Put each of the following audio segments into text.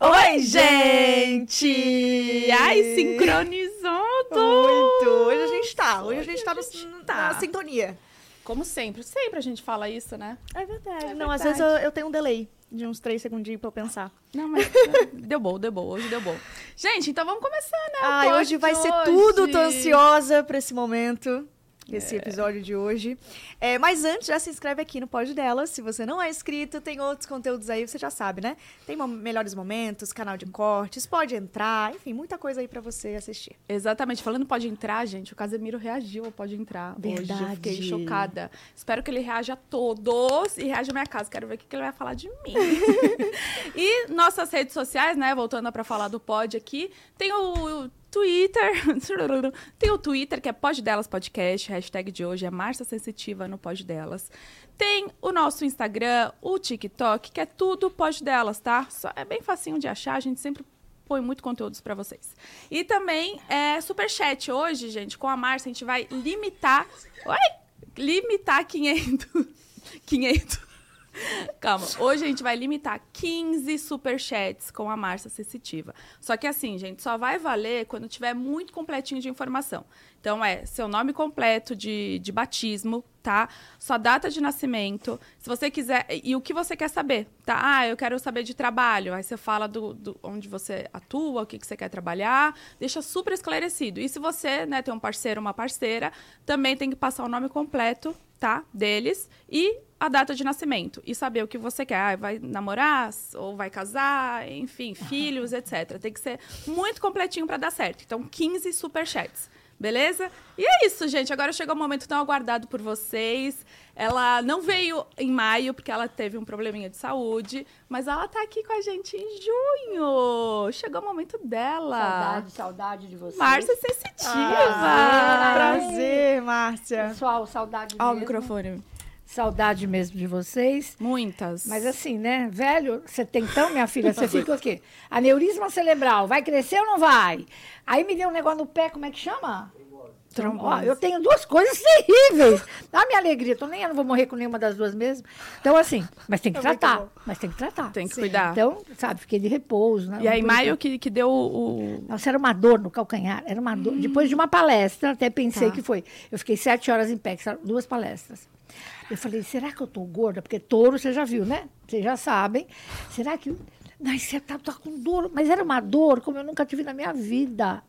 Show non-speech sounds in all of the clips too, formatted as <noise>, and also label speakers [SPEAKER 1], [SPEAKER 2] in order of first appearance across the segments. [SPEAKER 1] Oi, gente! Ai, sincronizado!
[SPEAKER 2] Muito! Hoje a gente tá. Hoje a gente tá, no,
[SPEAKER 1] tá.
[SPEAKER 2] na sintonia.
[SPEAKER 1] Como sempre, sempre a gente fala isso, né?
[SPEAKER 2] É verdade.
[SPEAKER 1] É
[SPEAKER 2] Não, às
[SPEAKER 1] verdade.
[SPEAKER 2] vezes eu, eu tenho um delay de uns três segundinhos pra eu pensar.
[SPEAKER 1] Não, mas <laughs> deu bom, deu bom, hoje deu bom. Gente, então vamos começar, né?
[SPEAKER 2] Ai,
[SPEAKER 1] Pode
[SPEAKER 2] hoje vai ser
[SPEAKER 1] hoje.
[SPEAKER 2] tudo. Tô ansiosa pra esse momento.
[SPEAKER 1] É.
[SPEAKER 2] Esse episódio de hoje. É, mas antes, já se inscreve aqui no Pod Delas. Se você não é inscrito, tem outros conteúdos aí, você já sabe, né? Tem mo- melhores momentos, canal de cortes, pode entrar, enfim, muita coisa aí pra você assistir.
[SPEAKER 1] Exatamente, falando pode entrar, gente, o Casemiro reagiu ao pode entrar hoje. Eu
[SPEAKER 2] Verdade.
[SPEAKER 1] fiquei chocada. Espero que ele reaja a todos e reaja à minha casa. Quero ver o que que ele vai falar de
[SPEAKER 2] <laughs>
[SPEAKER 1] mim. e nossas redes sociais, né? Voltando pra falar do pod aqui, tem o. o Twitter, <laughs> tem o Twitter que é Pod Delas Podcast, hashtag de hoje é Marcia Sensitiva no Pod Delas. Tem o nosso Instagram, o TikTok, que é tudo Pod Delas, tá? Só- é bem facinho de achar, a gente sempre põe muito conteúdos pra vocês. E também é superchat hoje, gente, com a Márcia a gente vai limitar, oi, limitar <laughs> 500 500 Calma, hoje a gente vai limitar 15 superchats com a Márcia Sensitiva. Só que assim, gente, só vai valer quando tiver muito completinho de informação. Então é seu nome completo de, de batismo, tá? Sua data de nascimento, se você quiser, e e o que você quer saber, tá? Ah, eu quero saber de trabalho. Aí você fala do, do- onde você atua, o que, que você quer trabalhar, deixa super esclarecido. E se você né, tem um parceiro, uma parceira, também tem que passar o nome completo, tá? Deles. E a data de nascimento e saber o que você quer. Ah, vai namorar s- ou vai casar, enfim, filhos, etc. Tem que ser muito completinho para dar certo. Então, 15 superchats. Beleza? E é isso, gente. Agora chegou o momento tão aguardado por vocês. Ela não veio em maio, porque ela teve um probleminha de saúde, mas ela tá aqui com a gente em junho. Chegou o momento dela.
[SPEAKER 3] Saudade, saudade de vocês.
[SPEAKER 1] Ah, Márcia é Sensitiva.
[SPEAKER 3] Ah,
[SPEAKER 2] prazer, Márcia.
[SPEAKER 3] Pessoal, saudade
[SPEAKER 1] Ó, o
[SPEAKER 3] mesmo.
[SPEAKER 1] microfone.
[SPEAKER 3] Saudade mesmo de vocês.
[SPEAKER 1] Muitas.
[SPEAKER 3] Mas assim, né? Velho, você tem então, minha filha, você fica o quê? Aneurisma cerebral, vai crescer ou não vai? Aí me deu um negócio no pé, como é que chama? Ó,
[SPEAKER 1] Trombose.
[SPEAKER 3] eu tenho duas coisas terríveis. Dá minha alegria, tô nem, eu não vou morrer com nenhuma das duas mesmo. Então, assim, mas tem que
[SPEAKER 2] É muito
[SPEAKER 3] tratar.
[SPEAKER 2] bom.
[SPEAKER 3] Mas tem que tratar.
[SPEAKER 1] Tem que cuidar.
[SPEAKER 3] Então, sabe, fiquei de repouso, né?
[SPEAKER 1] E aí,
[SPEAKER 3] Não-
[SPEAKER 1] Maio que, que deu o. o-
[SPEAKER 3] Nossa, era uma dor no calcanhar, era uma dor. Depois de uma palestra, até pensei
[SPEAKER 1] Tá.
[SPEAKER 3] que foi. Eu fiquei sete horas em pé, que eram duas palestras. Eu falei, será que eu tô gorda? Porque touro você já viu, né? Vocês já sabem. Será que. Mas você tá, tá com dor. Mas era uma dor como eu nunca tive na minha vida.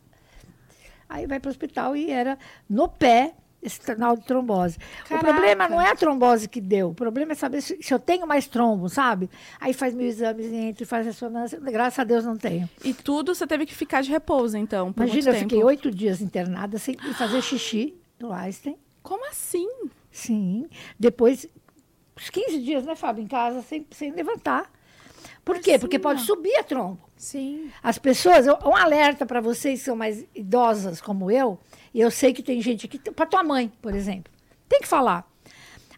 [SPEAKER 3] Aí vai para o hospital e era no pé esse canal de trombose.
[SPEAKER 2] Caraca.
[SPEAKER 3] O problema não é a trombose que deu, o problema é saber se, se eu tenho mais trombo, sabe? Aí faz mil exames, entra, faz ressonância. Graças a Deus não tenho.
[SPEAKER 1] E tudo você teve que ficar de repouso, então. Por
[SPEAKER 3] Imagina, eu
[SPEAKER 1] muito tempo.
[SPEAKER 3] fiquei oito dias internada sem fazer xixi no Einstein.
[SPEAKER 1] Como assim?
[SPEAKER 3] Sim. Depois, uns 15 dias, né, Fábio, em casa, sem, sem levantar. Por quê? Porque pode subir a trombo.
[SPEAKER 1] Sim.
[SPEAKER 3] As pessoas, eu- um alerta para vocês que são mais idosas como eu, e eu sei que tem gente que. Para tua mãe, por exemplo. Tem que falar.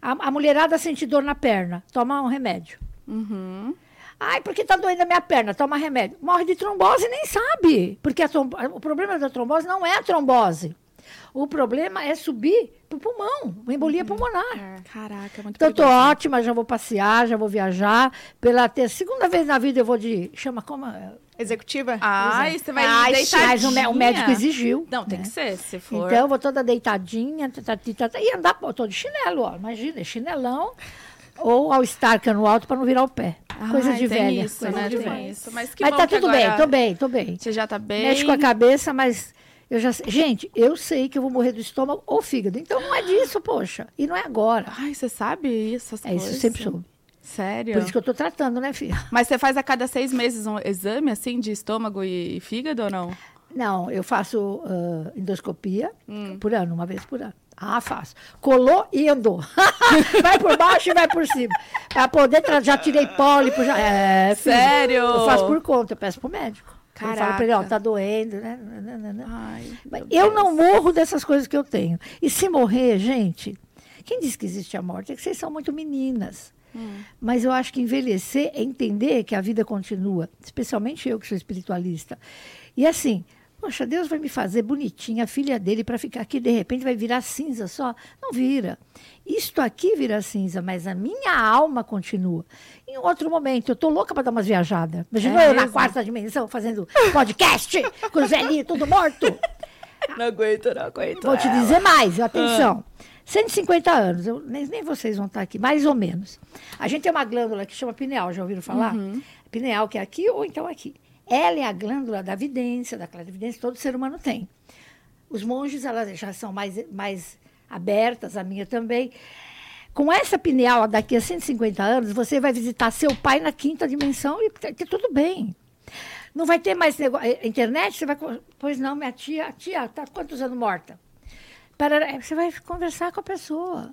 [SPEAKER 3] A, a mulherada sente dor na perna, toma um remédio. Ai, porque tá doendo a minha perna, toma remédio. Morre de trombose e nem sabe. Porque a trom- o problema da trombose não é a trombose. O problema é subir pro pulmão, uma embolia pulmonar.
[SPEAKER 1] Caraca, é muito
[SPEAKER 3] Então, tô
[SPEAKER 1] perigoso.
[SPEAKER 3] ótima, já vou passear, já vou viajar. Pela ter... segunda vez na vida eu vou de. Chama como? é?
[SPEAKER 2] Executiva? é.
[SPEAKER 1] Ai, você Ah, vai
[SPEAKER 3] Ai,
[SPEAKER 1] deitar.
[SPEAKER 3] mas o, mé- o médico exigiu.
[SPEAKER 1] Não, tem
[SPEAKER 3] né?
[SPEAKER 1] que ser, se for.
[SPEAKER 3] Então, eu vou toda deitadinha, tá, tatati, tatá, e andar, eu tô de chinelo, ó, imagina, chinelão ou ao estarca no alto para não virar o pé.
[SPEAKER 1] Ai,
[SPEAKER 3] coisa
[SPEAKER 1] tem
[SPEAKER 3] de velha.
[SPEAKER 1] Isso,
[SPEAKER 3] coisa
[SPEAKER 1] né?
[SPEAKER 3] de
[SPEAKER 1] tem
[SPEAKER 3] velha.
[SPEAKER 1] isso. Mas que
[SPEAKER 3] Mas
[SPEAKER 1] bom
[SPEAKER 3] tá
[SPEAKER 1] que
[SPEAKER 3] tudo bem,
[SPEAKER 1] agora
[SPEAKER 3] tô bem, tô bem.
[SPEAKER 1] Você já tá bem.
[SPEAKER 3] Mexe com a cabeça, mas eu já sei- gente, eu sei que eu vou morrer do estômago ou fígado. Então não é disso, poxa. E não é agora.
[SPEAKER 1] Ai, você sabe isso, essas
[SPEAKER 3] É isso, eu
[SPEAKER 1] coisas?
[SPEAKER 3] sempre soube.
[SPEAKER 1] Sério?
[SPEAKER 3] Por isso que eu tô tratando, né, filha?
[SPEAKER 1] Mas você faz a cada seis meses um exame, assim, de estômago e fígado ou não?
[SPEAKER 3] Não, eu faço ah, endoscopia
[SPEAKER 1] Hum.
[SPEAKER 3] por ano, uma vez por ano. Ah, faço. Colou e andou. <laughs> vai por baixo e vai por cima. Pra poder tra- já tirei pólipo, já. É, filho,
[SPEAKER 1] Sério?
[SPEAKER 3] Eu faço por conta, eu peço pro médico. Eu falo pra ele, ó,
[SPEAKER 1] Caraca.
[SPEAKER 3] tá doendo, né? Nananana.
[SPEAKER 1] Ai,
[SPEAKER 3] Mas
[SPEAKER 1] meu
[SPEAKER 3] eu não
[SPEAKER 1] Deus.
[SPEAKER 3] morro dessas coisas que eu tenho. E se morrer, gente, quem diz que existe a morte é que vocês são muito meninas. Mas eu acho que envelhecer é entender que a vida continua, especialmente eu que sou espiritualista. E assim, poxa, Deus vai me fazer bonitinha, a filha dele, para ficar aqui, de repente vai virar cinza só. Não vira. Isto aqui vira cinza, mas a minha alma continua. Em outro momento, eu tô louca para dar umas viajadas. Imagina
[SPEAKER 2] É
[SPEAKER 3] eu na
[SPEAKER 2] mesmo?
[SPEAKER 3] quarta dimensão fazendo podcast com o Zelinho, tudo morto.
[SPEAKER 1] Não aguento, não aguento.
[SPEAKER 3] Vou te dizer mais, atenção. 150 anos, eu- nem, nem vocês vão estar aqui, mais ou menos. A gente tem uma glândula que chama pineal, já ouviram falar? Pineal, que é aqui ou então aqui. Ela é a glândula da vidência, da clarividência, todo ser humano tem. Os monges, elas já são mais, mais abertas, a minha também. Com essa pineal, daqui a 150 anos, você vai visitar seu pai na quinta dimensão e tá- tá tudo bem. Não vai ter mais nego- eh, internet? Você vai. co- Pois não, minha tia, tia, tá quantos anos morta? Parará, Você vai conversar com a pessoa.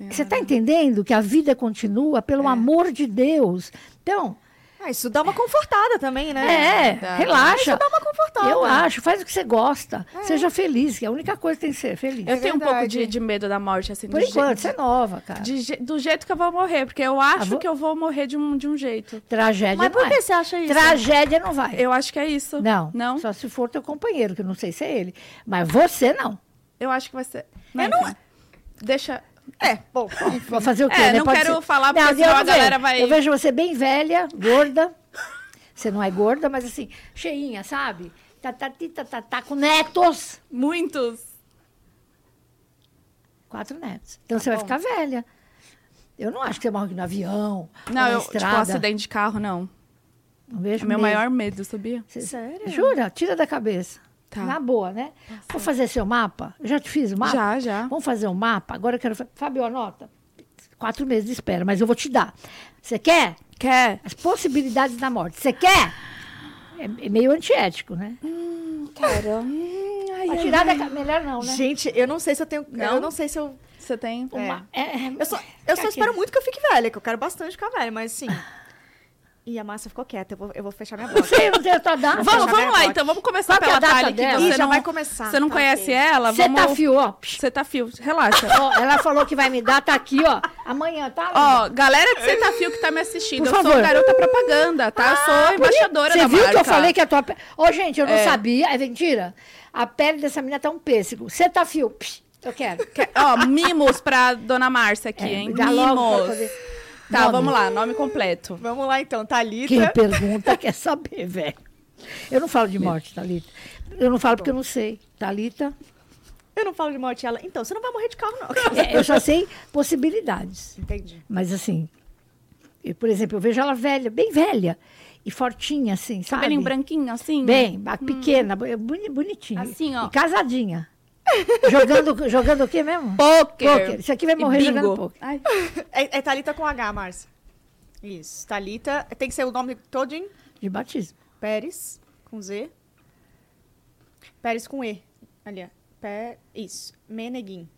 [SPEAKER 1] É.
[SPEAKER 3] Você está entendendo que a vida continua pelo amor de Deus. Então,
[SPEAKER 2] Ah, isso dá uma confortada também, né?
[SPEAKER 3] é,
[SPEAKER 1] verdade.
[SPEAKER 3] relaxa.
[SPEAKER 2] Isso dá uma confortada.
[SPEAKER 3] Eu acho, faz o que você gosta. Seja feliz, que é a única coisa que tem que ser feliz.
[SPEAKER 1] Eu tenho um pouco
[SPEAKER 2] verdade.
[SPEAKER 1] de, de medo da morte, assim.
[SPEAKER 3] é Por
[SPEAKER 1] do
[SPEAKER 3] enquanto,
[SPEAKER 1] jeito-
[SPEAKER 3] você é nova, cara.
[SPEAKER 1] de je- do jeito que eu vou morrer, porque eu acho
[SPEAKER 3] Ah, vou-
[SPEAKER 1] que eu vou morrer de um, de um jeito.
[SPEAKER 3] Tragédia não é.
[SPEAKER 1] você acha
[SPEAKER 3] Tragédia não vai.
[SPEAKER 1] Eu acho que é isso.
[SPEAKER 3] Não,
[SPEAKER 1] Não?
[SPEAKER 3] Só se for teu companheiro, que eu não sei se é ele. Mas você não.
[SPEAKER 1] Eu acho que vai ser. Não, não... Deixa.
[SPEAKER 2] É, bom.
[SPEAKER 3] Vou fazer o quê?
[SPEAKER 1] É,
[SPEAKER 3] né?
[SPEAKER 1] não
[SPEAKER 3] Pode
[SPEAKER 1] quero
[SPEAKER 3] ser-
[SPEAKER 1] falar, porque
[SPEAKER 3] eu
[SPEAKER 1] senão a
[SPEAKER 3] vejo-
[SPEAKER 1] galera vai-
[SPEAKER 3] Eu vejo você bem velha, gorda. Você não é gorda, mas assim, cheinha, sabe? Tá, tá, ti, tá, tá, tá, com netos.
[SPEAKER 1] Muitos.
[SPEAKER 3] Quatro netos. Então
[SPEAKER 1] Tá
[SPEAKER 3] você vai ficar velha. Eu não acho que você morre no avião, ou
[SPEAKER 1] Não,
[SPEAKER 3] na
[SPEAKER 1] eu, tipo,
[SPEAKER 3] estrada.
[SPEAKER 1] acidente de carro, não.
[SPEAKER 3] Não
[SPEAKER 1] É
[SPEAKER 3] vejo
[SPEAKER 1] o meu
[SPEAKER 3] mesmo.
[SPEAKER 1] maior medo, sabia?
[SPEAKER 3] Cê-
[SPEAKER 2] Sério?
[SPEAKER 3] Jura? Tira da cabeça.
[SPEAKER 1] Tá.
[SPEAKER 3] Na boa, né? Vou fazer seu mapa? Eu já te fiz o mapa?
[SPEAKER 1] Já, já.
[SPEAKER 3] Vamos fazer um mapa? Agora eu quero... fa- Fábio, anota. Quatro meses de espera, mas eu vou te dar. Você quer?
[SPEAKER 1] Quer?
[SPEAKER 3] As possibilidades da morte. Você quer? É, é meio antiético, né?
[SPEAKER 1] Quero.
[SPEAKER 3] A tirada é ca- melhor não, né?
[SPEAKER 2] Gente, eu não sei se eu tenho.
[SPEAKER 1] Não?
[SPEAKER 2] Eu não sei se eu.
[SPEAKER 1] Você tem?
[SPEAKER 3] Uma- é, é-
[SPEAKER 2] Eu só, eu só
[SPEAKER 3] Aqui.
[SPEAKER 2] espero muito que eu fique velha, que eu quero bastante ficar velha, mas assim. E a Márcia ficou quieta, eu vou, eu vou fechar minha boca.
[SPEAKER 3] Não <laughs> sei, eu não tenho a tua data.
[SPEAKER 1] Vamos,
[SPEAKER 2] Deixa
[SPEAKER 1] vamos
[SPEAKER 2] aberto
[SPEAKER 1] lá,
[SPEAKER 2] aqui.
[SPEAKER 1] então. Vamos começar
[SPEAKER 3] Qual que é
[SPEAKER 1] pela
[SPEAKER 3] a data
[SPEAKER 1] Thalie, que
[SPEAKER 3] dela?
[SPEAKER 1] você
[SPEAKER 2] Ih, já
[SPEAKER 1] não,
[SPEAKER 2] vai começar.
[SPEAKER 1] Você não
[SPEAKER 2] Tá,
[SPEAKER 1] conhece
[SPEAKER 2] ok.
[SPEAKER 1] ela?
[SPEAKER 3] Você
[SPEAKER 1] vamos...
[SPEAKER 3] tá fio, ó. Psh,
[SPEAKER 1] Você tá fio.
[SPEAKER 3] <laughs>
[SPEAKER 1] Relaxa.
[SPEAKER 3] ó, Ela falou que vai me dar, tá aqui, ó. Amanhã, tá?
[SPEAKER 1] Ó, galera de Setafio que tá me assistindo,
[SPEAKER 3] Por
[SPEAKER 1] eu sou
[SPEAKER 3] favor.
[SPEAKER 1] garota propaganda, tá? eu sou embaixadora
[SPEAKER 3] Ah, Você
[SPEAKER 1] da
[SPEAKER 3] viu
[SPEAKER 1] marca.
[SPEAKER 3] que eu falei que a tua pele. Ô, gente, eu não sabia. É mentira. A pele dessa menina tá um pêssego. Você tá fio. Psh, eu quero.
[SPEAKER 1] Que- Ó, mimos pra dona Márcia aqui,
[SPEAKER 3] É,
[SPEAKER 1] hein?
[SPEAKER 3] me dá logo pra
[SPEAKER 1] Mimos.
[SPEAKER 3] poder-
[SPEAKER 1] Tá,
[SPEAKER 3] Nome.
[SPEAKER 1] vamos lá, nome completo.
[SPEAKER 2] Vamos lá então,
[SPEAKER 1] é?
[SPEAKER 3] Quem
[SPEAKER 2] Thalita.
[SPEAKER 3] pergunta quer saber, velho. Eu não falo de morte, Thalita. Eu não falo porque eu não sei. Thalita,
[SPEAKER 2] Eu não falo de morte ela. Então, você não vai morrer de carro, não.
[SPEAKER 3] <laughs> é, eu só sei possibilidades.
[SPEAKER 2] Entendi.
[SPEAKER 3] Mas assim, eu, por exemplo, eu vejo ela velha, bem velha. E fortinha, assim, sabe?
[SPEAKER 1] Cabelinho branquinho, assim?
[SPEAKER 3] Bem, ba- pequena, bu- boni- bonitinha.
[SPEAKER 1] Assim, ó.
[SPEAKER 3] E casadinha. jogando, jogando o quê mesmo?
[SPEAKER 1] Poker.
[SPEAKER 3] Poker. Isso aqui vai
[SPEAKER 1] E
[SPEAKER 3] morrer
[SPEAKER 1] bingo.
[SPEAKER 3] jogando poker.
[SPEAKER 1] Ai,
[SPEAKER 2] É, é Thalita com H, Márcia. Isso. Thalita. Tem que ser o nome todinho.
[SPEAKER 3] De batismo.
[SPEAKER 2] Pérez com Z. Pérez com E. Ali, ó. Pé- Isso. Meneguin.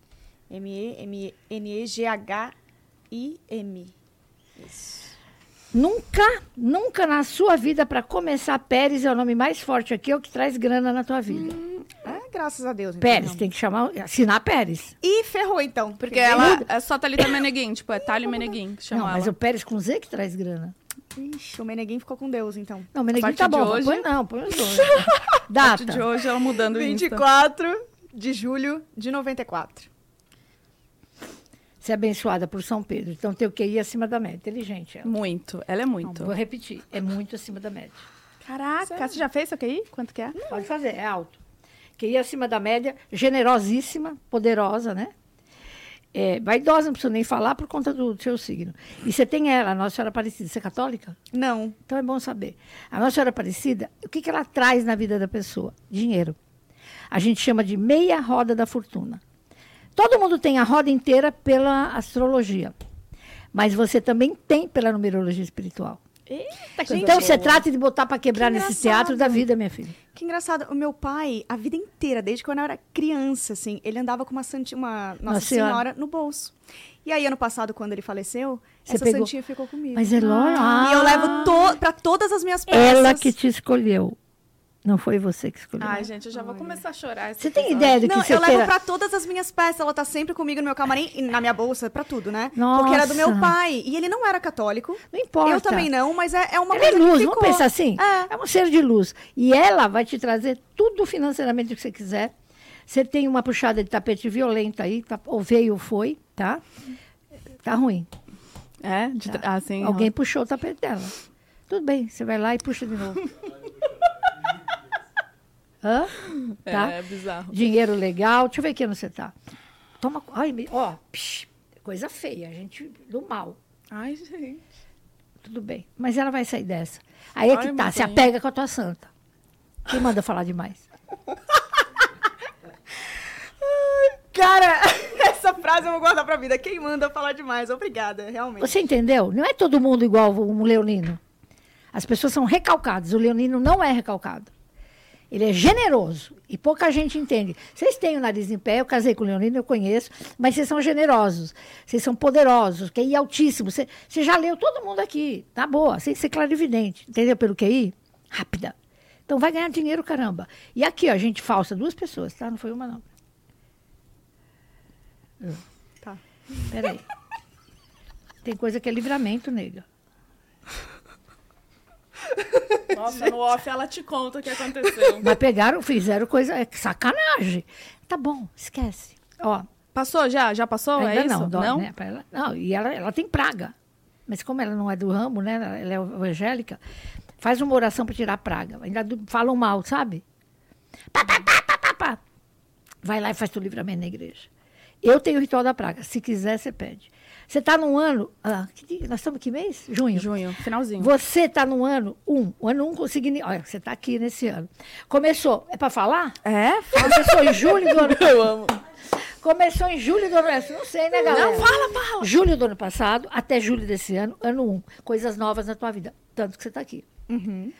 [SPEAKER 2] M-E-M-E-N-E-G-H-I-M. Isso.
[SPEAKER 3] Nunca, nunca na sua vida, pra começar, Pérez é o nome mais forte aqui, é o que traz grana na tua vida.
[SPEAKER 1] Hum,
[SPEAKER 2] Ah, graças a Deus. então,
[SPEAKER 3] Pérez,
[SPEAKER 2] não.
[SPEAKER 3] tem que chamar, assinar Pérez.
[SPEAKER 2] E ferrou, então.
[SPEAKER 1] porque ela é só Thalita Meneguin, tipo, é Thalio Meneguin que chama
[SPEAKER 3] não,
[SPEAKER 1] ela.
[SPEAKER 3] mas o Pérez com Z que traz grana.
[SPEAKER 2] Ixi, o Meneguin ficou com Deus, então.
[SPEAKER 3] Não, Meneguinho
[SPEAKER 1] partir
[SPEAKER 3] tá
[SPEAKER 1] de
[SPEAKER 3] bom,
[SPEAKER 1] hoje-
[SPEAKER 3] põe não, põe os
[SPEAKER 1] <laughs>
[SPEAKER 3] dois.
[SPEAKER 1] A partir de
[SPEAKER 3] Data.
[SPEAKER 1] hoje ela mudando
[SPEAKER 2] então.
[SPEAKER 1] o Insta.
[SPEAKER 2] 24 de julho de 94.
[SPEAKER 3] Ser é abençoada por São Pedro. Então tem o QI acima da média. Inteligente ela.
[SPEAKER 1] Muito, ela é muito.
[SPEAKER 3] Vou repetir, é muito acima da média.
[SPEAKER 1] Caraca, você já fez isso aqui? Quanto que é?
[SPEAKER 3] Pode fazer, é alto. QI acima da média, generosíssima, poderosa, né? É, vaidosa, não preciso nem falar por conta do, do seu signo. E você tem ela, a Nossa Senhora Aparecida. Você é católica?
[SPEAKER 2] Não.
[SPEAKER 3] Então é bom saber. A Nossa Senhora Aparecida, o que, que ela traz na vida da pessoa? Dinheiro. A gente chama de meia roda da fortuna. Todo mundo tem a roda inteira pela astrologia. Mas você também tem pela numerologia espiritual.
[SPEAKER 1] Eita,
[SPEAKER 3] então você trata de botar para quebrar
[SPEAKER 2] Tá, Que
[SPEAKER 3] nesse
[SPEAKER 2] engraçado.
[SPEAKER 3] teatro da vida, minha filha.
[SPEAKER 2] Que engraçado. O meu pai, a vida inteira, desde quando eu era criança, assim, ele andava com uma, santi... uma Nossa,
[SPEAKER 3] Nossa
[SPEAKER 2] senhora.
[SPEAKER 3] Senhora.
[SPEAKER 2] no bolso. E aí, ano passado, quando ele faleceu,
[SPEAKER 3] Você
[SPEAKER 2] essa
[SPEAKER 3] pegou.
[SPEAKER 2] santinha ficou comigo.
[SPEAKER 3] Mas é lógico.
[SPEAKER 2] É, E eu levo to... pra todas as minhas peças.
[SPEAKER 3] Ela que te escolheu. Não foi você que escolheu.
[SPEAKER 1] Ai, gente, eu já vou começar a chorar. esse
[SPEAKER 3] né? Você tem
[SPEAKER 1] episódio.
[SPEAKER 3] ideia do que
[SPEAKER 2] Não,
[SPEAKER 3] você
[SPEAKER 2] eu levo
[SPEAKER 3] terá-
[SPEAKER 2] pra todas as minhas peças. Ela tá sempre comigo no meu camarim e na minha bolsa, pra tudo, né? Porque era do meu
[SPEAKER 3] Nossa.
[SPEAKER 2] pai. E ele não era católico.
[SPEAKER 3] Não importa.
[SPEAKER 2] Eu também não, mas é, é uma
[SPEAKER 3] Ela é
[SPEAKER 2] coisa que
[SPEAKER 3] luz,
[SPEAKER 2] ficou.
[SPEAKER 3] vamos pensar assim?
[SPEAKER 2] É.
[SPEAKER 3] É. um ser de luz. E ela vai te trazer tudo financeiramente que você quiser. Você tem uma puxada de tapete violenta aí, tá- ou veio ou foi, tá? Tá ruim.
[SPEAKER 1] É? De tra- ah, sim.
[SPEAKER 3] Tá. Alguém puxou o tapete dela. Tudo bem, você vai lá e puxa de
[SPEAKER 1] <laughs>
[SPEAKER 3] novo. Hã?
[SPEAKER 1] É,
[SPEAKER 3] Tá?
[SPEAKER 1] é bizarro.
[SPEAKER 3] Dinheiro legal. Deixa eu ver que ano você tá. Toma. cu- Ai, me- ó, psh, coisa feia, gente do mal.
[SPEAKER 1] Ai, gente.
[SPEAKER 3] Tudo bem. Mas ela vai sair dessa. Aí é que
[SPEAKER 1] Ai,
[SPEAKER 3] tá, se
[SPEAKER 1] mamãe.
[SPEAKER 3] apega com a tua santa. Quem manda falar demais?
[SPEAKER 2] Cara, <laughs> essa frase eu vou guardar pra vida. Quem manda falar demais. Obrigada, realmente.
[SPEAKER 3] Você entendeu? Não é todo mundo igual um leonino. As pessoas são recalcadas. O leonino não é recalcado. Ele é generoso e pouca gente entende. Vocês têm o nariz em pé, eu casei com o Leonino, eu conheço, mas vocês são generosos, vocês são poderosos, QI altíssimo. Você você já leu todo mundo aqui, tá boa, sem ser clarividente, entendeu? Pelo QI? Rápida. Então vai ganhar dinheiro, caramba. E aqui, ó, gente falsa, duas pessoas, tá? Não foi uma, não.
[SPEAKER 2] Tá.
[SPEAKER 3] Peraí. Tem coisa que é livramento, nega.
[SPEAKER 1] Nossa, no off ela te conta o que <laughs> aconteceu.
[SPEAKER 3] Mas pegaram, fizeram coisa, é sacanagem. Tá bom, esquece. Ó,
[SPEAKER 1] Passou já? Já passou?
[SPEAKER 3] Ainda
[SPEAKER 1] é isso?
[SPEAKER 3] não, dói, né? Pra ela- não, e ela, ela tem praga. Mas como ela não é do ramo, né? Ela ela é evangélica, faz uma oração para tirar a praga. Ainda do- falam mal, sabe? Pá, pá, pá, pá, pá, pá. Vai lá e faz teu livramento na igreja. Eu tenho o ritual da praga. Se quiser, você pede. Você está num ano. ah, que dia- nós estamos que mês? Junho.
[SPEAKER 1] Junho, finalzinho.
[SPEAKER 3] Você está no ano um. O ano um consegui. Olha, você está aqui nesse ano. Começou. É para falar?
[SPEAKER 1] É?
[SPEAKER 3] Começou em julho do <laughs> ano
[SPEAKER 1] Eu amo.
[SPEAKER 3] Começou em julho do ano passado. Não sei, né, galera? Não, fala, fala. Julho do ano passado até julho desse ano, ano 1. Coisas novas na tua vida. Tanto que você está aqui.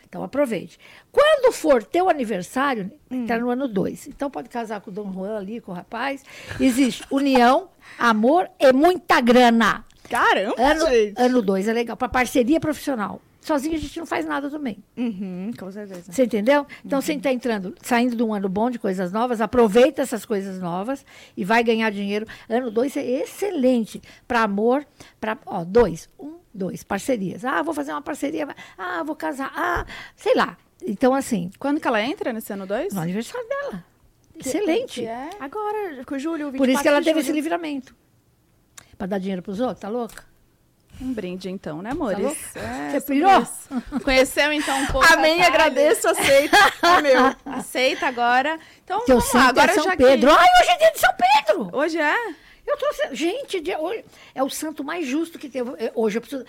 [SPEAKER 3] Então aproveite. Quando for teu aniversário, está no ano 2. Então pode casar com o Dom Juan ali, com o rapaz. Existe união, amor e muita grana.
[SPEAKER 2] Caramba,
[SPEAKER 3] Ano
[SPEAKER 2] gente.
[SPEAKER 3] 2 é legal. Para parceria profissional. Sozinho a gente não faz nada também.
[SPEAKER 2] Uhum, com certeza.
[SPEAKER 3] Você entendeu? Então, você está entrando, saindo de um ano bom de coisas novas, aproveita essas coisas novas e vai ganhar dinheiro. Ano dois é excelente para amor, para. Ó, dois. Um, dois. Parcerias. Ah, vou fazer uma parceria. Ah, vou casar. Ah, sei lá. Então, assim,
[SPEAKER 1] Quando que ela entra nesse ano 2?
[SPEAKER 3] no aniversário dela. Excelente.
[SPEAKER 1] É?
[SPEAKER 2] Agora, com o Júlio, 24
[SPEAKER 3] Por isso que ela
[SPEAKER 2] de
[SPEAKER 3] teve esse
[SPEAKER 2] julho.
[SPEAKER 3] livramento. Para dar dinheiro para os outros, tá louca?
[SPEAKER 1] Um brinde, então, né, amores? É,
[SPEAKER 3] Tá Você
[SPEAKER 1] sobre
[SPEAKER 3] pirou?
[SPEAKER 1] isso. Conheceu, então, um pouco.
[SPEAKER 2] Amém,
[SPEAKER 1] a Thaís.
[SPEAKER 2] agradeço, aceito. É
[SPEAKER 1] <laughs>
[SPEAKER 2] meu.
[SPEAKER 1] Aceita agora. Então,
[SPEAKER 3] Que eu
[SPEAKER 1] vamos lá.
[SPEAKER 3] sinto
[SPEAKER 1] Agora
[SPEAKER 3] é São
[SPEAKER 1] já
[SPEAKER 3] Pedro. Ai, hoje é dia de São Pedro!
[SPEAKER 1] que... Hoje é?
[SPEAKER 3] Eu trouxe. Gente, de- hoje é o santo mais justo que teve. eh, Hoje eu preciso.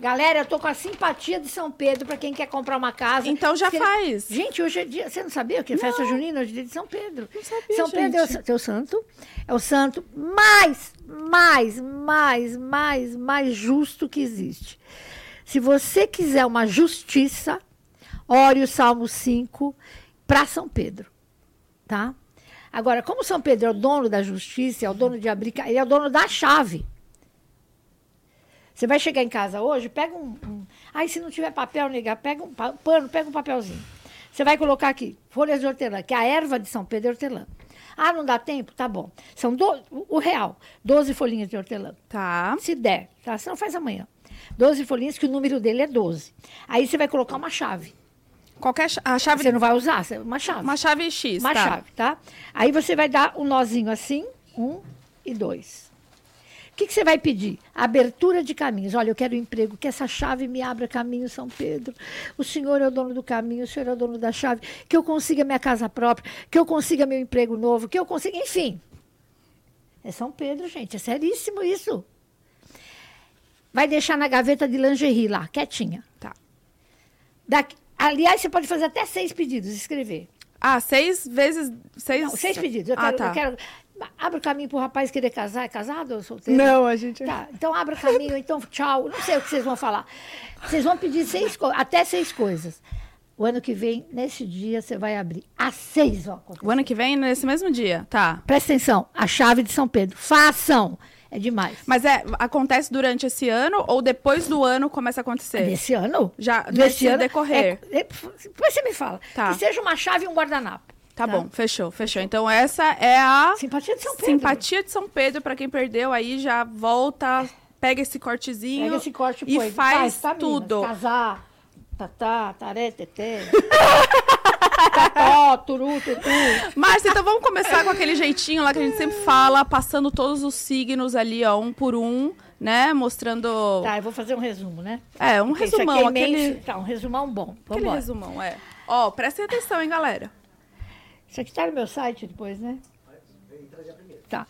[SPEAKER 3] Galera, eu tô com a simpatia de São Pedro pra quem quer comprar uma casa.
[SPEAKER 1] Então já
[SPEAKER 3] Porque-
[SPEAKER 1] faz.
[SPEAKER 3] Gente, hoje é dia. Você não sabia que é festa junina? Hoje é dia de São Pedro. Não
[SPEAKER 1] sabia,
[SPEAKER 3] São Pedro é o
[SPEAKER 1] gente.
[SPEAKER 3] sa- teu santo. É o santo mais, mais, mais, mais, mais justo que existe. Se você quiser uma justiça, ore o Salmo 5 para São Pedro tá? Agora, como São Pedro é o dono da justiça, é o dono de abrir, ca- ele é o dono da chave. Você vai chegar em casa hoje, pega um, um- aí se não tiver papel, nega, pega um pa- pano, pega um papelzinho. Você vai colocar aqui folhas de hortelã, que a erva de São Pedro é hortelã. Ah, não dá tempo? Tá bom. São do, o o real, 12 folhinhas de hortelã.
[SPEAKER 1] Tá.
[SPEAKER 3] Se der, tá? Senão faz amanhã. 12 folhinhas, que o número dele é 12. Aí você vai colocar uma chave.
[SPEAKER 1] Qualquer... cha- A chave...
[SPEAKER 3] Você não vai usar, você- uma chave.
[SPEAKER 1] Uma chave X,
[SPEAKER 3] Uma
[SPEAKER 1] tá?
[SPEAKER 3] chave, tá? Aí você vai dar um nozinho assim, um e dois. O que, que você vai pedir? Abertura de caminhos. Olha, eu quero um emprego, que essa chave me abra caminho, São Pedro. O senhor é o dono do caminho, o senhor é o dono da chave. Que eu consiga minha casa própria, que eu consiga meu emprego novo, que eu consiga. Enfim. É São Pedro, gente. É seríssimo isso. Vai deixar na gaveta de lingerie lá, quietinha.
[SPEAKER 1] Tá.
[SPEAKER 3] Daqui- Aliás, você pode fazer até seis pedidos, escrever.
[SPEAKER 1] Ah, seis vezes... Seis,
[SPEAKER 3] Não, seis pedidos. Eu
[SPEAKER 1] ah,
[SPEAKER 3] quero,
[SPEAKER 1] tá.
[SPEAKER 3] eu quero- Abre o caminho pro rapaz querer casar. É casado ou solteiro?
[SPEAKER 2] Não, a gente...
[SPEAKER 3] Tá, então abre o caminho, então tchau. Não sei o que vocês vão falar. Vocês vão pedir seis co- até seis coisas. O ano que vem, nesse dia, você vai abrir. Às seis, ó.
[SPEAKER 1] O ano que vem, nesse mesmo dia. Tá.
[SPEAKER 3] Presta atenção, a chave de São Pedro. Façam! É demais.
[SPEAKER 1] Mas é, acontece durante esse ano ou depois do ano começa a acontecer?
[SPEAKER 3] Desse ano?
[SPEAKER 1] é. Já,
[SPEAKER 3] desse
[SPEAKER 1] nesse
[SPEAKER 3] ano.
[SPEAKER 1] decorrer.
[SPEAKER 3] É, é, depois você me fala.
[SPEAKER 1] Tá.
[SPEAKER 3] Que seja uma chave e um guardanapo.
[SPEAKER 1] Tá, bom, fechou, fechou. Então essa é a
[SPEAKER 3] Simpatia de São Pedro.
[SPEAKER 1] simpatia de São Pedro pra quem perdeu aí já volta, pega esse cortezinho
[SPEAKER 3] Pega esse corte
[SPEAKER 1] e
[SPEAKER 3] põe. Tá,
[SPEAKER 1] faz
[SPEAKER 3] vitaminas,
[SPEAKER 1] tudo.
[SPEAKER 3] Casar, tatá, taré, tetê. <laughs> Tató, turu, tutu.
[SPEAKER 1] Márcia, então vamos começar com aquele jeitinho lá que a gente sempre fala, passando todos os signos ali, ó, um por um, né? Mostrando.
[SPEAKER 3] Tá, eu vou fazer um resumo, né?
[SPEAKER 1] É, um
[SPEAKER 3] Porque isso
[SPEAKER 1] resumão,
[SPEAKER 3] aqui é imenso.
[SPEAKER 1] aquele,
[SPEAKER 3] Tá, um resumão bom.
[SPEAKER 1] aquele
[SPEAKER 3] Vambora.
[SPEAKER 1] resumão, é. Ó, prestem atenção, hein, galera.
[SPEAKER 3] Isso aqui tá no meu site depois, né? Tá.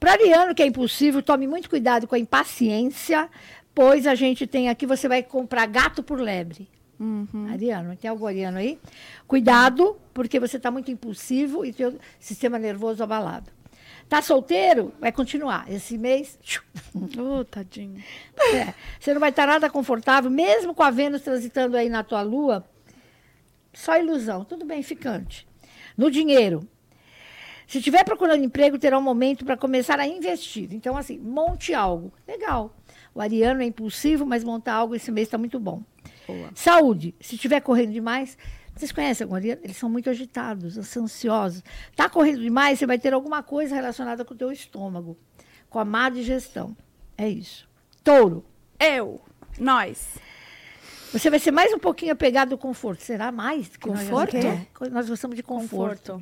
[SPEAKER 3] Para ariano que é impossível, tome muito cuidado com a impaciência, pois a gente tem aqui, você vai comprar gato por lebre. Ariano, tem algum ariano aí? Cuidado, porque você está muito impulsivo e teu sistema nervoso abalado. Tá solteiro? Vai continuar. Esse mês, tchiu,
[SPEAKER 1] Ô, tadinho.
[SPEAKER 3] é, você não vai estar nada confortável, mesmo com a Vênus transitando aí na tua lua. Só ilusão, tudo bem, ficante. No dinheiro. Se estiver procurando emprego, terá um momento para começar a investir. Então, assim, monte algo. Legal. O ariano é impulsivo, mas montar algo esse mês está muito bom.
[SPEAKER 1] Boa.
[SPEAKER 3] Saúde. Se estiver correndo demais, vocês conhecem algum ariano? Eles são muito agitados, ansiosos. Está correndo demais, você vai ter alguma coisa relacionada com o teu estômago, com a má digestão. É isso. Touro.
[SPEAKER 1] Eu, nós.
[SPEAKER 3] Você vai ser mais um pouquinho apegado ao conforto. Será mais? que nós-
[SPEAKER 1] Conforto?
[SPEAKER 3] É, Nós gostamos de conforto.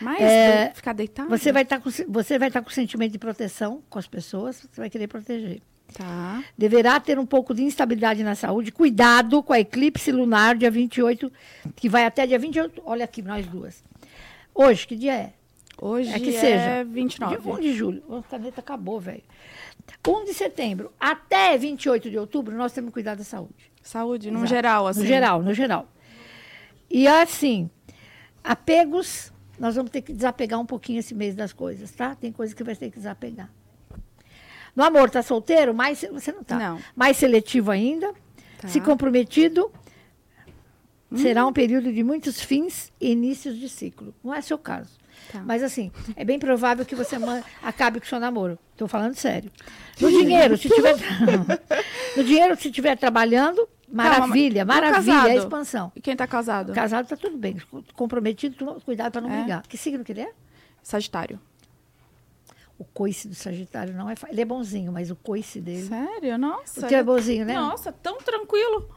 [SPEAKER 1] Mas de- ficar deitado?
[SPEAKER 3] É, Você vai estar com se- você vai estar com sentimento de proteção com as pessoas, você vai querer proteger.
[SPEAKER 1] Tá.
[SPEAKER 3] Deverá ter um pouco de instabilidade na saúde. Cuidado com a eclipse lunar dia 28, que vai até dia 28. Olha aqui nós duas. Hoje, que dia é?
[SPEAKER 1] Hoje
[SPEAKER 3] É que
[SPEAKER 1] é
[SPEAKER 3] seja.
[SPEAKER 1] 29.
[SPEAKER 3] Dia 1 de julho. A caneta acabou, velho. 1 de setembro até 28 de outubro, nós temos que cuidar da saúde.
[SPEAKER 1] Saúde, no
[SPEAKER 3] Exato.
[SPEAKER 1] geral, assim.
[SPEAKER 3] No geral, no geral. E assim, apegos, nós vamos ter que desapegar um pouquinho esse mês das coisas, tá? Tem coisa que vai ter que desapegar. No amor, tá solteiro? Mais, você não tá.
[SPEAKER 1] Não.
[SPEAKER 3] Mais seletivo ainda.
[SPEAKER 1] Tá. Uhum.
[SPEAKER 3] Se comprometido, será um período de muitos fins e inícios de ciclo. Não é seu caso.
[SPEAKER 1] Tá.
[SPEAKER 3] Mas assim, é bem provável que você man- acabe com o seu namoro. Estou falando sério. No dinheiro, se tiver.
[SPEAKER 1] <laughs>
[SPEAKER 3] no dinheiro, se estiver trabalhando, maravilha,
[SPEAKER 1] mas- no
[SPEAKER 3] maravilha, é
[SPEAKER 1] casado?
[SPEAKER 3] expansão.
[SPEAKER 1] E quem tá casado?
[SPEAKER 3] Casado está tudo bem. Comprometido, toma cuidado para não
[SPEAKER 1] É?
[SPEAKER 3] brigar. Que signo que ele é?
[SPEAKER 1] Sagitário.
[SPEAKER 3] O coice do Sagitário não é. fa- Ele é bonzinho, mas o coice dele.
[SPEAKER 1] Sério? Nossa.
[SPEAKER 3] O teu é
[SPEAKER 1] ele-
[SPEAKER 3] bonzinho, né?
[SPEAKER 1] Nossa, tão tranquilo.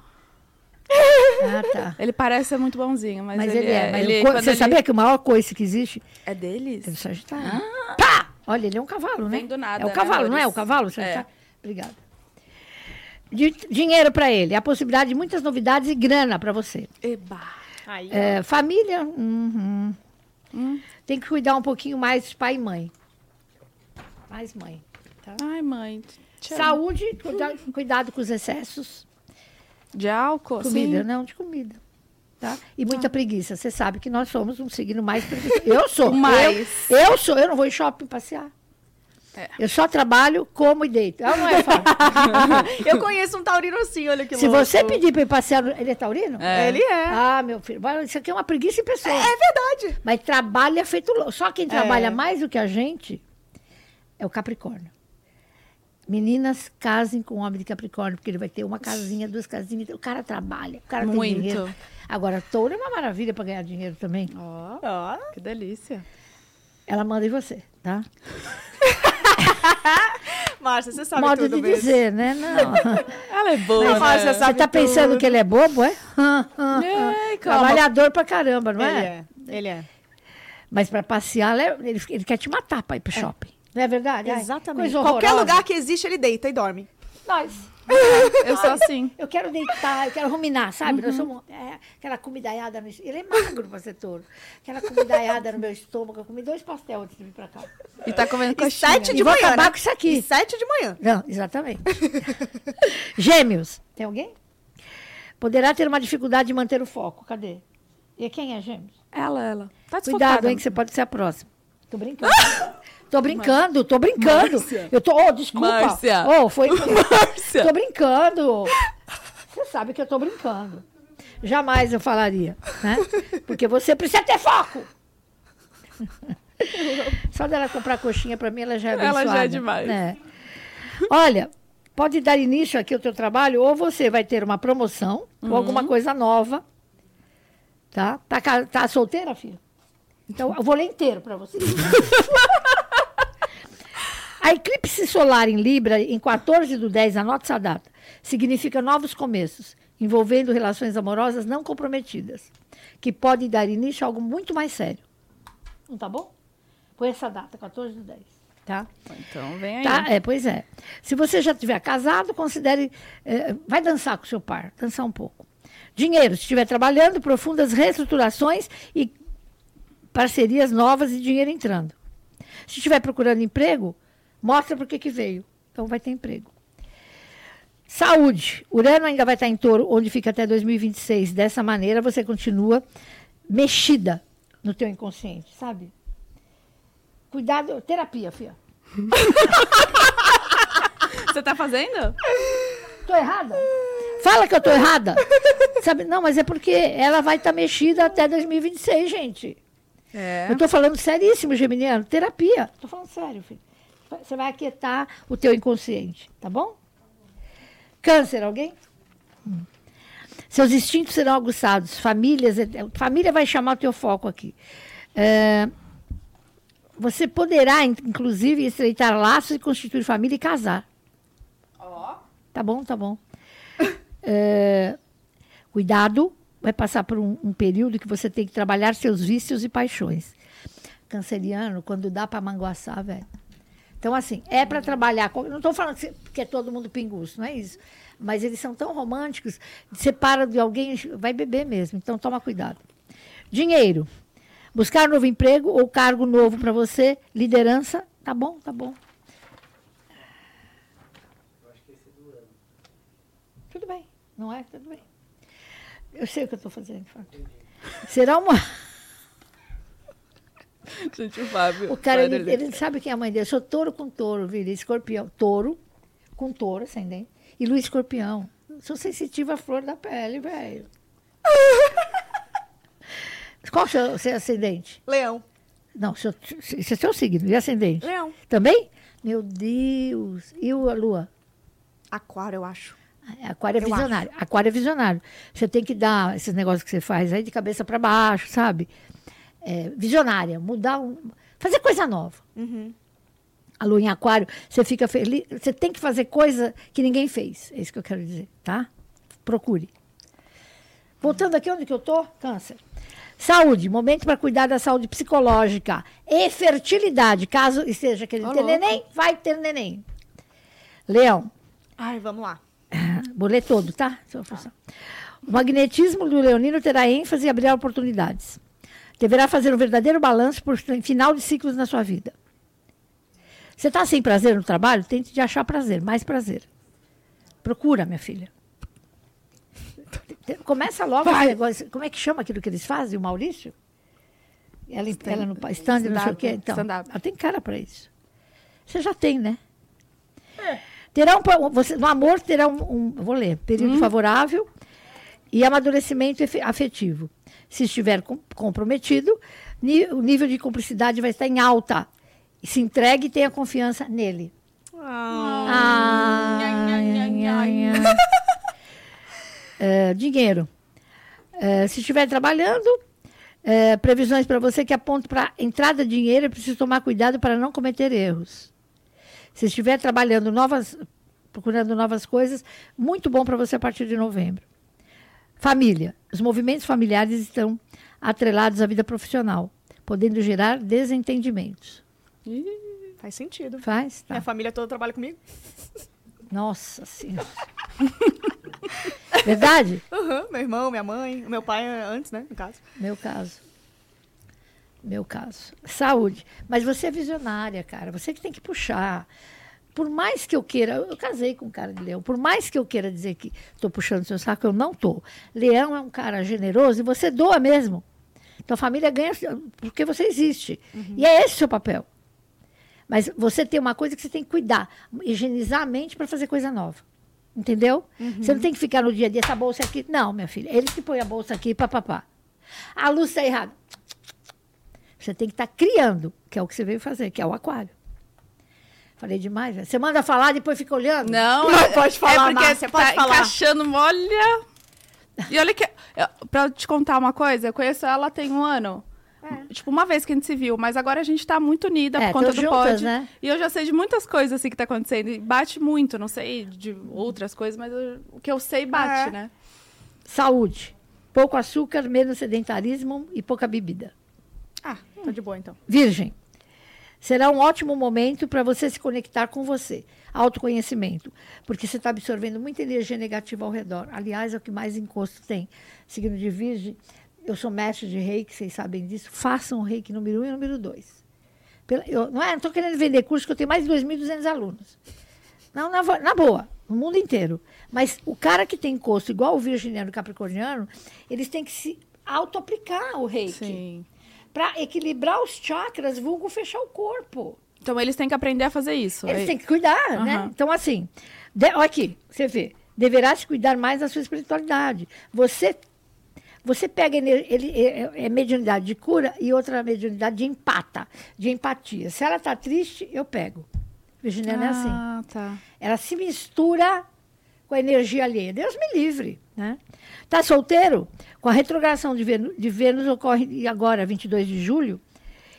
[SPEAKER 3] Ah, tá.
[SPEAKER 1] Ele parece ser muito bonzinho, mas,
[SPEAKER 3] Mas, ele, é. mas o
[SPEAKER 1] ele-
[SPEAKER 3] coi-
[SPEAKER 1] quando
[SPEAKER 3] Você
[SPEAKER 1] ele-
[SPEAKER 3] sabia que o maior coice que existe
[SPEAKER 1] É
[SPEAKER 3] É do
[SPEAKER 1] deles?
[SPEAKER 3] Sagitário. Pá! Olha, ele é um
[SPEAKER 1] Ah!
[SPEAKER 3] cavalo, né?
[SPEAKER 1] Vem do nada,
[SPEAKER 3] É o
[SPEAKER 1] né,
[SPEAKER 3] cavalo, não é o
[SPEAKER 1] Lourdes?
[SPEAKER 3] cavalo, Sagitário? Obrigada. Di- dinheiro para ele, a possibilidade de muitas novidades e grana para você.
[SPEAKER 1] Eba.
[SPEAKER 2] Aí,
[SPEAKER 3] É, família, uhum. tem que cuidar um pouquinho mais de pai e mãe. Mais mãe. Tá?
[SPEAKER 1] Ai, mãe. te amo.
[SPEAKER 3] Saúde, cuida- cuidado com os excessos.
[SPEAKER 1] De álcool? assim?
[SPEAKER 3] Comida, né?
[SPEAKER 1] <laughs> Sim.
[SPEAKER 3] não, de comida. Tá? E muita preguiça. Você sabe que nós somos um signo mais preguiçoso. Eu sou.
[SPEAKER 1] Mais.
[SPEAKER 3] Eu, eu sou. Eu não vou em shopping passear.
[SPEAKER 1] É.
[SPEAKER 3] Eu só trabalho, como e deito. Ah, não <laughs> é, Fábio?
[SPEAKER 2] eu conheço um taurino assim, olha que
[SPEAKER 3] Se
[SPEAKER 2] louco.
[SPEAKER 3] você pedir para ir passear, no- ele é taurino?
[SPEAKER 1] É.
[SPEAKER 2] Ele é.
[SPEAKER 3] Ah, meu filho, mas isso aqui é uma preguiça em pessoa.
[SPEAKER 2] É verdade.
[SPEAKER 3] Mas trabalha feito louco. Só quem trabalha mais do que a gente é o Capricórnio. Meninas, casem com o homem de Capricórnio, porque ele vai ter uma casinha, duas casinhas. O cara trabalha, o cara tem
[SPEAKER 1] Muito.
[SPEAKER 3] dinheiro. Agora, touro é uma maravilha para ganhar dinheiro também.
[SPEAKER 1] Ó,
[SPEAKER 2] Ó,
[SPEAKER 1] que delícia.
[SPEAKER 3] Ela manda em você, tá?
[SPEAKER 2] Márcia, você sabe
[SPEAKER 3] Modo
[SPEAKER 2] tudo
[SPEAKER 3] de
[SPEAKER 2] mesmo.
[SPEAKER 3] dizer, né? Não.
[SPEAKER 1] Ela é boa,
[SPEAKER 2] Não, Márcia,
[SPEAKER 3] Você
[SPEAKER 2] sabe
[SPEAKER 3] tá pensando
[SPEAKER 2] tudo.
[SPEAKER 3] que ele é bobo, é? Hã, hã, hã.
[SPEAKER 1] Ai, calma.
[SPEAKER 3] Trabalhador pra caramba, não
[SPEAKER 2] Ele
[SPEAKER 3] é?
[SPEAKER 2] é. Ele é.
[SPEAKER 3] Mas pra passear, ele, ele- ele quer te matar pra ir pro shopping. Não é verdade? Ai,
[SPEAKER 2] Exatamente.
[SPEAKER 3] coisa
[SPEAKER 2] Qualquer
[SPEAKER 3] horrorosa.
[SPEAKER 2] lugar que existe, ele deita e dorme.
[SPEAKER 3] Nós.
[SPEAKER 1] Eu sou assim.
[SPEAKER 3] Eu quero deitar, eu quero ruminar, sabe? Nós somos é, aquela comidaiada no est- Ele é magro pra ser touro. Aquela comidaiada no meu estômago. Eu comi dois pastel antes de vir pra cá.
[SPEAKER 1] E tá comendo
[SPEAKER 2] E
[SPEAKER 1] coxinha.
[SPEAKER 2] sete de
[SPEAKER 3] E vou
[SPEAKER 2] manhã.
[SPEAKER 3] acabar
[SPEAKER 2] né?
[SPEAKER 3] com isso aqui.
[SPEAKER 2] E sete de manhã.
[SPEAKER 3] Não, exatamente. <laughs> Gêmeos. Tem alguém? Poderá ter uma dificuldade de manter o foco. Cadê? E quem é gêmeos?
[SPEAKER 1] Ela, ela. Tá desfocada.
[SPEAKER 3] Cuidado, hein, que você pode ser a próxima. Tô brincando. <laughs> tô brincando, tô brincando.
[SPEAKER 1] Márcia.
[SPEAKER 3] Eu tô. Oh, desculpa.
[SPEAKER 1] Márcia.
[SPEAKER 3] Oh, foi. <laughs>
[SPEAKER 1] Márcia.
[SPEAKER 3] Tô brincando. Você sabe que eu tô brincando. Jamais eu falaria, né? Porque você precisa ter foco. Só dela comprar coxinha pra mim, ela já é
[SPEAKER 1] Ela já
[SPEAKER 3] abençoada.
[SPEAKER 1] é demais.
[SPEAKER 3] né? Olha, pode dar início aqui ao teu trabalho, ou você vai ter uma promoção, ou alguma coisa nova. Tá? Tá, ca- tá solteira, filha? Então, eu vou ler inteiro pra você. A eclipse solar em Libra, em 14 do 10, anota essa data, significa novos começos, envolvendo relações amorosas não comprometidas, que podem dar início a algo muito mais sério. Não tá bom? Põe essa data, 14 do 10. Tá?
[SPEAKER 1] Então vem aí.
[SPEAKER 3] Tá, é, pois é. Se você já tiver casado, considere. eh, vai dançar com seu par, dançar um pouco. Dinheiro, se estiver trabalhando, profundas reestruturações e parcerias novas e dinheiro entrando. Se estiver procurando emprego, mostra por que que veio. Então vai ter emprego. Saúde. Urano ainda vai estar em touro, onde fica até 2026. Dessa maneira, você continua mexida no teu inconsciente, sabe? Cuidado, terapia, filha.
[SPEAKER 1] Você tá fazendo?
[SPEAKER 3] Tô errada? Fala que eu tô errada. Sabe? Não, mas é porque ela vai estar mexida até 2026, gente.
[SPEAKER 1] É.
[SPEAKER 3] Eu tô falando seríssimo, Geminiano. Terapia. Tô falando sério, filho. Você vai aquietar o teu inconsciente, tá bom? Câncer, alguém? Hum. Seus instintos serão aguçados. Famílias, é, família vai chamar o teu foco aqui. É, você poderá, in- inclusive, estreitar laços e constituir família e casar. Tá bom, tá bom. É, cuidado, vai passar por um, um período que você tem que trabalhar seus vícios e paixões. Canceriano, quando dá pra manguaçar, velho. Então, assim, é pra trabalhar. com- Não tô falando que, você- que é todo mundo pinguço, não é isso. Mas eles são tão românticos, separa de alguém, vai beber mesmo. Então, toma cuidado. Dinheiro. Buscar um novo emprego ou cargo novo pra você, liderança, tá bom, tá bom. Tudo bem, não é? Tudo bem. Eu sei o que eu estou fazendo. Fábio. Será uma.
[SPEAKER 1] Gente, o Fábio.
[SPEAKER 3] O cara,
[SPEAKER 1] Fábio,
[SPEAKER 3] ele, ele sabe quem é a mãe dele. Eu sou touro com touro, vira escorpião. Touro com touro, ascendente. E lua escorpião. Sou sensitiva à flor da pele, velho. Qual o seu, seu ascendente?
[SPEAKER 2] Leão.
[SPEAKER 3] Não, seu, esse é seu signo, e ascendente?
[SPEAKER 2] Leão.
[SPEAKER 3] Também? Meu Deus. E o- a lua?
[SPEAKER 2] Aquário, eu acho.
[SPEAKER 3] Aquário é
[SPEAKER 2] Eu acho.
[SPEAKER 3] visionário. Aquário é visionário. Você tem que dar esses negócios que você faz aí de cabeça para baixo, sabe? É, visionária, mudar, um, fazer coisa nova. A lua em aquário, você fica feliz. Você tem que fazer coisa que ninguém fez. É isso que eu quero dizer, tá? Procure. Voltando aqui onde que eu tô? Câncer. Saúde, momento para cuidar da saúde psicológica e fertilidade. Caso esteja querendo
[SPEAKER 1] Ô,
[SPEAKER 3] ter
[SPEAKER 1] louco.
[SPEAKER 3] neném, vai ter neném. Leão,
[SPEAKER 2] Ai, vamos lá.
[SPEAKER 3] Vou ler todo, tá? Só forçar. O magnetismo do leonino terá ênfase e abrirá oportunidades. Deverá fazer um verdadeiro balanço por final de ciclos na sua vida. Você está sem prazer no trabalho? Tente de achar prazer, mais prazer. Procura, minha filha. Te- Começa logo esse negócio. Como é que chama aquilo que eles fazem, o Maurício? Ela, stand, ela no pa- stand, não sei o
[SPEAKER 1] stand-up,
[SPEAKER 3] quê. Então,
[SPEAKER 1] stand-up.
[SPEAKER 3] ela tem cara para isso. Você já tem, né? Terá um, pa- você, no amor terá um, um- vou ler, período favorável e amadurecimento efe- afetivo. Se estiver com- comprometido, ni- o nível de cumplicidade vai estar em alta. Se entregue e tenha confiança nele.
[SPEAKER 2] Ah,
[SPEAKER 3] Ai,
[SPEAKER 1] Ai, ai, ai, ai.
[SPEAKER 3] ai, ai. É, dinheiro. É, se estiver trabalhando, é, previsões para você que apontam para entrada de dinheiro, é preciso tomar cuidado para não cometer erros. Se estiver trabalhando novas, procurando novas coisas, muito bom para você a partir de novembro. Família. Os movimentos familiares estão atrelados à vida profissional, podendo gerar desentendimentos.
[SPEAKER 2] Faz sentido.
[SPEAKER 3] Faz? Tá.
[SPEAKER 2] Minha família toda trabalha comigo.
[SPEAKER 3] Nossa Senhora. <laughs> Verdade?
[SPEAKER 2] Aham, meu irmão, minha mãe, o meu pai eh, antes, né, no caso.
[SPEAKER 3] Meu caso. Meu caso. Saúde. Mas você é visionária, cara. Você que tem que puxar. Por mais que eu queira, eu casei com um cara de leão. Por mais que eu queira dizer que estou puxando seu saco, eu não tô. Leão é um cara generoso e você doa mesmo. Tua Então, família ganha assim, porque você existe. E é esse o seu papel. Mas você tem uma coisa que você tem que cuidar, higienizar a mente para fazer coisa nova. Entendeu? Você não tem que ficar no dia a dia, essa bolsa aqui. Não, minha filha. Ele que põe a bolsa aqui, papapá. A luz está errada. tá Você tem que estar criando, que é o que você veio fazer, que é o aquário. Falei demais, né? Você manda falar, depois fica olhando?
[SPEAKER 1] Não,
[SPEAKER 2] Não
[SPEAKER 1] é-
[SPEAKER 2] pode falar,
[SPEAKER 1] é porque
[SPEAKER 2] Márcia,
[SPEAKER 1] tá
[SPEAKER 2] pode falar.
[SPEAKER 1] encaixando, olha... E olha que... eu- Pra eu te contar uma coisa, eu conheço ela tem um ano. Tipo, uma vez que a gente se viu, mas agora a gente tá muito unida
[SPEAKER 3] É,
[SPEAKER 1] por conta
[SPEAKER 3] tão
[SPEAKER 1] do
[SPEAKER 3] juntas,
[SPEAKER 1] pod.
[SPEAKER 3] né?
[SPEAKER 1] E eu já sei de muitas coisas assim que tá acontecendo. E bate muito, não sei de outras coisas, mas eu- o que eu sei bate,
[SPEAKER 2] É.
[SPEAKER 1] né?
[SPEAKER 3] Saúde. Pouco açúcar, menos sedentarismo e pouca bebida.
[SPEAKER 2] Ah,
[SPEAKER 1] Tô de boa, então.
[SPEAKER 3] Virgem, será um ótimo momento para você se conectar com você. Autoconhecimento. Porque você está absorvendo muita energia negativa ao redor. Aliás, é o que mais encosto tem. Signo de Virgem, eu sou mestre de reiki, vocês sabem disso. Façam o reiki número um e número dois. Pela- eu, não é, estou querendo vender curso, que eu tenho mais de 2.200 alunos. Não, na, vo- na boa, no mundo inteiro. Mas o cara que tem encosto igual o virginiano e o capricorniano, eles têm que se auto-aplicar o reiki
[SPEAKER 1] Sim.
[SPEAKER 3] para equilibrar os chakras, vulgo fechar o corpo.
[SPEAKER 1] Então eles têm que aprender a fazer isso.
[SPEAKER 3] Eles
[SPEAKER 1] É-
[SPEAKER 3] têm que cuidar, né?
[SPEAKER 1] Aham.
[SPEAKER 3] Então, assim, de- ó aqui, você vê, deverá se cuidar mais da sua espiritualidade. Você você pega ener- ele, é, é mediunidade de cura e outra mediunidade de empata, de empatia. Se ela tá triste, eu pego. Virginiana é assim
[SPEAKER 1] Ah, tá.
[SPEAKER 3] ela se mistura com a energia alheia. Deus me livre, né? Tá solteiro? Com a retrogradação de Vênus, de Vênus ocorre agora, 22 de julho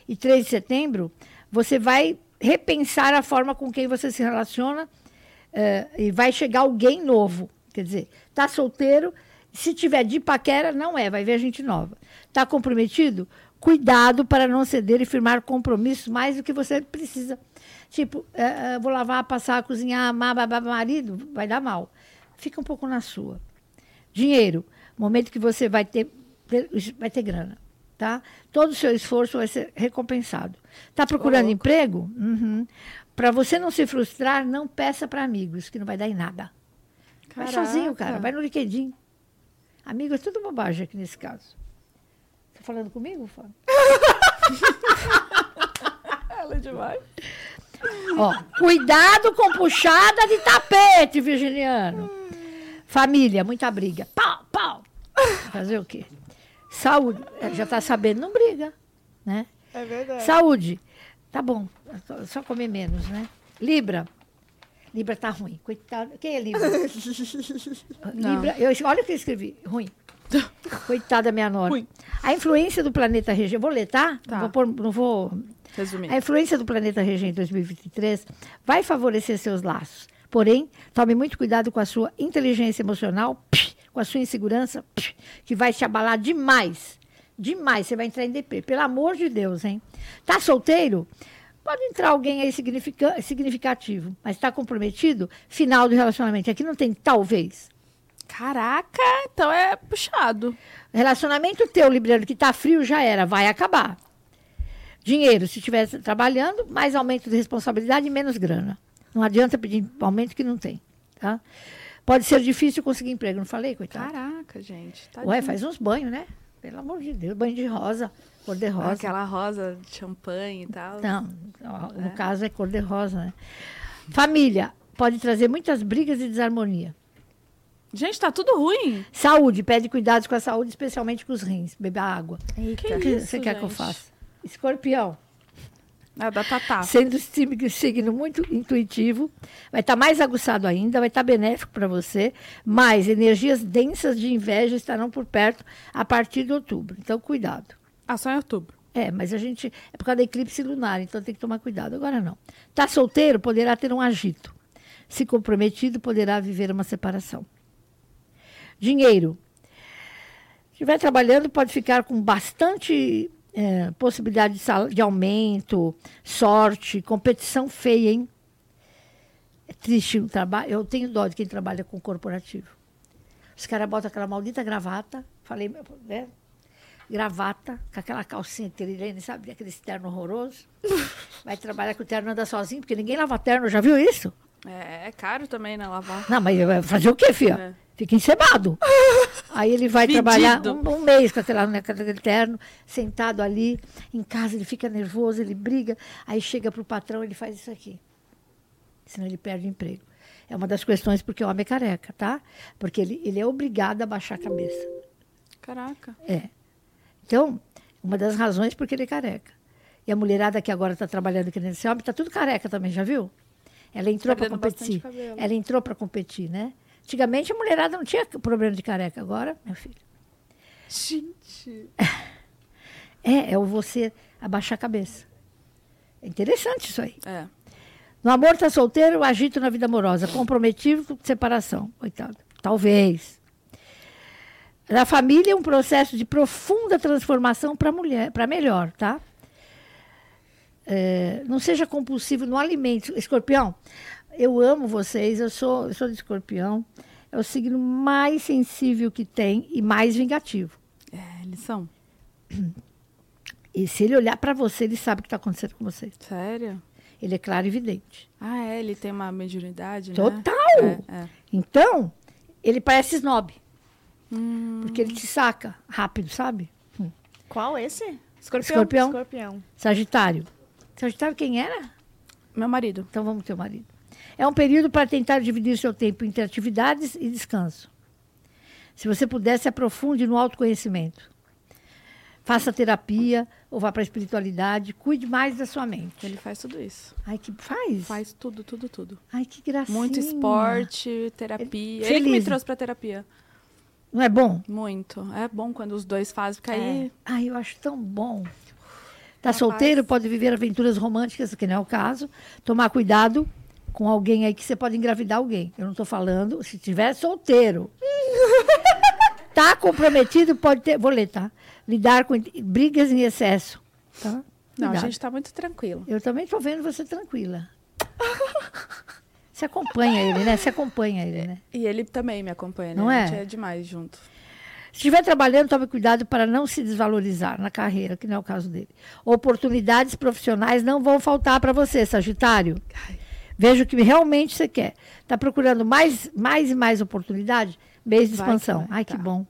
[SPEAKER 3] e 3 de setembro, você vai repensar a forma com quem você se relaciona eh, e vai chegar alguém novo. Quer dizer, tá solteiro, se tiver de paquera, não é, vai ver gente nova. Tá comprometido? Cuidado para não ceder e firmar compromissos mais do que você precisa. Tipo, eh, eh, vou lavar, passar, cozinhar, amar, babar marido, vai dar mal. Fica um pouco na sua. Dinheiro, momento que você vai ter, ter- vai ter grana, tá? Todo o seu esforço vai ser recompensado. Tá procurando
[SPEAKER 1] louco.
[SPEAKER 3] emprego? Uhum. Para você não se frustrar, não peça para amigos, que não vai dar em nada. Vai sozinho, cara. Vai no LinkedIn. Amigo, é tudo bobagem aqui nesse caso. Tá falando comigo, Fábio?
[SPEAKER 1] Ela é demais.
[SPEAKER 3] Ó, cuidado com puxada de tapete, Virginiano. Família, muita briga. Pau, pau. Fazer o quê? Saúde. É, Já tá sabendo, não briga, né?
[SPEAKER 2] É verdade.
[SPEAKER 3] Saúde. Tá bom. Só- Só comer menos, né? Libra. Libra tá ruim. Coitado. Quem é Libra?
[SPEAKER 1] Não.
[SPEAKER 3] Libra, eu, olha o que eu escrevi.
[SPEAKER 1] <laughs>
[SPEAKER 3] Ruim. Coitada da minha nora.
[SPEAKER 1] Ruim.
[SPEAKER 3] A influência do planeta regente. Vou ler, tá?
[SPEAKER 1] Tá.
[SPEAKER 3] Não vou pôr- não vou
[SPEAKER 1] Resumindo.
[SPEAKER 3] a influência do planeta regente em 2023 vai favorecer seus laços. Porém, tome muito cuidado com a sua inteligência emocional, com a sua insegurança, que vai te abalar demais. Demais, você vai entrar em DP. Pelo amor de Deus, hein? Tá solteiro? Pode entrar alguém aí significa- significativo, mas está comprometido? Final do relacionamento. Aqui não tem talvez.
[SPEAKER 1] Caraca, então é puxado.
[SPEAKER 3] Relacionamento teu, Libriano, que tá frio, já era, vai acabar. Dinheiro, se estiver trabalhando, mais aumento de responsabilidade e menos grana. Não adianta pedir aumento que não tem. Tá? Pode ser difícil conseguir emprego, não falei, coitado?
[SPEAKER 1] Caraca, gente. Tá
[SPEAKER 3] Ué, faz uns banhos, né? Pelo amor de Deus, banho de rosa, cor de rosa.
[SPEAKER 1] Aquela rosa de champanhe e tal.
[SPEAKER 3] Não, ó, no caso é cor de rosa, né? Família, pode trazer muitas brigas e desarmonia.
[SPEAKER 1] Gente, tá tudo ruim.
[SPEAKER 3] Saúde, pede cuidados com a saúde, especialmente com os rins. Beba água.
[SPEAKER 1] Que
[SPEAKER 3] O que
[SPEAKER 1] isso,
[SPEAKER 3] você quer que eu
[SPEAKER 1] gente?
[SPEAKER 3] faça? Escorpião.
[SPEAKER 1] É da Tatá.
[SPEAKER 3] Sendo um signo muito intuitivo, vai estar mais aguçado ainda, vai estar benéfico para você, mas energias densas de inveja estarão por perto a partir de outubro. Então, cuidado.
[SPEAKER 1] Ah, só em outubro.
[SPEAKER 3] É, mas a gente. É por causa da eclipse lunar, então tem que tomar cuidado. Agora não. Está solteiro, poderá ter um agito. Se comprometido, poderá viver uma separação. Dinheiro. Se estiver trabalhando, pode ficar com bastante eh, possibilidade de, sal- de aumento, sorte, competição feia, hein? É triste o trabalho. Eu tenho dó de quem trabalha com corporativo. Os caras botam aquela maldita gravata, falei, né? Gravata, com aquela calcinha trilhene, sabe? Aquele terno
[SPEAKER 1] <laughs>
[SPEAKER 3] horroroso. Vai trabalhar com o terno anda sozinho, porque ninguém lava terno, já viu isso?
[SPEAKER 1] É, é caro também, né? Lavar.
[SPEAKER 3] Não, mas vai fazer o quê, filha?
[SPEAKER 1] É.
[SPEAKER 3] Fica encebado. Aí ele vai
[SPEAKER 1] Fedido.
[SPEAKER 3] trabalhar um, um mês com aquela, né, com aquele terno, sentado ali, em casa ele fica nervoso, ele briga, aí chega pro patrão ele faz isso aqui. Senão ele perde o emprego. É uma das questões porque o homem é careca, tá? Porque ele, ele é obrigado a baixar a cabeça.
[SPEAKER 1] Caraca.
[SPEAKER 3] Então, Uma das razões porque ele é careca. E a mulherada que agora está trabalhando que nem esse homem, tá tudo careca também, já viu? Ela entrou para
[SPEAKER 1] Perdendo bastante
[SPEAKER 3] competir.
[SPEAKER 1] cabelo.
[SPEAKER 3] Ela entrou para competir, né? Antigamente a mulherada não tinha problema de careca, agora, meu filho.
[SPEAKER 2] <laughs> Gente.
[SPEAKER 3] É, é o você abaixar a cabeça. É interessante isso aí.
[SPEAKER 1] É.
[SPEAKER 3] No amor tá solteiro, agito na vida amorosa. Comprometido com separação. Coitado. Talvez. Na família, um processo de profunda transformação para mulher, para melhor, tá? É, não seja compulsivo no alimento. Escorpião, eu amo vocês, eu sou, eu sou de escorpião. É o signo mais sensível que tem e mais vingativo.
[SPEAKER 1] É, eles são.
[SPEAKER 3] E se ele olhar para você, ele sabe o que está acontecendo com você.
[SPEAKER 1] Sério?
[SPEAKER 3] Ele é claro e evidente.
[SPEAKER 1] Ah, é, ele tem uma mediunidade, né?
[SPEAKER 3] Total!
[SPEAKER 1] É, é.
[SPEAKER 3] Então, ele parece snob.
[SPEAKER 1] Hum.
[SPEAKER 3] Porque ele te saca rápido, sabe?
[SPEAKER 2] Qual esse? Escorpião.
[SPEAKER 3] Escorpião.
[SPEAKER 2] Escorpião.
[SPEAKER 3] Sagitário. Sagitário quem era?
[SPEAKER 1] Meu marido.
[SPEAKER 3] Então vamos ter o marido. É um período para tentar dividir seu tempo entre atividades e descanso. Se você puder, se aprofunde no autoconhecimento. Faça terapia ou vá para a espiritualidade. Cuide mais da sua mente.
[SPEAKER 1] Ele faz tudo isso.
[SPEAKER 3] Ai, que faz?
[SPEAKER 1] Faz tudo, tudo, tudo.
[SPEAKER 3] Ai, que gracinha.
[SPEAKER 1] Muito esporte, terapia. Ele, que
[SPEAKER 3] Feliz.
[SPEAKER 1] me trouxe pra terapia.
[SPEAKER 3] Não é bom?
[SPEAKER 1] Muito. É bom quando os dois fazem,
[SPEAKER 3] É.
[SPEAKER 1] porque aí.
[SPEAKER 3] Ai, eu acho tão bom. Tá solteiro, pode viver aventuras românticas, que não é o caso. Tomar cuidado com alguém aí que você pode engravidar alguém. Eu não tô falando, se tiver solteiro.
[SPEAKER 1] <laughs>
[SPEAKER 3] tá comprometido, pode ter, vou ler, tá? Lidar com in- brigas em excesso, tá?
[SPEAKER 1] Não, a
[SPEAKER 3] Cuidado.
[SPEAKER 1] gente tá muito tranquilo.
[SPEAKER 3] Eu também tô vendo
[SPEAKER 1] <laughs>
[SPEAKER 3] você tranquila. Você acompanha ele, né? Você acompanha ele, né?
[SPEAKER 1] E ele também me acompanha, né?
[SPEAKER 3] Não
[SPEAKER 1] a gente
[SPEAKER 3] é?
[SPEAKER 1] é demais junto.
[SPEAKER 3] Se estiver trabalhando, tome cuidado para não se desvalorizar na carreira, que não é o caso dele. Oportunidades profissionais não vão faltar para você, Sagitário. Veja o que realmente você quer. Está procurando mais, mais e mais oportunidade? Mês de
[SPEAKER 1] Vai que
[SPEAKER 3] expansão.
[SPEAKER 1] vai,
[SPEAKER 3] Ai, que
[SPEAKER 1] tá.
[SPEAKER 3] bom.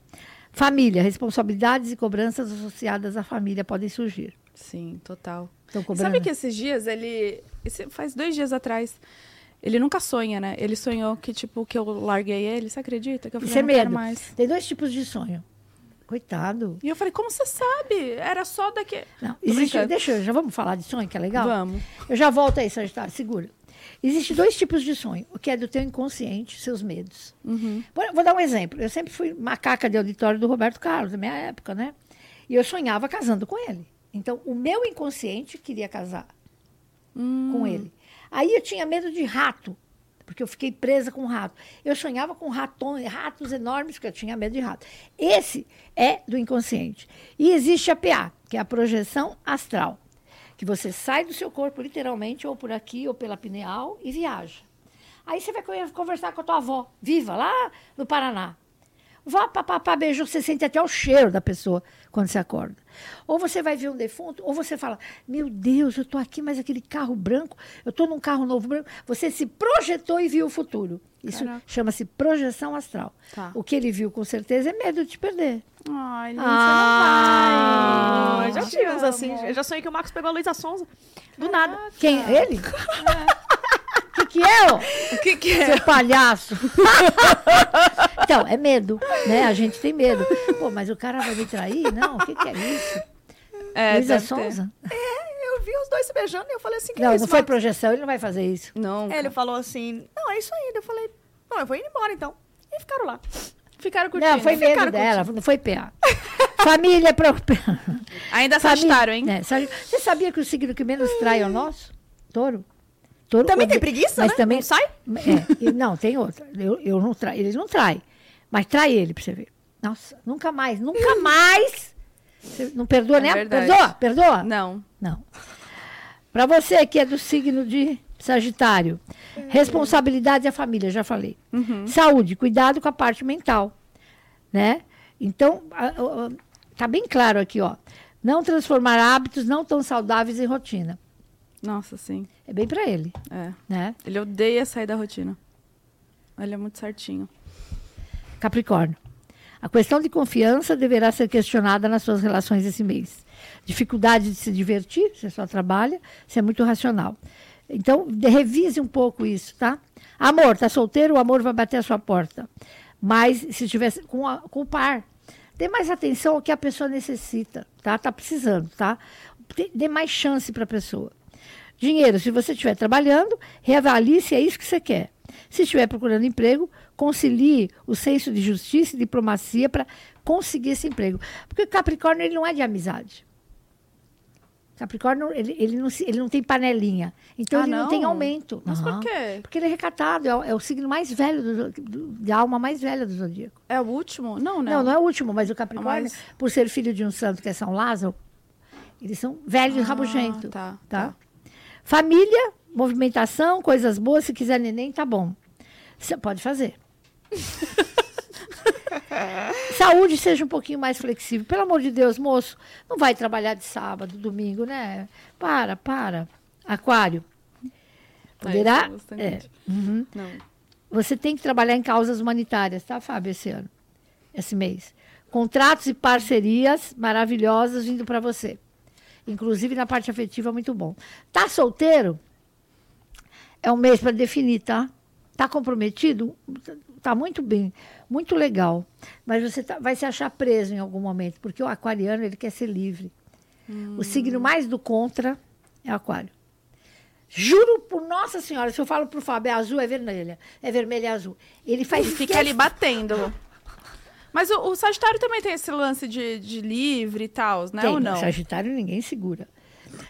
[SPEAKER 3] Família, responsabilidades e cobranças associadas à família podem surgir.
[SPEAKER 1] Sim, total.
[SPEAKER 3] Estão
[SPEAKER 1] E
[SPEAKER 3] cobrando?
[SPEAKER 1] Sabe que esses dias ele. esse- Faz dois dias atrás. Ele nunca sonha, né? Ele sonhou que, tipo, que eu larguei ele. Você acredita? Que eu falei,
[SPEAKER 3] Isso é
[SPEAKER 1] "Eu não quero
[SPEAKER 3] medo.
[SPEAKER 1] mais.
[SPEAKER 3] Tem dois tipos de sonho. Coitado.
[SPEAKER 1] E eu falei, como você sabe? Era só daqui.
[SPEAKER 3] Não,
[SPEAKER 1] Tô
[SPEAKER 3] existe,
[SPEAKER 1] brincando.
[SPEAKER 3] deixa eu, já vamos falar de sonho, que é legal?
[SPEAKER 1] Vamos.
[SPEAKER 3] Eu já volto aí, Sagitário, segura. Existem dois tipos de sonho, o que é do teu inconsciente, seus medos. Por- Vou dar um exemplo. Eu sempre fui macaca de auditório do Roberto Carlos, na minha época, né? E eu sonhava casando com ele. Então, o meu inconsciente queria casar com ele. Aí eu tinha medo de rato, porque eu fiquei presa com rato. Eu sonhava com ratões, ratos enormes, porque eu tinha medo de rato. Esse é do inconsciente. E existe a PA, que é a projeção astral, que você sai do seu corpo literalmente, ou por aqui, ou pela pineal, e viaja. Aí você vai conhe- conversar com a tua avó, viva, lá no Paraná. Vá, papapá, beijou, você sente até o cheiro da pessoa quando você acorda. Ou você vai ver um defunto, ou você fala, meu Deus, eu estou aqui, mas aquele carro branco, eu estou num carro novo branco. Você se projetou e viu o futuro. Isso
[SPEAKER 1] Caraca.
[SPEAKER 3] chama-se projeção astral.
[SPEAKER 1] Tá.
[SPEAKER 3] O que ele viu, com certeza, é medo de te perder.
[SPEAKER 1] Ai, Lin,
[SPEAKER 3] Ah,
[SPEAKER 2] eu já tive uns assim. Eu já sonhei que o Marcos pegou a Luísa Sonza. Do nada.
[SPEAKER 3] Quem? Ele? O <laughs> que, que é,
[SPEAKER 1] você não vai.
[SPEAKER 3] ó?
[SPEAKER 1] Tá. É. O que, que é?
[SPEAKER 3] Seu palhaço. <laughs> então, é medo, né? A gente tem medo. Pô, mas o cara vai me trair? Não, o que, que é isso?
[SPEAKER 1] É,
[SPEAKER 3] Luísa
[SPEAKER 1] deve ter.
[SPEAKER 3] Sonza?
[SPEAKER 2] É, Eu vi os dois se beijando e eu falei assim, que
[SPEAKER 3] Não,
[SPEAKER 2] é
[SPEAKER 3] não
[SPEAKER 2] isso,
[SPEAKER 3] foi
[SPEAKER 2] Marcos?
[SPEAKER 3] projeção, ele não vai fazer isso.
[SPEAKER 1] Não.
[SPEAKER 2] É, Ele falou assim, não, é isso aí. Daí Eu falei, não, eu vou indo embora então. E ficaram lá.
[SPEAKER 1] Ficaram curtindo.
[SPEAKER 3] não, foi medo
[SPEAKER 1] Ficaram
[SPEAKER 3] dela, não foi PA. <laughs> Família pro... <laughs>
[SPEAKER 1] curtindo. Ainda
[SPEAKER 3] Família-
[SPEAKER 1] Sagitário, hein?
[SPEAKER 3] É, sag- Você sabia que o signo que menos trai é o nosso? Touro? Touro
[SPEAKER 2] Também tem
[SPEAKER 3] ode-
[SPEAKER 2] preguiça,
[SPEAKER 3] mas
[SPEAKER 2] né?
[SPEAKER 3] Também...
[SPEAKER 2] Não sai?
[SPEAKER 3] É, e- não, tem outra. Eu, eu não trai, ele não trai. Mas trai ele pra você ver. Nossa, nunca mais, nunca mais. Você não perdoa,
[SPEAKER 1] É
[SPEAKER 3] né?
[SPEAKER 1] verdade.
[SPEAKER 3] Perdoa? Perdoa?
[SPEAKER 1] Não.
[SPEAKER 3] Não. Para você que é do signo de Sagitário, responsabilidade da família, já falei. Saúde, cuidado com a parte mental, né? Então, a- a- a- tá bem claro aqui, ó. Não transformar hábitos não tão saudáveis em rotina.
[SPEAKER 1] Nossa, sim.
[SPEAKER 3] É bem para ele,
[SPEAKER 1] É.
[SPEAKER 3] né?
[SPEAKER 1] Ele odeia sair da rotina. Ele é muito certinho.
[SPEAKER 3] Capricórnio. A questão de confiança deverá ser questionada nas suas relações esse mês. Dificuldade de se divertir, você só trabalha, você é muito racional. Então, de- revise um pouco isso, tá? Amor, tá solteiro, o amor vai bater a sua porta. Mas se estiver com, a- com o par, Dê mais atenção ao que a pessoa necessita, tá? Tá precisando, tá? Dê- Dê mais chance para a pessoa. Dinheiro, se você estiver trabalhando, reavalie se é isso que você quer. Se estiver procurando emprego, concilie o senso de justiça e diplomacia para conseguir esse emprego. Porque Capricórnio ele não é de amizade. Capricórnio ele, ele, não, se- ele não tem panelinha. Então
[SPEAKER 1] Ah,
[SPEAKER 3] ele não? tem
[SPEAKER 1] não?
[SPEAKER 3] aumento.
[SPEAKER 1] Mas
[SPEAKER 3] Aham.
[SPEAKER 1] por quê?
[SPEAKER 3] Porque ele é recatado, é o, é o signo mais velho, do, zo- do- da alma mais velha do zodíaco.
[SPEAKER 1] É o último? Não, né?
[SPEAKER 3] Não, não é o último, mas o Capricórnio,
[SPEAKER 1] Mas-
[SPEAKER 3] por ser filho de um santo que é São Lázaro, eles são velhos e rabugentos.
[SPEAKER 1] tá,
[SPEAKER 3] tá? Família, movimentação, coisas boas, se quiser neném, tá bom. Você pode fazer. Saúde, seja um pouquinho mais flexível. Pelo amor de Deus, moço, não vai trabalhar de sábado, domingo, né? Para, para. Aquário. Poderá.
[SPEAKER 1] isso é
[SPEAKER 3] é,
[SPEAKER 1] bastante. Não.
[SPEAKER 3] você tem que trabalhar em causas humanitárias, tá, Fábio, esse ano, esse mês. Contratos e parcerias maravilhosas vindo para você. Inclusive na parte afetiva, muito bom. Tá solteiro? É um mês para definir, tá? Tá comprometido? Tá muito bem, muito legal. Mas você tá- vai se achar preso em algum momento, porque o aquariano ele quer ser livre.
[SPEAKER 1] Hum.
[SPEAKER 3] O signo mais do contra é o aquário. Juro por Nossa Senhora, se eu falo pro Fábio, é azul, é vermelha. É vermelha, é azul. Ele faz
[SPEAKER 1] Ele fica
[SPEAKER 3] questão-
[SPEAKER 1] ali batendo. Mas o, o Sagitário também tem esse lance de, de livre e tal, né?
[SPEAKER 3] Tem,
[SPEAKER 1] Ou não?
[SPEAKER 3] Sagitário ninguém segura.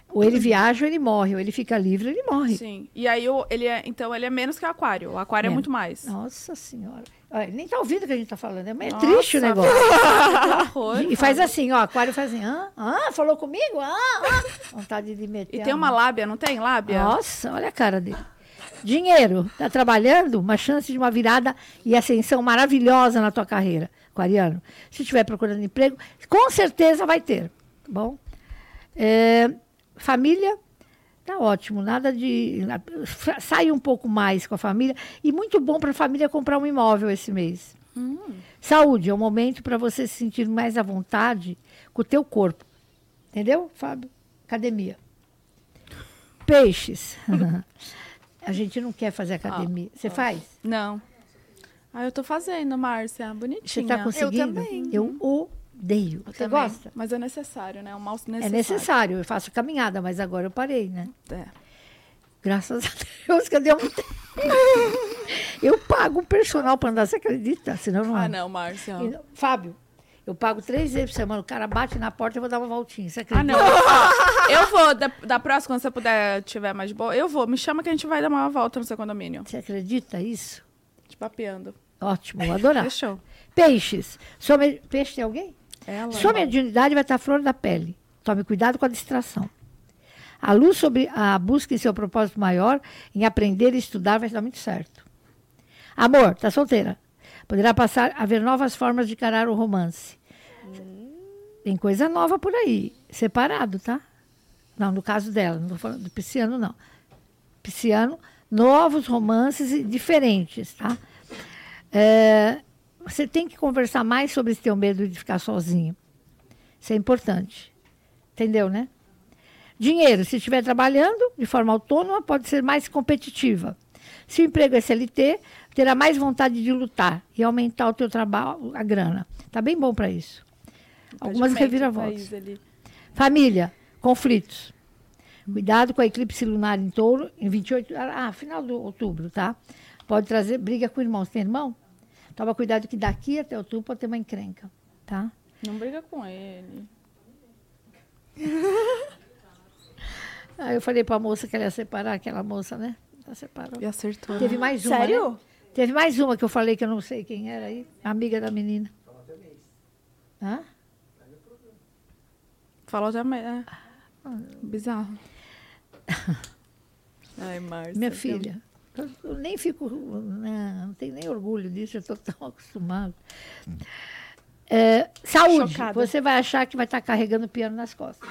[SPEAKER 3] Ou ele viaja ou ele morre. Ou ele fica livre ou ele morre.
[SPEAKER 1] Sim. E aí, o- ele é, então, ele é menos que o Aquário. O Aquário é,
[SPEAKER 3] É.
[SPEAKER 1] muito mais.
[SPEAKER 3] Nossa Senhora. Olha, ele nem tá ouvindo o que a gente tá falando. É meio
[SPEAKER 1] Nossa,
[SPEAKER 3] triste o negócio. é
[SPEAKER 1] Que horror.
[SPEAKER 3] E faz assim, ó. Aquário faz assim, hã? Hã? Falou comigo? Hã? Hã? Vontade de meter.
[SPEAKER 1] E
[SPEAKER 3] a
[SPEAKER 1] tem uma
[SPEAKER 3] mão.
[SPEAKER 1] lábia, não tem lábia?
[SPEAKER 3] Nossa, olha a cara dele. Dinheiro, tá trabalhando? Uma chance de uma virada e ascensão maravilhosa na tua carreira, Aquariano. Se estiver procurando emprego, com certeza vai ter, tá bom? É, família, tá ótimo, nada de. na- fa- Sai um pouco mais com a família e muito bom para a família comprar um imóvel esse mês. Saúde, é o momento para você se sentir mais à vontade com o teu corpo. Entendeu, Fábio? Academia. Peixes. <laughs> a gente não quer fazer academia.
[SPEAKER 1] Ah,
[SPEAKER 3] Você faz?
[SPEAKER 1] Não. Ah, eu tô fazendo, Márcia.
[SPEAKER 3] Você
[SPEAKER 1] Bonitinha.
[SPEAKER 3] está conseguindo?
[SPEAKER 2] também.
[SPEAKER 3] Eu odeio.
[SPEAKER 1] Eu
[SPEAKER 3] Você
[SPEAKER 1] também.
[SPEAKER 3] gosta?
[SPEAKER 1] Mas é necessário, né? É um mal necessário.
[SPEAKER 3] É necessário. Eu faço caminhada, mas agora eu parei, né?
[SPEAKER 1] É.
[SPEAKER 3] Graças a Deus que eu dei
[SPEAKER 1] <laughs>
[SPEAKER 3] um tempo. Eu pago um personal para andar, você acredita? Senão eu não
[SPEAKER 1] Ah,
[SPEAKER 3] ando.
[SPEAKER 1] não, Márcia.
[SPEAKER 3] E não- Fábio, eu pago três vezes por semana. O cara bate na porta, eu vou dar uma voltinha. Você
[SPEAKER 1] Ah,
[SPEAKER 3] <laughs> acredita?
[SPEAKER 1] não. Ó, eu vou, da, da próxima, quando você puder, tiver mais de boa, eu vou. Me chama que a gente vai dar uma volta no seu condomínio.
[SPEAKER 3] Você acredita isso?
[SPEAKER 1] Te papeando.
[SPEAKER 3] Ótimo,
[SPEAKER 1] <laughs>
[SPEAKER 3] vou adorar.
[SPEAKER 1] Fechou.
[SPEAKER 3] Peixes. Sua me- Peixe tem alguém?
[SPEAKER 1] Ela. tá
[SPEAKER 3] Sua mediunidade vai estar à flor da pele. Tome cuidado com a distração. A luz sobre a busca em seu propósito maior, em aprender e estudar, vai dar muito certo. Amor, tá solteira. Poderá passar a ver novas formas de encarar o romance. Tem coisa nova por aí. Separado, tá? Não, no caso dela, não tô falando do pisciano, não. Pisciano, novos romances e diferentes, tá? É, você tem que conversar mais sobre esse teu medo de ficar sozinho. Isso é importante. Entendeu, né? Dinheiro, se estiver trabalhando de forma autônoma, pode ser mais competitiva. Se o emprego é CLT, terá mais vontade de lutar e aumentar o teu trabalho, a grana. Tá bem bom para isso. Algumas
[SPEAKER 1] Impedimento,
[SPEAKER 3] reviravoltas.
[SPEAKER 1] país ali.
[SPEAKER 3] Família, conflitos. Cuidado com a eclipse lunar em touro, em 28, ah, final de outubro, tá? Pode trazer briga com irmãos. Tem irmão? Toma cuidado que daqui até outubro pode ter uma encrenca, tá?
[SPEAKER 1] Não briga com ele.
[SPEAKER 3] Aí eu falei pra moça que ela ia separar aquela moça, né? Ela separou.
[SPEAKER 1] E acertou.
[SPEAKER 3] Teve mais uma.
[SPEAKER 2] Sério?
[SPEAKER 3] né? Teve mais uma que eu falei que eu não sei quem era aí, amiga da menina. Hã?
[SPEAKER 1] Falou também, né?
[SPEAKER 3] <laughs>
[SPEAKER 1] Bizarro. Ai, Márcia.
[SPEAKER 3] Minha
[SPEAKER 1] eu-
[SPEAKER 3] filha, eu, eu nem fico. né, Não, não tenho nem orgulho disso, eu estou tão <laughs> acostumada. É, saúde.
[SPEAKER 1] Chocada.
[SPEAKER 3] Você vai achar que vai estar carregando o piano nas costas.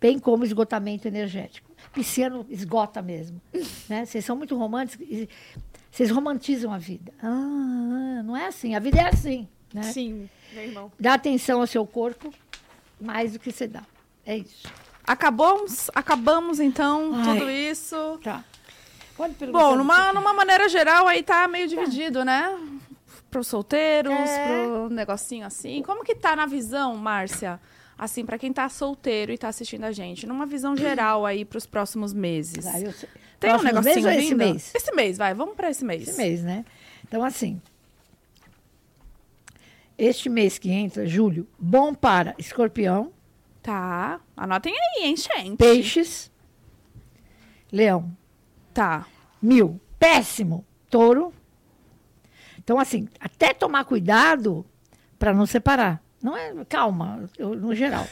[SPEAKER 3] Bem como esgotamento energético. Pisciano esgota mesmo. né? Vocês são muito românticos. e Vocês romantizam a vida. Ah, ah, não é assim. A vida é assim. Né?
[SPEAKER 2] Sim, meu irmão.
[SPEAKER 3] Dá atenção ao seu corpo mais do que você dá. É isso.
[SPEAKER 1] Acabamos, acabamos então
[SPEAKER 3] Ai.
[SPEAKER 1] tudo isso.
[SPEAKER 3] Tá. Pode perguntar.
[SPEAKER 1] Bom, numa, numa maneira geral aí tá meio dividido, né? pros solteiros,
[SPEAKER 2] É.
[SPEAKER 1] pro negocinho assim. Como que tá na visão, Márcia? Assim, pra quem tá solteiro e tá assistindo a gente, numa visão geral aí pros próximos meses.
[SPEAKER 3] Ah, eu sei.
[SPEAKER 1] Tem um
[SPEAKER 3] Próximo mês
[SPEAKER 1] negocinho
[SPEAKER 3] ou esse
[SPEAKER 1] vindo?
[SPEAKER 3] mês?
[SPEAKER 1] Esse mês, vai, vamos pra esse mês.
[SPEAKER 3] Esse mês, né? Então, assim. Este mês que entra, julho, bom para escorpião,
[SPEAKER 1] Tá. Anotem aí, hein, gente?
[SPEAKER 3] peixes, leão,
[SPEAKER 1] Tá.
[SPEAKER 3] mil, péssimo, touro. Então, assim, até tomar cuidado para não separar. Não é. Calma, eu- no geral.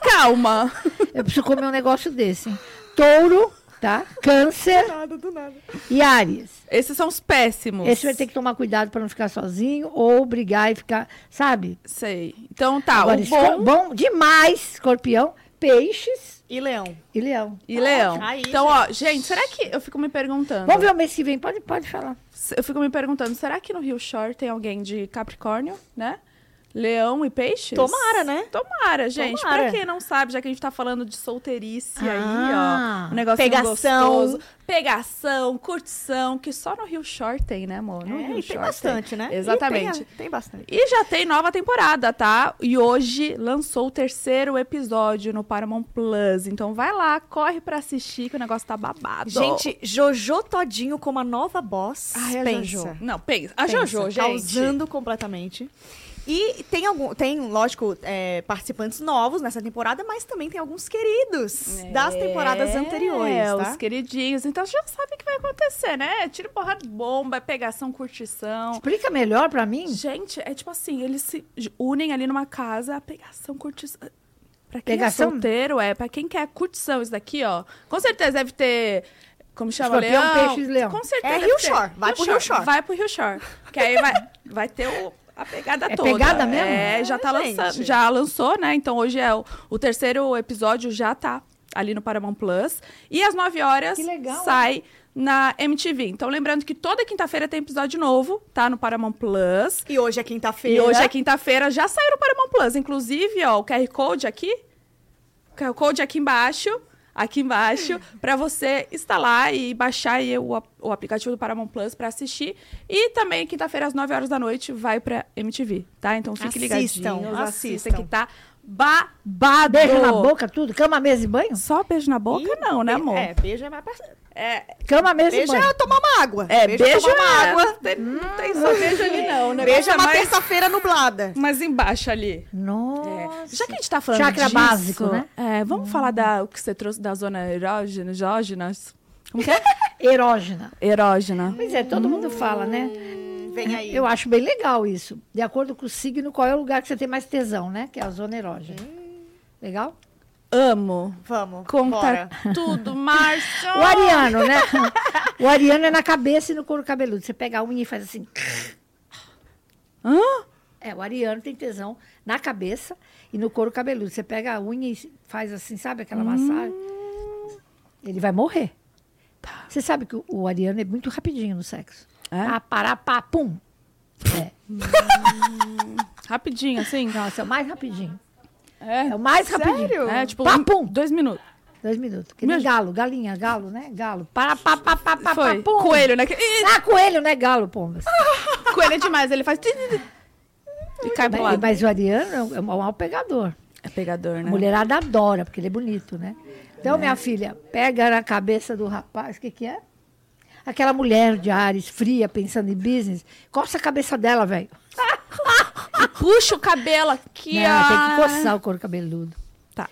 [SPEAKER 1] Calma.
[SPEAKER 3] Eu preciso comer um negócio desse. hein? Touro, tá? Câncer
[SPEAKER 2] Nada, do nada.
[SPEAKER 3] e Áries.
[SPEAKER 1] Esses são os péssimos.
[SPEAKER 3] Esse vai ter que tomar cuidado para não ficar sozinho ou brigar e ficar, sabe?
[SPEAKER 1] Sei. Então tá,
[SPEAKER 3] Agora,
[SPEAKER 1] o
[SPEAKER 3] esco-
[SPEAKER 1] bom
[SPEAKER 3] bom demais, escorpião, peixes
[SPEAKER 2] E leão.
[SPEAKER 3] e leão.
[SPEAKER 1] e leão.
[SPEAKER 2] Aí,
[SPEAKER 1] então, ó, gente, será que... Eu fico me perguntando.
[SPEAKER 3] Vamos ver o mês que vem, pode, pode falar.
[SPEAKER 1] Eu fico me perguntando, será que no Rio Shore tem alguém de Capricórnio, né? Leão e peixes?
[SPEAKER 2] Tomara, né?
[SPEAKER 1] Tomara, gente.
[SPEAKER 2] Tomara.
[SPEAKER 1] Pra quem não sabe, já que a gente tá falando de solteirice
[SPEAKER 3] Ah.
[SPEAKER 1] aí, ó. Um negócio
[SPEAKER 2] Pegação.
[SPEAKER 1] gostoso. Pegação, curtição, que só no Rio Shore tem, né, amor? No
[SPEAKER 2] É,
[SPEAKER 1] Rio
[SPEAKER 2] e tem
[SPEAKER 1] Shore
[SPEAKER 2] bastante, né?
[SPEAKER 1] Exatamente.
[SPEAKER 2] E tem, tem bastante.
[SPEAKER 1] E já tem nova temporada, tá? E hoje lançou o terceiro episódio no Paramount Plus. Então vai lá, corre pra assistir que o negócio tá babado.
[SPEAKER 2] Gente, Jojo Todinho como a nova boss.
[SPEAKER 1] Ai, a
[SPEAKER 2] pensa.
[SPEAKER 1] Jojo. Não, pensa. A
[SPEAKER 2] Pensa,
[SPEAKER 1] Jojo, gente.
[SPEAKER 2] Causando completamente. E tem algum, tem lógico é, participantes novos nessa temporada, mas também tem alguns queridos das temporadas
[SPEAKER 1] É,
[SPEAKER 2] anteriores, tá?
[SPEAKER 1] os queridinhos. Então já sabe o que vai acontecer, né? Tiro porrada, bomba, é pegação, curtição.
[SPEAKER 3] Explica melhor para mim.
[SPEAKER 1] Gente, é tipo assim, eles se unem ali numa casa, pegação, curtição. Pra quem
[SPEAKER 3] Pegação?
[SPEAKER 1] é solteiro, é. Pra quem quer curtição, isso daqui, ó. Com certeza deve ter... Como chama?
[SPEAKER 3] Escorpião,
[SPEAKER 1] leão.
[SPEAKER 3] peixe e leão.
[SPEAKER 1] Com certeza.
[SPEAKER 2] É
[SPEAKER 1] deve
[SPEAKER 2] Rio
[SPEAKER 1] ter.
[SPEAKER 2] Shore, vai pro Rio Shore.
[SPEAKER 1] Vai pro Rio Shore. Que aí vai, vai ter o- a pegada
[SPEAKER 3] É
[SPEAKER 1] toda.
[SPEAKER 3] pegada mesmo?
[SPEAKER 1] É, já tá
[SPEAKER 2] É, gente.
[SPEAKER 1] lançando. Já lançou, né? Então hoje é o, o terceiro episódio, já tá ali no Paramount Plus. E às 9 horas
[SPEAKER 3] Que legal.
[SPEAKER 1] sai na MTV. Então lembrando que toda quinta-feira tem episódio novo, tá? No Paramount Plus.
[SPEAKER 2] E hoje é
[SPEAKER 1] E
[SPEAKER 2] quinta-feira.
[SPEAKER 1] hoje é quinta-feira, já saiu no Paramount Plus. Inclusive, ó, o QR Code aqui. QR Code aqui embaixo. Aqui <laughs> embaixo, pra você instalar e baixar aí o, ap- o aplicativo do Paramount Plus pra assistir. E também, quinta-feira, às 9 horas da noite, vai pra MTV, tá? Então fique
[SPEAKER 2] Assistam,
[SPEAKER 1] ligadinhos, assista
[SPEAKER 2] assistam.
[SPEAKER 1] que tá babado.
[SPEAKER 3] Beijo na boca, tudo. Cama, mesa e banho?
[SPEAKER 1] Só beijo na boca,
[SPEAKER 2] E-
[SPEAKER 1] não, né, amor?
[SPEAKER 2] É, beijo é mais pra...
[SPEAKER 3] Cama, mesa e
[SPEAKER 2] Beijo
[SPEAKER 3] banho.
[SPEAKER 2] é tomar uma água.
[SPEAKER 1] É, beijo,
[SPEAKER 2] é tomar uma
[SPEAKER 1] é-
[SPEAKER 2] água.
[SPEAKER 1] Não tem, não tem só beijo ali, não. O
[SPEAKER 2] Beijo é
[SPEAKER 1] negócio é
[SPEAKER 2] uma
[SPEAKER 1] mais,
[SPEAKER 2] terça-feira nublada.
[SPEAKER 1] mais embaixo ali.
[SPEAKER 3] Nossa.
[SPEAKER 1] É, Já que a gente tá falando
[SPEAKER 3] Chakra
[SPEAKER 1] disso,
[SPEAKER 3] básico, né?
[SPEAKER 1] é, vamos falar da o que você trouxe da zona erógena, erógena. Como que é?
[SPEAKER 3] Erógena.
[SPEAKER 1] erógena.
[SPEAKER 3] Pois é, todo mundo fala, né?
[SPEAKER 1] Hum.
[SPEAKER 2] Vem aí.
[SPEAKER 3] Eu acho bem legal isso. De acordo com o signo, qual é o lugar que você tem mais tesão, né? Que é a zona erógena.
[SPEAKER 1] Hum.
[SPEAKER 3] Legal?
[SPEAKER 1] Amo.
[SPEAKER 2] Vamos,
[SPEAKER 1] Conta
[SPEAKER 2] bora.
[SPEAKER 3] <laughs>
[SPEAKER 1] tudo, Márcio.
[SPEAKER 3] O ariano, né? O ariano é na cabeça e no couro cabeludo. Você pega a unha e faz assim.
[SPEAKER 1] Hã?
[SPEAKER 3] É, o ariano tem tesão na cabeça e no couro cabeludo. Você pega a unha e faz assim, sabe aquela massagem? Ele vai morrer. Você sabe que o, o ariano é muito rapidinho no sexo.
[SPEAKER 1] É?
[SPEAKER 3] Ah, pará, pá, pum. É.
[SPEAKER 1] Rapidinho, assim.
[SPEAKER 3] Nossa, é o mais rapidinho.
[SPEAKER 1] É,
[SPEAKER 3] É o mais rapidinho.
[SPEAKER 2] Sério?
[SPEAKER 1] é tipo,
[SPEAKER 3] Pá,
[SPEAKER 1] um-
[SPEAKER 3] pum.
[SPEAKER 1] dois minutos.
[SPEAKER 3] Dois minutos. Que nem
[SPEAKER 1] Meu-
[SPEAKER 3] galo, galinha, galo, né? Galo. Pará, pá, pá, pá, pá,
[SPEAKER 1] Foi.
[SPEAKER 3] pá, pum.
[SPEAKER 1] Coelho, né? Que- Ih,
[SPEAKER 3] Ah, coelho, né? Galo, pombas.
[SPEAKER 2] Ah,
[SPEAKER 1] Coelho é demais, ele
[SPEAKER 3] <laughs>
[SPEAKER 1] faz... E cai pro
[SPEAKER 3] Mas,
[SPEAKER 1] lado.
[SPEAKER 3] mas o ariano é um- é um mau pegador.
[SPEAKER 1] É pegador,
[SPEAKER 3] A
[SPEAKER 1] né?
[SPEAKER 3] mulherada adora, porque ele é bonito, né?
[SPEAKER 2] É.
[SPEAKER 3] Então, minha filha, pega na cabeça do rapaz, o que, que é? Aquela mulher de Ares, fria, pensando em business, coça a cabeça dela, velho.
[SPEAKER 1] Puxa o cabelo aqui,
[SPEAKER 3] Não,
[SPEAKER 1] ó.
[SPEAKER 3] Tem que coçar o couro cabeludo.
[SPEAKER 1] Tá.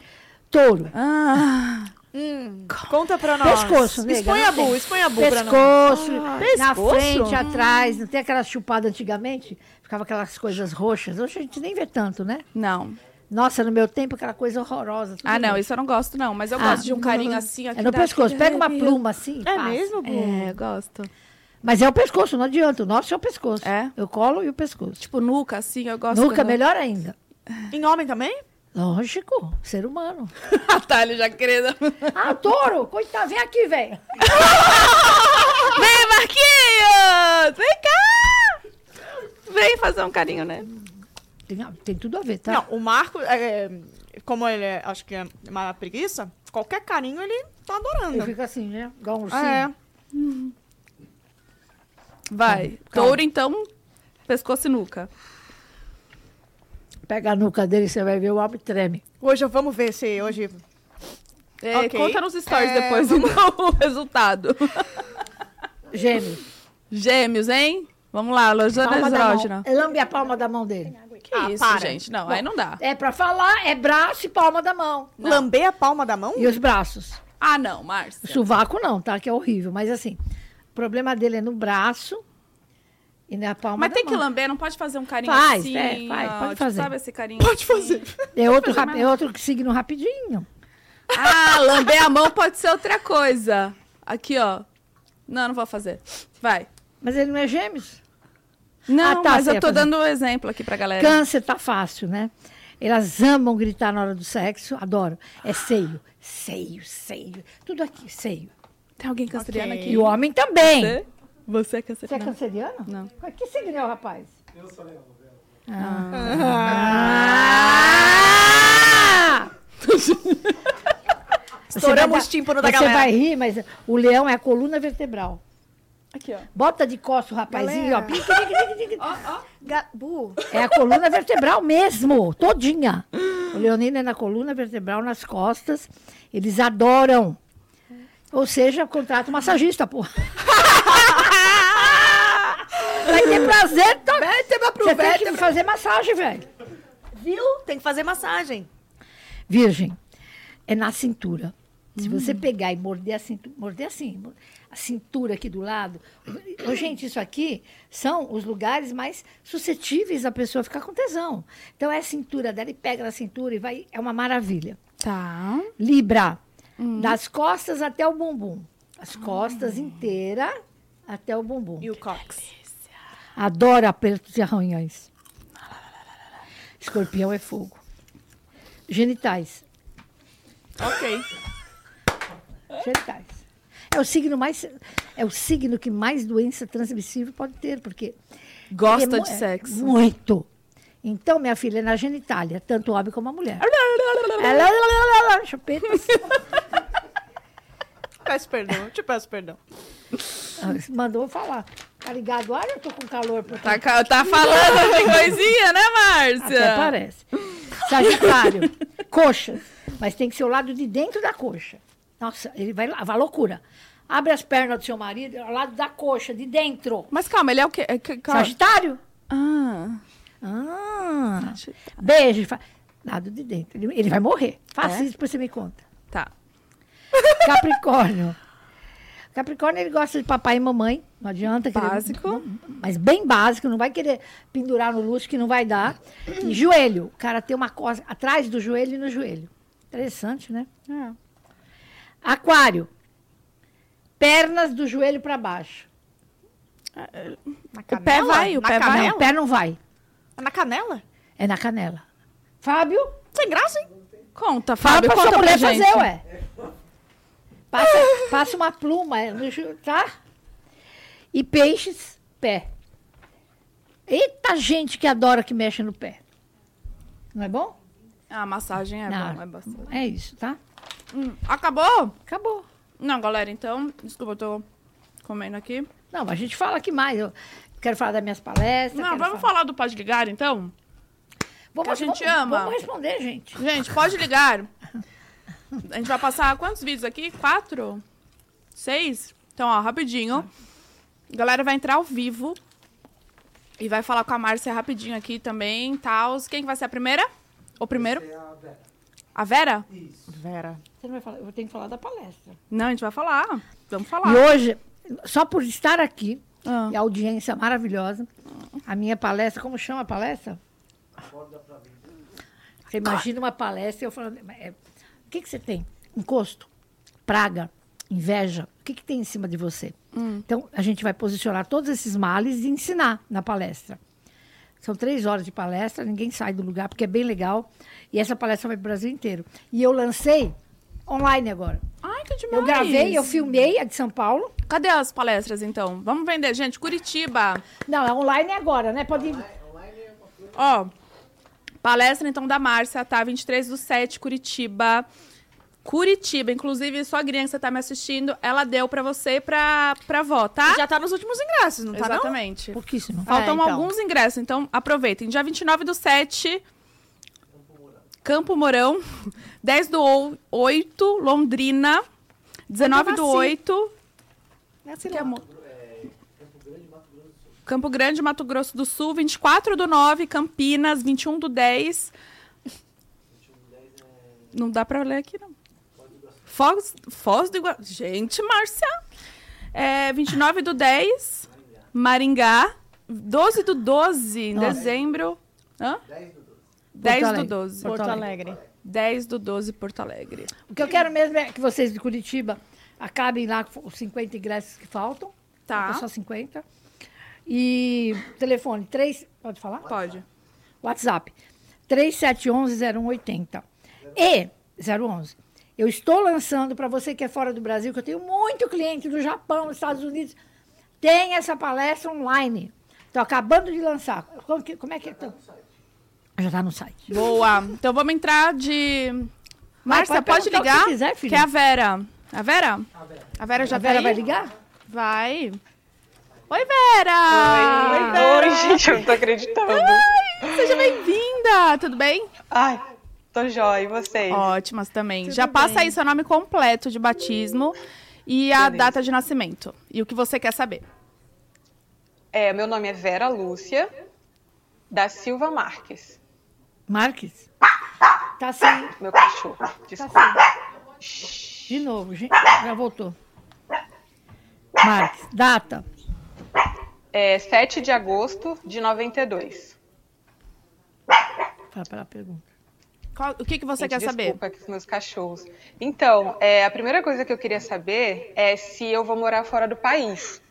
[SPEAKER 3] Touro.
[SPEAKER 1] Ah,
[SPEAKER 2] Hum, conta pra nós.
[SPEAKER 3] Pescoço, nega,
[SPEAKER 2] Expõe
[SPEAKER 3] não
[SPEAKER 2] a bu,
[SPEAKER 3] tem.
[SPEAKER 2] expõe a bu pra nós.
[SPEAKER 3] Pescoço, na
[SPEAKER 2] pescoço? Hum.
[SPEAKER 3] frente, atrás. Não tem aquelas chupadas antigamente? Ficava aquelas coisas roxas. Hoje a gente nem vê tanto, né?
[SPEAKER 1] não.
[SPEAKER 3] Nossa, no meu tempo, aquela coisa horrorosa. tudo
[SPEAKER 1] Ah, não,
[SPEAKER 3] bem.
[SPEAKER 1] isso eu não gosto, não. Mas eu
[SPEAKER 3] Ah,
[SPEAKER 1] gosto de um carinho assim.
[SPEAKER 3] É
[SPEAKER 1] aqui
[SPEAKER 3] no
[SPEAKER 1] dá
[SPEAKER 3] pescoço.
[SPEAKER 1] aquele
[SPEAKER 3] Pega uma
[SPEAKER 1] arrepio.
[SPEAKER 3] pluma assim. e
[SPEAKER 2] É
[SPEAKER 3] passa.
[SPEAKER 2] mesmo, Bu?
[SPEAKER 1] É, gosto.
[SPEAKER 3] Mas é o pescoço, não adianta. O nosso é o pescoço.
[SPEAKER 1] É?
[SPEAKER 3] Eu colo e o pescoço.
[SPEAKER 1] Tipo, nuca, assim, eu gosto.
[SPEAKER 3] Nunca,
[SPEAKER 1] quando-
[SPEAKER 3] melhor ainda.
[SPEAKER 2] Em homem também?
[SPEAKER 3] Lógico, ser
[SPEAKER 1] <laughs>
[SPEAKER 3] humano.
[SPEAKER 1] Ah, tá, ele já querendo. <laughs>
[SPEAKER 3] Ah, touro, coitado, vem aqui, velho.
[SPEAKER 1] Vem, Marquinhos! Vem cá! Vem fazer um carinho, né?
[SPEAKER 3] Tem, ah, tem tudo a ver, tá?
[SPEAKER 2] Não, o Marco, é, é, como ele é, acho que é uma preguiça, qualquer carinho ele tá
[SPEAKER 3] Eu
[SPEAKER 2] adorando.
[SPEAKER 1] Ah,
[SPEAKER 2] É.
[SPEAKER 1] é.
[SPEAKER 3] fico assim, né? Igual um ursinho.
[SPEAKER 2] Ah, é.
[SPEAKER 1] Vai.
[SPEAKER 3] Calma.
[SPEAKER 1] Touro, então, pescoço e nuca.
[SPEAKER 3] Pega a nuca dele, você vai ver o homem treme.
[SPEAKER 2] Hoje eu- vamos ver se hoje.
[SPEAKER 1] É,
[SPEAKER 2] Ok.
[SPEAKER 1] Conta nos stories
[SPEAKER 2] É,
[SPEAKER 1] depois então, <laughs> o resultado.
[SPEAKER 3] Gêmeo.
[SPEAKER 1] Gêmeos, hein? Vamos lá, Lojana
[SPEAKER 3] Palma da
[SPEAKER 1] Exógena.
[SPEAKER 3] mão. Lambe a palma da mão dele.
[SPEAKER 1] Que
[SPEAKER 2] Ah,
[SPEAKER 1] isso,
[SPEAKER 2] para.
[SPEAKER 1] gente? Não, aí não dá.
[SPEAKER 3] É pra falar, é braço e palma da mão.
[SPEAKER 2] Lamber a palma da mão?
[SPEAKER 3] E os braços.
[SPEAKER 1] Ah, não, Márcia.
[SPEAKER 3] Sovaco não, tá? Que é horrível. Mas assim, o problema dele é no braço e na palma
[SPEAKER 1] Mas
[SPEAKER 3] da
[SPEAKER 1] tem que
[SPEAKER 3] mão.
[SPEAKER 1] lamber, não pode fazer um carinho
[SPEAKER 3] Faz,
[SPEAKER 1] assim.
[SPEAKER 3] é, faz,
[SPEAKER 1] ó,
[SPEAKER 3] pode
[SPEAKER 1] tipo,
[SPEAKER 3] fazer.
[SPEAKER 1] Sabe esse carinho?
[SPEAKER 2] Pode fazer. <laughs>
[SPEAKER 3] É outro,
[SPEAKER 1] Fazer
[SPEAKER 3] rap-
[SPEAKER 1] mais
[SPEAKER 3] é outro signo rapidinho.
[SPEAKER 1] Ah, lamber a mão pode ser outra coisa. Aqui, ó. Não, não vou fazer. Vai.
[SPEAKER 3] Mas ele não é gêmeos.
[SPEAKER 1] Não,
[SPEAKER 3] Ah, tá,
[SPEAKER 1] mas
[SPEAKER 3] você
[SPEAKER 1] eu
[SPEAKER 3] ia
[SPEAKER 1] tô
[SPEAKER 3] fazer.
[SPEAKER 1] dando um exemplo aqui pra galera.
[SPEAKER 3] Câncer tá fácil, né? Elas amam gritar na hora do sexo, adoro. É seio, seio, seio. Tudo aqui, seio.
[SPEAKER 1] Tem alguém canceriano
[SPEAKER 2] Ok.
[SPEAKER 3] E o homem também.
[SPEAKER 1] aqui? Você? Você é
[SPEAKER 3] Você é
[SPEAKER 1] canceriano?
[SPEAKER 3] canceriano?
[SPEAKER 1] Não.
[SPEAKER 3] Mas Que signo é o rapaz? Ah! Você
[SPEAKER 2] Estouramos
[SPEAKER 3] vai
[SPEAKER 2] os
[SPEAKER 3] dar-
[SPEAKER 2] tímpanos da galera.
[SPEAKER 3] Você vai rir, mas o leão é a coluna vertebral.
[SPEAKER 1] Aqui, ó.
[SPEAKER 3] Bota de costas o rapazinho,
[SPEAKER 2] Galera.
[SPEAKER 3] ó. pique, pique, pique, pique.
[SPEAKER 2] Gabu.
[SPEAKER 3] É a coluna vertebral mesmo, todinha. O leonino é na coluna vertebral, nas costas. Eles adoram. Ou seja, contrata um massagista, porra. Vai ter prazer, tá?
[SPEAKER 2] Vértebra pro
[SPEAKER 3] Você tem que
[SPEAKER 2] vértebra.
[SPEAKER 3] fazer massagem, velho.
[SPEAKER 2] Viu? Tem que fazer massagem.
[SPEAKER 3] Virgem, é na cintura. Se você
[SPEAKER 2] Hum.
[SPEAKER 3] pegar e morder a cintura, morder assim, mor- a cintura aqui do lado. Ô, gente, isso aqui são os lugares mais suscetíveis a pessoa ficar com tesão. Então é a cintura dela e pega na cintura e vai, é uma maravilha.
[SPEAKER 1] Tá.
[SPEAKER 3] Libra,
[SPEAKER 2] Hum.
[SPEAKER 3] das costas até o bumbum. As costas inteira até o bumbum.
[SPEAKER 2] Ah. E o Cox.
[SPEAKER 3] Adora apertos e arranhões. Escorpião é fogo. Genitais.
[SPEAKER 2] Ok.
[SPEAKER 3] Genitais. É o signo mais é o signo que mais doença transmissível pode ter, porque
[SPEAKER 1] Gosta
[SPEAKER 3] porque é mu-
[SPEAKER 1] de
[SPEAKER 3] é
[SPEAKER 1] sexo.
[SPEAKER 3] Muito. Então, minha filha, é na genitália, tanto homem como a
[SPEAKER 1] <laughs>
[SPEAKER 3] mulher. Chupetas.
[SPEAKER 2] Peço perdão. Te peço perdão.
[SPEAKER 3] Ah, Mandou eu falar. Tá ligado? Olha, eu tô com calor. Porque...
[SPEAKER 1] Tá, ca- tá falando de coisinha, né, Márcia?
[SPEAKER 3] Até parece.
[SPEAKER 1] <laughs>
[SPEAKER 3] Sagitário, coxa. Mas tem que ser o lado de dentro da coxa. Nossa, ele vai, lá- vai à loucura. Abre as pernas do seu marido, é o lado da coxa, de dentro.
[SPEAKER 1] Mas calma, ele é o quê? É que- calma.
[SPEAKER 3] Sagitário?
[SPEAKER 1] Ah.
[SPEAKER 3] Ah. Beijo. ele fa- Lado de dentro. Ele, ele vai morrer. Faça
[SPEAKER 1] É?
[SPEAKER 3] isso pra você me conta.
[SPEAKER 1] Tá.
[SPEAKER 3] Capricórnio. <laughs> Capricórnio, ele gosta de papai e mamãe. Não adianta. que ele-
[SPEAKER 1] Básico.
[SPEAKER 3] não- mas bem básico. Não vai querer pendurar no luxo que não vai dar. E joelho. O cara tem uma coisa atrás do joelho e no joelho. Interessante, né?
[SPEAKER 1] É.
[SPEAKER 3] Aquário. Pernas do joelho pra baixo.
[SPEAKER 2] Na
[SPEAKER 1] O pé vai, o
[SPEAKER 2] na
[SPEAKER 1] pé vai.
[SPEAKER 2] canela?
[SPEAKER 3] Não, o pé não vai.
[SPEAKER 2] Na canela?
[SPEAKER 3] É na canela. Fábio?
[SPEAKER 2] Sem graça, hein?
[SPEAKER 1] Conta,
[SPEAKER 3] Fala
[SPEAKER 1] Fábio,
[SPEAKER 3] pra
[SPEAKER 1] conta pra
[SPEAKER 3] sua mulher
[SPEAKER 1] gente.
[SPEAKER 3] fazer, ué. Passa, passa uma pluma, é, no ju- tá? E peixes, pé. Eita gente que adora que mexe no pé. Não é bom?
[SPEAKER 1] A massagem é
[SPEAKER 3] Não.
[SPEAKER 1] bom, é bastante.
[SPEAKER 3] É isso, tá?
[SPEAKER 1] Hum, acabou?
[SPEAKER 3] Acabou.
[SPEAKER 1] Não, galera, então, desculpa, eu tô comendo aqui.
[SPEAKER 3] Não, a gente fala aqui mais. Eu quero falar das minhas palestras.
[SPEAKER 1] Não,
[SPEAKER 3] quero
[SPEAKER 1] vamos falar do Pode Ligar, então?
[SPEAKER 3] Vamos,
[SPEAKER 1] que a gente
[SPEAKER 3] vamos-
[SPEAKER 1] ama.
[SPEAKER 3] Vamos responder, gente.
[SPEAKER 1] Gente, Pode Ligar. A gente vai passar quantos vídeos aqui? Quatro? Seis? Então, ó, rapidinho. A galera vai entrar ao vivo e vai falar com a Márcia rapidinho aqui também, tal. Quem que vai ser a primeira? O primeiro? A Vera?
[SPEAKER 2] Vera.
[SPEAKER 3] Você não vai falar, eu tenho que falar da palestra.
[SPEAKER 1] Não, a gente vai falar. Vamos
[SPEAKER 3] E
[SPEAKER 1] falar.
[SPEAKER 3] hoje, só por estar aqui,
[SPEAKER 1] Ah.
[SPEAKER 3] e a audiência maravilhosa, a minha palestra, como chama a palestra? Você imagina uma palestra e eu falando, "Mas, é, o que, que você tem? Encosto, praga, inveja, o que, que tem em cima de você? Então, a gente vai posicionar todos esses males e ensinar na palestra. São três horas de palestra, ninguém sai do lugar, porque é bem legal. E essa palestra vai para o Brasil inteiro. E eu lancei online agora.
[SPEAKER 1] Ai, que demais.
[SPEAKER 3] Eu gravei, eu filmei, a de São Paulo.
[SPEAKER 1] Cadê as palestras, então? Vamos vender, gente. Curitiba.
[SPEAKER 3] Não, é online agora, né? Pode ir.
[SPEAKER 1] Ó, palestra então da Márcia, tá? 23 do 7, Curitiba. Curitiba. Inclusive, sua grinha que você tá me assistindo, ela deu pra você e pra, pra avó, tá?
[SPEAKER 2] Já tá nos últimos ingressos, não tá não?
[SPEAKER 1] Exatamente.
[SPEAKER 3] Pouquíssimo.
[SPEAKER 2] É,
[SPEAKER 1] Faltam
[SPEAKER 2] então.
[SPEAKER 1] alguns ingressos, então aproveitem. Dia 29 do 7, Campo Mourão. <laughs> 10 do 8, Londrina. 19 do
[SPEAKER 2] Então, assim.
[SPEAKER 1] 8,
[SPEAKER 2] Né, sei
[SPEAKER 1] que é
[SPEAKER 2] lá.
[SPEAKER 1] mo- Campo Grande, Mato Grosso do Sul. 24 do 9, Campinas. 21 do 10. Não dá pra ler aqui, não. Foz, Foz do Iguaçu. Gente, Márcia. É, 29 do 10, Maringá. 12 do 12, em
[SPEAKER 3] Nossa.
[SPEAKER 1] dezembro. Hã? 10 do
[SPEAKER 3] Alegre.
[SPEAKER 1] 12.
[SPEAKER 3] Porto
[SPEAKER 2] Porto
[SPEAKER 3] Alegre.
[SPEAKER 2] Alegre.
[SPEAKER 1] 10 do 12, Porto Alegre.
[SPEAKER 3] O que eu quero mesmo é que vocês de Curitiba acabem lá com os 50 ingressos que faltam.
[SPEAKER 1] Tá.
[SPEAKER 3] Falta Só 50. E telefone 3. Pode falar?
[SPEAKER 1] Pode.
[SPEAKER 3] WhatsApp 3711-0180. E 011. Eu estou lançando para você que é fora do Brasil, que eu tenho muito cliente do Japão, dos Estados Unidos. Tem essa palestra online. Estou acabando de lançar. Como, que- como é que é? Tá Já está no site.
[SPEAKER 1] Boa. Então vamos entrar de. Márcia,
[SPEAKER 3] pode
[SPEAKER 1] pode
[SPEAKER 3] perguntar o que
[SPEAKER 1] ligar?
[SPEAKER 3] quiser, filha.
[SPEAKER 1] Que é a Vera. A Vera? A Vera já
[SPEAKER 3] A Vera
[SPEAKER 1] tá
[SPEAKER 3] vai
[SPEAKER 1] aí?
[SPEAKER 3] ligar?
[SPEAKER 1] Vai. Oi, Vera!
[SPEAKER 4] Oi, oi, Ah, gente, eu não tô acreditando.
[SPEAKER 1] Seja bem-vinda! Tudo bem?
[SPEAKER 4] <laughs> Ai, tô jóia, e vocês?
[SPEAKER 1] Ótimas também. Já passa aí seu nome completo de batismo e a
[SPEAKER 4] Beleza.
[SPEAKER 1] data de nascimento. E o que você quer saber.
[SPEAKER 4] É, meu nome é Vera Lúcia da Silva Marques,
[SPEAKER 3] Marques? Tá sem.
[SPEAKER 4] meu cachorro.
[SPEAKER 3] Tá
[SPEAKER 4] Desculpa.
[SPEAKER 3] sem. De novo, gente. Já voltou. Marques, data.
[SPEAKER 4] É 7 de agosto de 92.
[SPEAKER 3] Para a pergunta.
[SPEAKER 1] Qual- o que, que você
[SPEAKER 4] Gente,
[SPEAKER 1] quer saber?
[SPEAKER 4] Desculpa aqui os meus cachorros. Então, é, a primeira coisa que eu queria saber é se eu vou morar fora do país.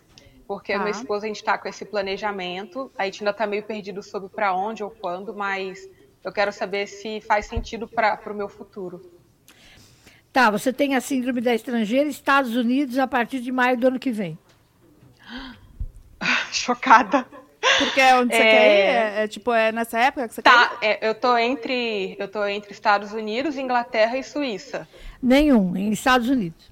[SPEAKER 4] Porque
[SPEAKER 1] Tá.
[SPEAKER 4] meu esposo, a gente tá com esse planejamento, a gente ainda tá meio perdido sobre para onde ou quando, mas eu quero saber se faz sentido para o meu futuro. <laughs>
[SPEAKER 3] Tá, você tem a síndrome da estrangeira, Estados Unidos, a partir de maio do ano que vem.
[SPEAKER 4] Chocada.
[SPEAKER 1] Porque é onde você
[SPEAKER 4] É.
[SPEAKER 1] quer ir? É, é, tipo, é nessa época que você quer ir?
[SPEAKER 4] Tá, é, eu tô entre eu tô entre Estados Unidos, Inglaterra e Suíça.
[SPEAKER 3] Nenhum, em Estados Unidos.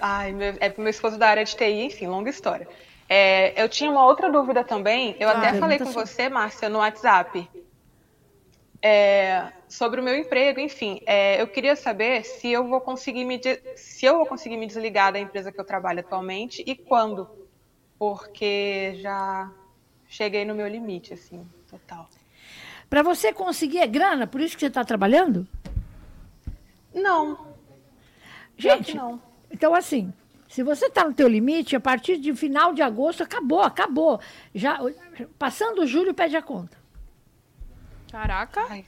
[SPEAKER 4] Ai, meu, é pro meu esposo da área de TI, enfim, longa história. É, eu tinha uma outra dúvida também, eu
[SPEAKER 1] Ah,
[SPEAKER 4] até falei
[SPEAKER 3] pergunta
[SPEAKER 4] com
[SPEAKER 3] sua.
[SPEAKER 4] você, Márcia, no WhatsApp, É, sobre o meu emprego, enfim. é, eu queria saber se eu vou conseguir me de- se eu vou conseguir me desligar da empresa que eu trabalho atualmente e quando, porque já cheguei no meu limite, assim, total.
[SPEAKER 3] Para você conseguir é grana, por isso que você está trabalhando?
[SPEAKER 4] Não, pior que
[SPEAKER 3] Gente,
[SPEAKER 4] não.
[SPEAKER 3] então assim, se você está no teu limite, a partir de final de agosto, acabou, acabou. Já, passando o julho, pede a conta.
[SPEAKER 1] Caraca.
[SPEAKER 4] Ai,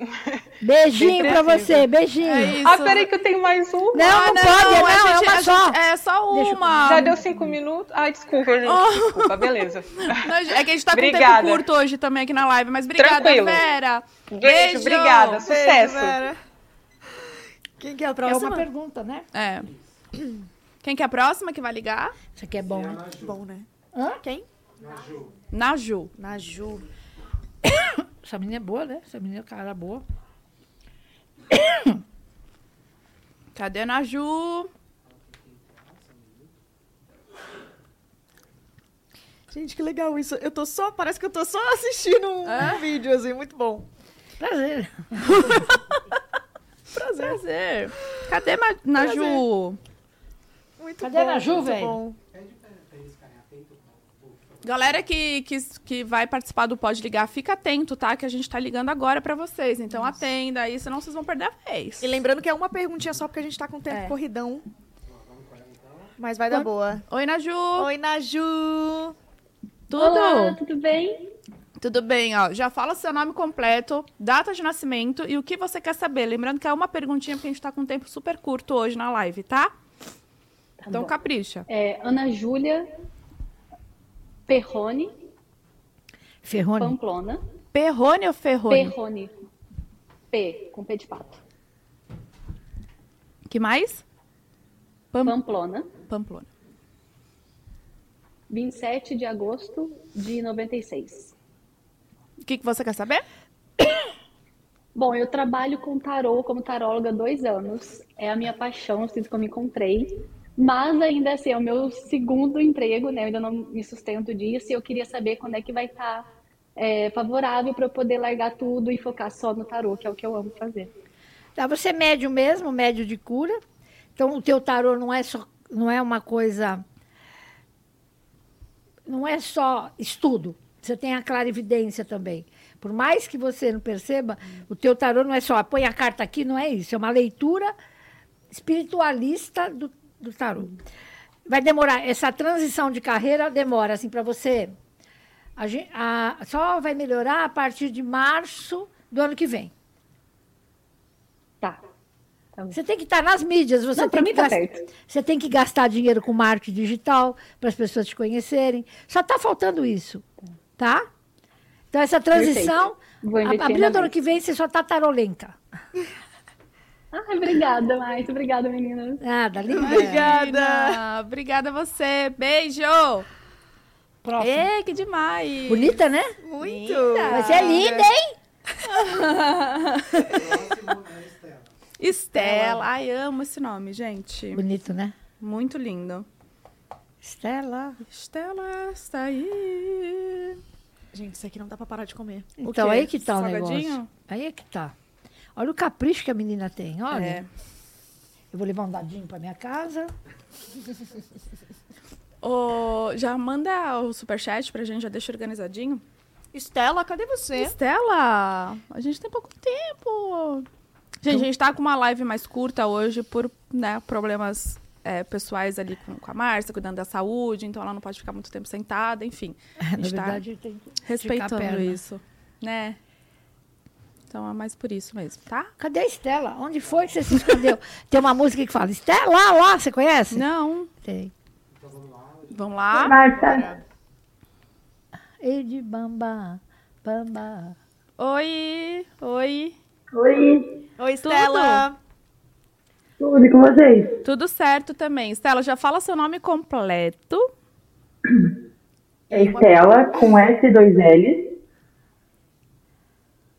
[SPEAKER 4] <laughs>
[SPEAKER 3] Beijinho para
[SPEAKER 4] Depressiva.
[SPEAKER 3] você, beijinho.
[SPEAKER 1] É isso.
[SPEAKER 4] Ah, peraí que eu tenho mais um.
[SPEAKER 3] Não, não, pode, não,
[SPEAKER 1] a
[SPEAKER 3] é
[SPEAKER 1] gente-
[SPEAKER 3] uma
[SPEAKER 1] a
[SPEAKER 3] só.
[SPEAKER 1] gente- é só
[SPEAKER 3] Deixa eu-
[SPEAKER 1] uma.
[SPEAKER 4] Já deu cinco minutos. Ai, desculpa, gente. Desculpa, beleza.
[SPEAKER 1] Não, É que a gente tá com
[SPEAKER 4] Obrigada.
[SPEAKER 1] tempo curto hoje também aqui na live, mas obrigada,
[SPEAKER 4] Tranquilo.
[SPEAKER 1] Vera.
[SPEAKER 4] Beijo, obrigada. Sucesso.
[SPEAKER 2] Vera. Quem que é a
[SPEAKER 3] É
[SPEAKER 2] próxima?
[SPEAKER 3] uma pergunta, né?
[SPEAKER 1] É. Quem que é a próxima que vai ligar?
[SPEAKER 3] Isso aqui é bom, né?
[SPEAKER 2] Bom, né?
[SPEAKER 3] Hã?
[SPEAKER 2] Quem?
[SPEAKER 1] Naju.
[SPEAKER 2] Na Ju.
[SPEAKER 3] Essa menina é boa, né? Essa menina é cara boa.
[SPEAKER 1] Cadê a Naju?
[SPEAKER 2] Gente, que legal isso. Eu tô só, parece que eu tô só assistindo um vídeo, assim, muito bom.
[SPEAKER 3] Prazer.
[SPEAKER 2] Prazer,
[SPEAKER 1] Prazer. Cadê Ma- Naju?
[SPEAKER 2] muito
[SPEAKER 3] Cadê
[SPEAKER 2] bom.
[SPEAKER 3] na Ju,
[SPEAKER 2] muito
[SPEAKER 3] velho?
[SPEAKER 2] bom.
[SPEAKER 1] Galera que, que, que vai participar do Pode Ligar, fica atento, tá? Que a gente tá ligando agora pra vocês. Então atenda aí, senão vocês vão perder a vez.
[SPEAKER 2] E lembrando que é uma perguntinha só, porque a gente tá com tempo
[SPEAKER 1] É.
[SPEAKER 2] corridão. Mas vai dar boa.
[SPEAKER 1] Oi, Naju.
[SPEAKER 2] Oi, Naju!
[SPEAKER 1] Tudo?
[SPEAKER 5] Olá, tudo bem?
[SPEAKER 1] Tudo bem, ó. Já fala seu nome completo, data de nascimento e o que você quer saber. Lembrando que é uma perguntinha, porque a gente tá com um tempo super curto hoje na live, tá?
[SPEAKER 5] Tá
[SPEAKER 1] Então
[SPEAKER 5] bom.
[SPEAKER 1] capricha.
[SPEAKER 5] É, Ana Júlia Perrone,
[SPEAKER 3] Ferrone.
[SPEAKER 5] Pamplona.
[SPEAKER 1] Perrone ou Ferrone?
[SPEAKER 5] Perrone. P, com P de pato.
[SPEAKER 1] que mais? Pam-
[SPEAKER 5] Pamplona,
[SPEAKER 1] Pamplona.
[SPEAKER 5] 27 de agosto de 96.
[SPEAKER 1] O que, que você quer saber?
[SPEAKER 5] Bom, eu trabalho com tarô como taróloga há dois anos. É a minha paixão, sinto que eu me encontrei. Mas ainda assim, é o meu segundo emprego, né? Eu ainda não me sustento disso. E eu queria saber quando é que vai estar é, favorável para eu poder largar tudo e focar só no tarô, que é o que eu amo fazer.
[SPEAKER 3] Tá, você é médio mesmo, médio de cura. Então o teu tarô não é só não é uma coisa não é só estudo. Você tem a clarividência também. Por mais que você não perceba, o teu tarô não é só ah, põe a carta aqui, não é isso. É uma leitura espiritualista do, do tarô. Vai demorar essa transição de carreira demora assim para você a gen- a- só vai melhorar a partir de março do ano que vem.
[SPEAKER 5] Tá. Tá bom.
[SPEAKER 3] Você tem que estar nas mídias. Você
[SPEAKER 5] Não, pra
[SPEAKER 3] tem
[SPEAKER 5] mim
[SPEAKER 3] que
[SPEAKER 5] tá
[SPEAKER 3] gastar-
[SPEAKER 5] certo.
[SPEAKER 3] Você tem que gastar dinheiro com marketing digital para as pessoas te conhecerem. Só está faltando isso, tá? Então essa transição,
[SPEAKER 5] Vou
[SPEAKER 3] a-
[SPEAKER 5] investir
[SPEAKER 3] abril
[SPEAKER 5] na
[SPEAKER 3] do ano
[SPEAKER 5] mídia.
[SPEAKER 3] que vem você só tá tarolenca.
[SPEAKER 5] Ah, obrigada, mais. Obrigada, meninas.
[SPEAKER 1] É,
[SPEAKER 3] Nada, linda.
[SPEAKER 1] Obrigada. Obrigada a você. Beijo.
[SPEAKER 3] Próximo.
[SPEAKER 1] Ei, que demais.
[SPEAKER 3] É, Bonita, né?
[SPEAKER 2] Muito!
[SPEAKER 3] Você é linda, hein?
[SPEAKER 1] Estela. Ai, amo esse nome, gente.
[SPEAKER 3] Bonito, né?
[SPEAKER 1] Muito lindo.
[SPEAKER 3] Estela.
[SPEAKER 1] Estela está aí.
[SPEAKER 2] Gente, isso aqui não dá pra parar de comer.
[SPEAKER 3] Então
[SPEAKER 1] quê?
[SPEAKER 3] aí que tá o
[SPEAKER 1] Salgadinho?
[SPEAKER 3] negócio. Aí é que tá. Olha o capricho que a menina tem. Olha,
[SPEAKER 1] É.
[SPEAKER 3] eu vou levar um dadinho para minha casa.
[SPEAKER 1] Ô, já manda o superchat pra gente, já deixa organizadinho.
[SPEAKER 2] Estela, cadê
[SPEAKER 3] É.
[SPEAKER 2] você?
[SPEAKER 1] Estela, a gente tem pouco tempo.
[SPEAKER 3] Então-
[SPEAKER 1] Gente, a gente tá com uma live mais curta hoje por né, problemas é, pessoais ali com, com a Márcia, cuidando da saúde, então ela não pode ficar muito tempo sentada, enfim. A
[SPEAKER 3] <laughs> Na
[SPEAKER 1] gente tá
[SPEAKER 3] verdade, tem que esticar a
[SPEAKER 1] respeitando
[SPEAKER 3] perna.
[SPEAKER 1] isso, né? Então é mais por isso mesmo, tá?
[SPEAKER 3] Cadê a Estela? Onde foi que você se <laughs> escondeu? Tem uma música que fala, Estela, lá, lá, você conhece?
[SPEAKER 1] Não,
[SPEAKER 3] Tem.
[SPEAKER 1] vamos lá.
[SPEAKER 5] Marta.
[SPEAKER 3] Ei de bamba, bamba.
[SPEAKER 1] Oi, oi.
[SPEAKER 5] Oi.
[SPEAKER 2] Oi, Estela!
[SPEAKER 5] Tudo com vocês?
[SPEAKER 1] Tudo certo também. Estela, já fala seu nome completo.
[SPEAKER 6] É Estela, com S e dois L.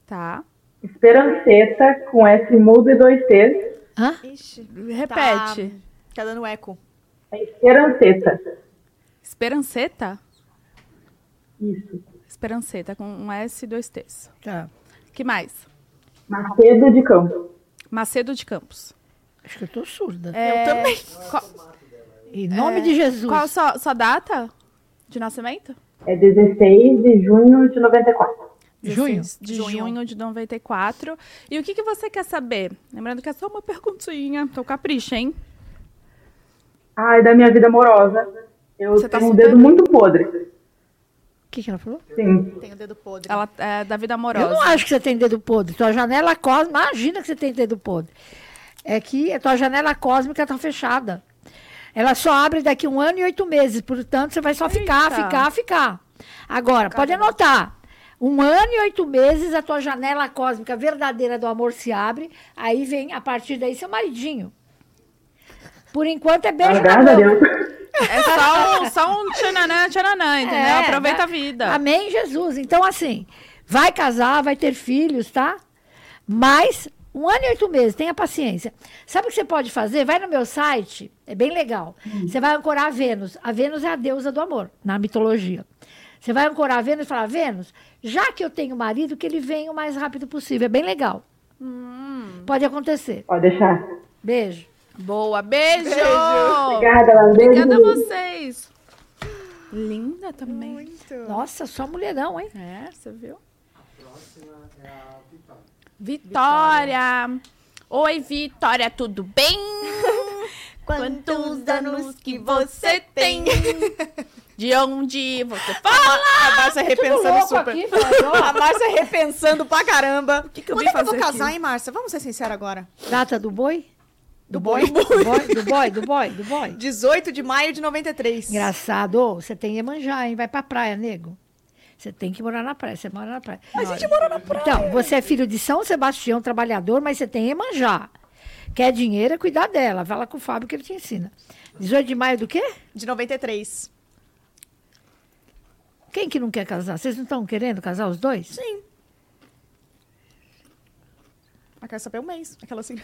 [SPEAKER 1] Tá.
[SPEAKER 6] Esperanceta, com S mudo e dois T.
[SPEAKER 3] Hã?
[SPEAKER 2] Ixi,
[SPEAKER 1] Repete.
[SPEAKER 2] tá dando eco.
[SPEAKER 6] É Esperanceta.
[SPEAKER 1] Esperanceta?
[SPEAKER 6] Isso.
[SPEAKER 1] Esperanceta, com um S e dois T's.
[SPEAKER 3] Tá.
[SPEAKER 1] que mais?
[SPEAKER 6] Macedo de Campo.
[SPEAKER 1] Macedo de Campos.
[SPEAKER 3] Acho que eu tô surda.
[SPEAKER 1] Eu também. Qual,
[SPEAKER 3] Em nome de Jesus.
[SPEAKER 1] qual a sua, sua data de nascimento?
[SPEAKER 6] É 16 de junho de 94.
[SPEAKER 3] Junho.
[SPEAKER 1] 16 De junho. de 94. E o que, que você quer saber? Lembrando que é só uma perguntinha. Então capricha, hein?
[SPEAKER 6] Ai, da minha vida amorosa. Eu
[SPEAKER 1] Você tá
[SPEAKER 6] tenho um
[SPEAKER 1] solteira?
[SPEAKER 6] dedo muito podre.
[SPEAKER 3] O que, que ela falou?
[SPEAKER 6] Sim.
[SPEAKER 2] Tem o dedo podre.
[SPEAKER 1] Ela é da vida
[SPEAKER 3] Eu não
[SPEAKER 1] amorosa.
[SPEAKER 3] acho que você tem dedo podre. Tua janela cósmica, imagina que você tem dedo podre. É que a tua janela cósmica tá fechada. Ela só abre daqui um ano e oito meses. Portanto, você vai só ficar,
[SPEAKER 1] Eita.
[SPEAKER 3] ficar, ficar. Agora, pode anotar. Um ano e oito meses, a tua janela cósmica verdadeira do amor se abre. Aí vem, a partir daí, seu maridinho. Por enquanto, é beijo na
[SPEAKER 6] Obrigada,
[SPEAKER 3] boca.
[SPEAKER 6] Deus.
[SPEAKER 1] É só um, só um tchananã, tchananã, entendeu?
[SPEAKER 3] É,
[SPEAKER 1] Aproveita
[SPEAKER 3] né?
[SPEAKER 1] a vida.
[SPEAKER 3] Amém, Jesus. Então, assim, vai casar, vai ter filhos, tá? Mas um ano e oito meses, tenha paciência. Sabe o que você pode fazer? Vai no meu site, é bem legal. Você vai ancorar a Vênus. A Vênus é a deusa do amor, na mitologia. Você vai ancorar a Vênus e falar, Vênus, já que eu tenho marido, que ele venha o mais rápido possível. É bem legal. Pode acontecer.
[SPEAKER 6] Pode deixar.
[SPEAKER 3] Beijo.
[SPEAKER 1] Boa, beijo!
[SPEAKER 6] Obrigada, um beijo.
[SPEAKER 1] Obrigada a vocês. Linda também.
[SPEAKER 3] Nossa, só mulherão, hein?
[SPEAKER 1] É, você viu? é A próxima é a Vitória. Vitória! Oi, Vitória, tudo bem? <laughs> Quantos anos que você tem? <laughs> De onde você
[SPEAKER 2] Ah
[SPEAKER 1] fala?
[SPEAKER 2] A Márcia repensando
[SPEAKER 3] Tá louco
[SPEAKER 2] super.
[SPEAKER 3] aqui,
[SPEAKER 2] <laughs> a Márcia repensando pra caramba. O que,
[SPEAKER 1] eu
[SPEAKER 2] Quando
[SPEAKER 1] vim
[SPEAKER 2] é que eu vou
[SPEAKER 1] fazer aqui?
[SPEAKER 2] casar, hein, Márcia? Vamos ser sinceros agora.
[SPEAKER 3] Gata do boi?
[SPEAKER 2] Do boi?
[SPEAKER 3] Do boi, do boi, do boi, do boi.
[SPEAKER 2] 18 de maio de 93.
[SPEAKER 3] Engraçado, Ô, você tem Iemanjá, hein? Vai pra praia, nego. Você tem que morar na praia, você mora na praia. A gente mora na praia. Então, você é filho de São Sebastião, trabalhador, mas você tem Iemanjá. Quer dinheiro, é cuidar dela. Vai lá com o Fábio que ele te ensina. 18 de maio do quê?
[SPEAKER 2] De 93.
[SPEAKER 3] Quem que não quer casar? Vocês não estão querendo casar os dois?
[SPEAKER 2] Sim. Eu quero saber o mês. Aquela assim. <laughs>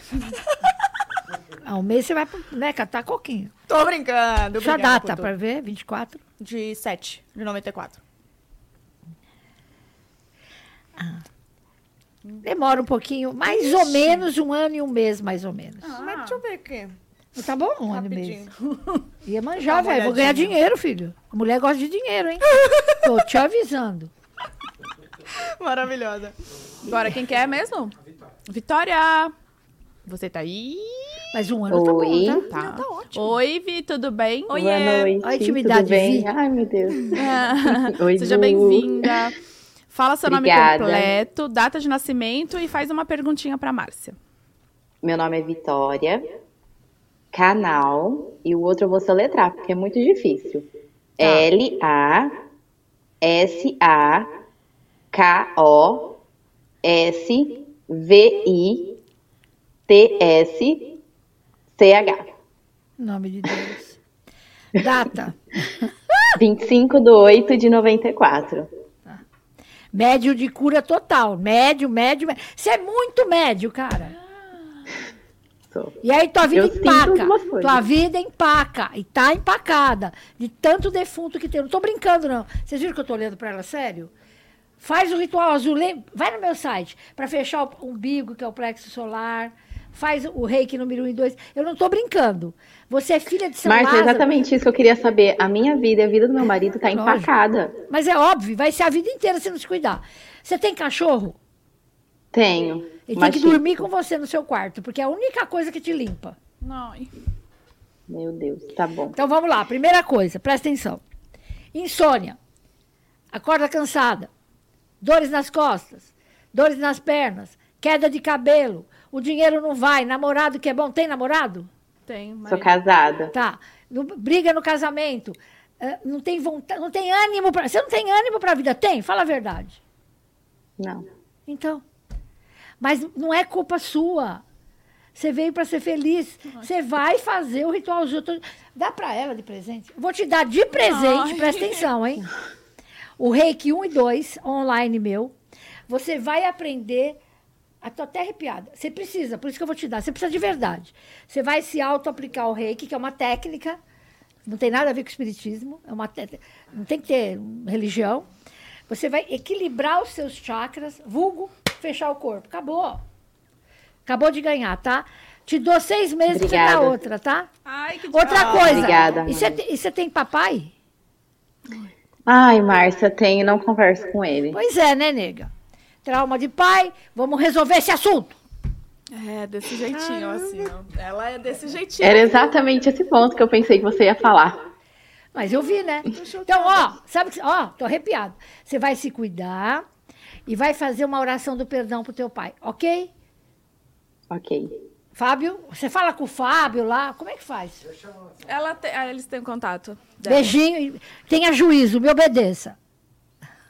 [SPEAKER 3] Ah, um mês você vai né, catar coquinho.
[SPEAKER 2] Tô brincando.
[SPEAKER 3] Sua
[SPEAKER 2] obrigada
[SPEAKER 3] data
[SPEAKER 2] por
[SPEAKER 3] pra
[SPEAKER 2] tudo.
[SPEAKER 3] ver, 24.
[SPEAKER 2] De 7, de 94.
[SPEAKER 3] Demora um pouquinho, mais ou menos um ano e um mês, mais ou menos.
[SPEAKER 2] Mas deixa eu ver aqui.
[SPEAKER 3] Tá bom? Um ano e
[SPEAKER 2] Rapidinho.
[SPEAKER 3] meio. Ia é manjar,
[SPEAKER 2] Dá uma
[SPEAKER 3] velho. Vou ganhar
[SPEAKER 2] olhadinha.
[SPEAKER 3] dinheiro, filho. A mulher gosta de
[SPEAKER 1] <laughs>
[SPEAKER 3] dinheiro, hein? Tô te avisando.
[SPEAKER 2] Maravilhosa.
[SPEAKER 1] Agora, quem quer mesmo? Vitória! Você tá aí?
[SPEAKER 3] Mas um ano tá bom,
[SPEAKER 5] Oi.
[SPEAKER 3] tá?
[SPEAKER 1] Tá. ótimo. Oi, Vi, tudo bem?
[SPEAKER 2] Oiê.
[SPEAKER 6] noite.
[SPEAKER 3] Oi, intimidade,
[SPEAKER 6] tudo bem?
[SPEAKER 3] Vi.
[SPEAKER 6] Ai, meu Deus.
[SPEAKER 1] <laughs>
[SPEAKER 6] Oi,
[SPEAKER 1] Seja
[SPEAKER 6] Ju.
[SPEAKER 1] bem-vinda. Fala seu nome
[SPEAKER 6] Obrigada.
[SPEAKER 1] completo, data de nascimento e faz uma perguntinha pra Márcia.
[SPEAKER 6] Meu nome é Vitória. Canal. E o outro eu vou soletrar, porque é muito difícil.
[SPEAKER 3] Tá.
[SPEAKER 6] L-A-S-A-K-O-S-V-I-T-S-T-A-N. CH.
[SPEAKER 3] Em nome de Deus. Data.
[SPEAKER 6] 25 de 8 de 94.
[SPEAKER 3] Médio de cura total. Médio, médio, médio. Você é muito médio, cara.
[SPEAKER 6] Sou.
[SPEAKER 3] E aí tua vida
[SPEAKER 6] Eu sinto
[SPEAKER 3] empaca.
[SPEAKER 6] algumas coisas.
[SPEAKER 3] Tua vida empaca. E tá empacada. De tanto defunto que tem. Eu Não tô brincando, não. Vocês viram que eu tô olhando pra ela sério? Faz o ritual azul. lem- Vai no meu site. Pra fechar o umbigo, que é o plexo solar. Faz o reiki número 1 e 2. Eu não tô brincando. Você é filha de São
[SPEAKER 6] Márcia, é
[SPEAKER 3] Lázaro.
[SPEAKER 6] exatamente isso que eu queria saber. A minha vida e a vida do meu marido tá
[SPEAKER 3] Lógico.
[SPEAKER 6] empacada.
[SPEAKER 3] Mas é óbvio, vai ser a vida inteira se não se cuidar. Você tem cachorro?
[SPEAKER 6] Tenho.
[SPEAKER 3] Ele tem que
[SPEAKER 6] Machista.
[SPEAKER 3] dormir com você no seu quarto, porque é a única coisa que te limpa.
[SPEAKER 1] Não.
[SPEAKER 6] Meu Deus, tá bom.
[SPEAKER 3] Então vamos lá, primeira coisa, presta atenção. Insônia, acorda cansada, dores nas costas, dores nas pernas, queda de cabelo, o dinheiro não vai, namorado que é bom, tem namorado?
[SPEAKER 1] Tem, mas.
[SPEAKER 6] Sou casada.
[SPEAKER 3] Tá. No- briga no casamento, eh, não tem vontade, não tem ânimo para, você não tem ânimo para a vida, tem? Fala a verdade.
[SPEAKER 6] Não.
[SPEAKER 3] Então. Mas não é culpa sua. Você veio para ser feliz. Você vai fazer o ritual junto. Dá para ela de presente. Eu Vou te dar de presente,
[SPEAKER 1] Ai.
[SPEAKER 3] presta atenção, hein? O Reiki 1 e 2, online meu. Você vai aprender. a- Tô até arrepiada. Você precisa, por isso que eu vou te dar. Você precisa de verdade. Você vai se auto-aplicar o reiki, que é uma técnica. Não tem nada a ver com espiritismo. É uma té- não tem que ter hum, religião. Você vai equilibrar os seus chakras, vulgo, fechar o corpo. Acabou. Acabou de ganhar, tá? Te dou seis meses para você dar
[SPEAKER 6] Obrigada.
[SPEAKER 3] outra, tá?
[SPEAKER 1] Ai, que
[SPEAKER 3] Outra
[SPEAKER 1] demais.
[SPEAKER 3] coisa.
[SPEAKER 6] Obrigada,
[SPEAKER 3] E você
[SPEAKER 6] Mari.
[SPEAKER 3] te- e você tem papai?
[SPEAKER 6] Ai, Márcia, tenho, não converso com ele.
[SPEAKER 3] Pois é, né, nega? Trauma de pai, vamos resolver esse assunto.
[SPEAKER 1] É, desse jeitinho, assim, ó. Ela é desse jeitinho.
[SPEAKER 6] Era exatamente esse ponto que eu pensei que você ia falar.
[SPEAKER 3] Mas eu vi, né? Então, ó, sabe que. Ó, tô arrepiado. Você vai se cuidar e vai fazer uma oração do perdão pro teu pai, ok?
[SPEAKER 6] Ok.
[SPEAKER 3] Fábio, você fala com o Fábio lá, como é que faz?
[SPEAKER 1] Ela tem- ah, eles têm um contato. dela.
[SPEAKER 3] Beijinho, e tenha juízo, me obedeça.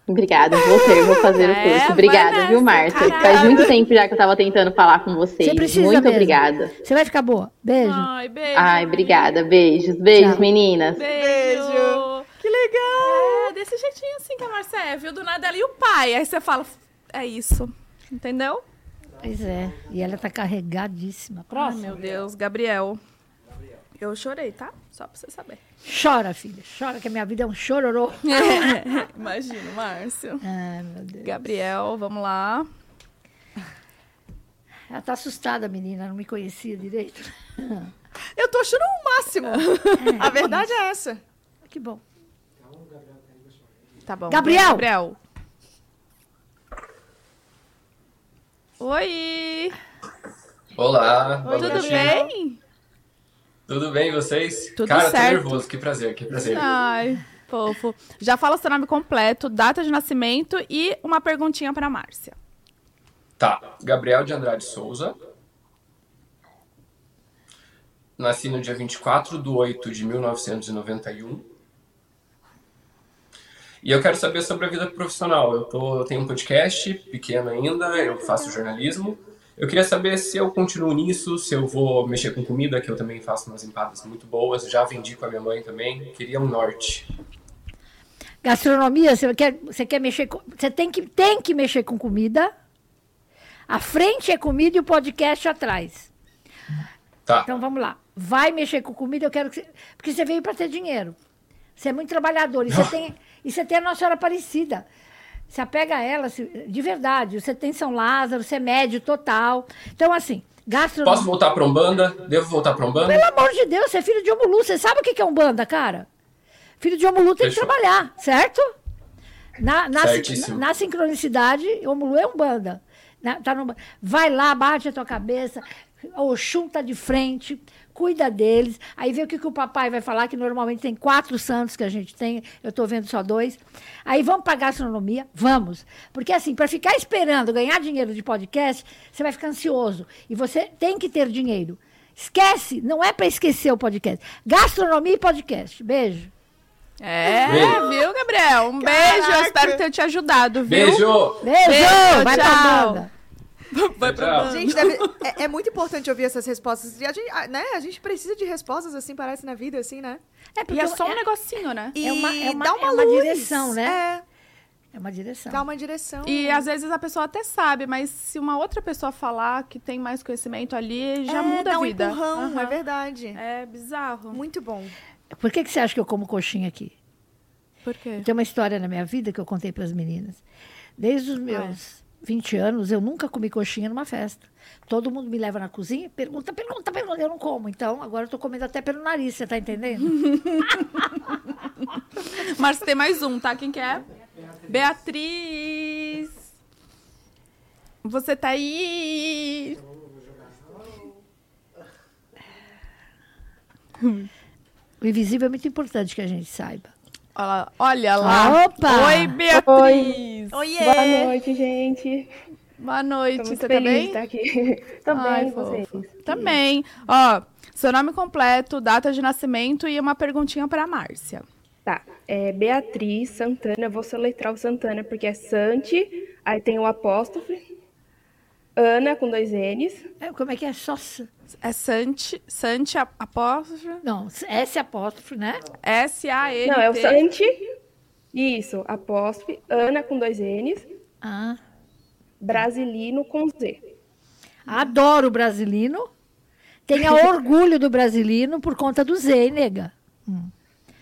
[SPEAKER 6] Obrigada, vou ter, vou fazer
[SPEAKER 1] <laughs>
[SPEAKER 6] o
[SPEAKER 1] É,
[SPEAKER 6] curso.
[SPEAKER 1] vai
[SPEAKER 6] Obrigada,
[SPEAKER 1] nessa,
[SPEAKER 6] viu, Márcia?
[SPEAKER 1] caralho.
[SPEAKER 6] Faz muito tempo já que eu tava tentando falar com vocês.
[SPEAKER 3] Você precisa
[SPEAKER 6] muito
[SPEAKER 3] mesmo.
[SPEAKER 6] obrigada.
[SPEAKER 3] Você vai ficar boa. Beijo.
[SPEAKER 1] Ai, beijo.
[SPEAKER 6] Ai, obrigada. Beijos, beijos,
[SPEAKER 3] Tchau.
[SPEAKER 6] meninas.
[SPEAKER 1] Beijo.
[SPEAKER 2] Beijo. Que legal.
[SPEAKER 1] É, desse jeitinho assim que a Márcia é, viu? Do nada ela e o pai. Aí você fala, é isso. Entendeu?
[SPEAKER 3] Pois é. E ela tá carregadíssima.
[SPEAKER 1] Ai,
[SPEAKER 3] Próximo.
[SPEAKER 1] meu Deus, Gabriel. Eu chorei, tá? Só pra você saber.
[SPEAKER 3] Chora, filha. Chora, que a minha vida é um chororô.
[SPEAKER 1] Imagina, Márcio.
[SPEAKER 3] Ai, meu Deus.
[SPEAKER 1] Gabriel, vamos lá.
[SPEAKER 3] Ela tá assustada, a menina, não me conhecia direito.
[SPEAKER 2] Eu tô achando o <laughs> máximo. A verdade é essa.
[SPEAKER 3] Que bom.
[SPEAKER 1] Tá bom.
[SPEAKER 3] Gabriel!
[SPEAKER 1] Gabriel. Oi!
[SPEAKER 7] Olá, boa
[SPEAKER 1] Tudo
[SPEAKER 7] noite.
[SPEAKER 1] bem?
[SPEAKER 7] Tudo bem, vocês?
[SPEAKER 1] Tudo
[SPEAKER 7] Cara,
[SPEAKER 1] certo. Ah.
[SPEAKER 7] tô nervoso, que prazer, que prazer.
[SPEAKER 1] Ai, fofo. Já fala seu nome completo, data de nascimento e uma perguntinha pra Márcia.
[SPEAKER 7] Tá, Gabriel de Andrade Souza. Nasci no dia 24 de 8 de 1991. E eu quero saber sobre a vida profissional. Eu, tô, eu tenho um podcast pequeno ainda, eu faço jornalismo. Eu queria saber se eu continuo nisso, se eu vou mexer com comida, que eu também faço umas empadas muito boas. Já vendi com a minha mãe também. Queria um norte.
[SPEAKER 3] Gastronomia, você quer, você quer mexer com. Você tem que, tem que mexer com comida. A frente é comida e o podcast atrás.
[SPEAKER 7] Tá.
[SPEAKER 3] Então vamos lá. Vai mexer com comida, eu quero que você. Porque você veio para ter dinheiro. Você é muito trabalhador. E você, tem, e você tem a Nossa Senhora Aparecida. Você apega a ela se- de verdade. Você tem São Lázaro, você é médio total. Então, assim, gastronomia.
[SPEAKER 7] Posso voltar pra Umbanda? Devo voltar pra Umbanda?
[SPEAKER 3] Pelo amor de Deus, você é filho de Omulu. Você sabe o que que é Umbanda, cara? Filho de Omulu tem que
[SPEAKER 7] Fechou.
[SPEAKER 3] trabalhar, certo? Na, na,
[SPEAKER 7] Certíssimo.
[SPEAKER 3] na sincronicidade, Omulu é Umbanda. Na, tá no, vai lá, bate a tua cabeça, Oxum tá de frente, cuida deles. Aí vê o que, que o papai vai falar, que normalmente tem quatro santos que a gente tem, eu tô vendo só dois. Aí vamos pra gastronomia? Vamos. Porque assim, para ficar esperando ganhar dinheiro de podcast, você vai ficar ansioso. E você tem que ter dinheiro. Esquece, não é para esquecer o podcast. Gastronomia e podcast. Beijo.
[SPEAKER 1] É,
[SPEAKER 7] Beijo.
[SPEAKER 1] viu, Gabriel? Um beijo, eu espero ter te ajudado, viu?
[SPEAKER 7] Beijo!
[SPEAKER 3] Beijo!
[SPEAKER 1] Beijo,
[SPEAKER 3] vai pra
[SPEAKER 1] tchau.
[SPEAKER 3] banda.
[SPEAKER 1] <laughs> Vai pra
[SPEAKER 7] Tchau.
[SPEAKER 1] banda.
[SPEAKER 2] Gente, deve- é, é muito importante ouvir essas respostas. E a gente, a- né, a gente precisa de respostas assim, parece, na vida, assim, né?
[SPEAKER 3] É
[SPEAKER 1] E
[SPEAKER 3] porque
[SPEAKER 1] é só um
[SPEAKER 3] é,
[SPEAKER 1] negocinho, né?
[SPEAKER 2] E
[SPEAKER 3] É uma- é uma-
[SPEAKER 2] dá uma,
[SPEAKER 3] é uma
[SPEAKER 2] luz.
[SPEAKER 3] direção, né? é uma
[SPEAKER 2] É,
[SPEAKER 3] direção.
[SPEAKER 2] dá uma direção.
[SPEAKER 1] E às vezes a pessoa até sabe, mas se uma outra pessoa falar que tem mais conhecimento ali, já
[SPEAKER 2] É,
[SPEAKER 1] muda
[SPEAKER 2] dá
[SPEAKER 1] a
[SPEAKER 2] um
[SPEAKER 1] vida.
[SPEAKER 2] empurrão,
[SPEAKER 1] Aham.
[SPEAKER 2] é verdade.
[SPEAKER 1] É bizarro.
[SPEAKER 2] Muito bom.
[SPEAKER 3] Por que, que você acha que eu como coxinha aqui?
[SPEAKER 1] Por quê?
[SPEAKER 3] Tem uma história na minha vida que eu contei para as meninas. Desde os meus 20 anos, eu nunca comi coxinha numa festa. Todo mundo me leva na cozinha, pergunta, pergunta, pergunta. Eu não como. Então, agora eu tô comendo até pelo nariz, você tá entendendo?
[SPEAKER 1] Mas tem mais um, tá? Quem que é? Beatriz! Você tá aí!
[SPEAKER 3] o invisível é muito importante que a gente saiba.
[SPEAKER 1] Olha lá. Olha lá.
[SPEAKER 3] Opa!
[SPEAKER 1] Oi, Beatriz!
[SPEAKER 2] Oiê!
[SPEAKER 8] Boa noite, gente.
[SPEAKER 1] Boa
[SPEAKER 8] Tô
[SPEAKER 1] noite,
[SPEAKER 8] muito
[SPEAKER 1] você tá
[SPEAKER 8] feliz de
[SPEAKER 1] bem?
[SPEAKER 8] estar aqui. <laughs> Tô
[SPEAKER 1] Ai,
[SPEAKER 8] Tá bem,
[SPEAKER 1] fofo.
[SPEAKER 8] vocês.
[SPEAKER 1] Também. Ó, seu nome completo, data de nascimento e uma perguntinha pra Márcia.
[SPEAKER 8] Tá. É Beatriz Santana. Eu vou soletrar o Santana porque é Sante. Aí tem o apóstrofe. Ana com dois N's.
[SPEAKER 3] É, como é que é? Só. s-
[SPEAKER 1] É Sante, Sante a- apóstrofe,
[SPEAKER 3] Não, S apóstrofo, né?
[SPEAKER 1] S-A-N-T.
[SPEAKER 8] Não, é o Sante. Isso, apóstrofe. Ana com dois N's.
[SPEAKER 3] Ah.
[SPEAKER 8] Brasilino com Z.
[SPEAKER 3] Adoro o brasilino. Tenha orgulho do brasilino por conta do Z, hein, nega.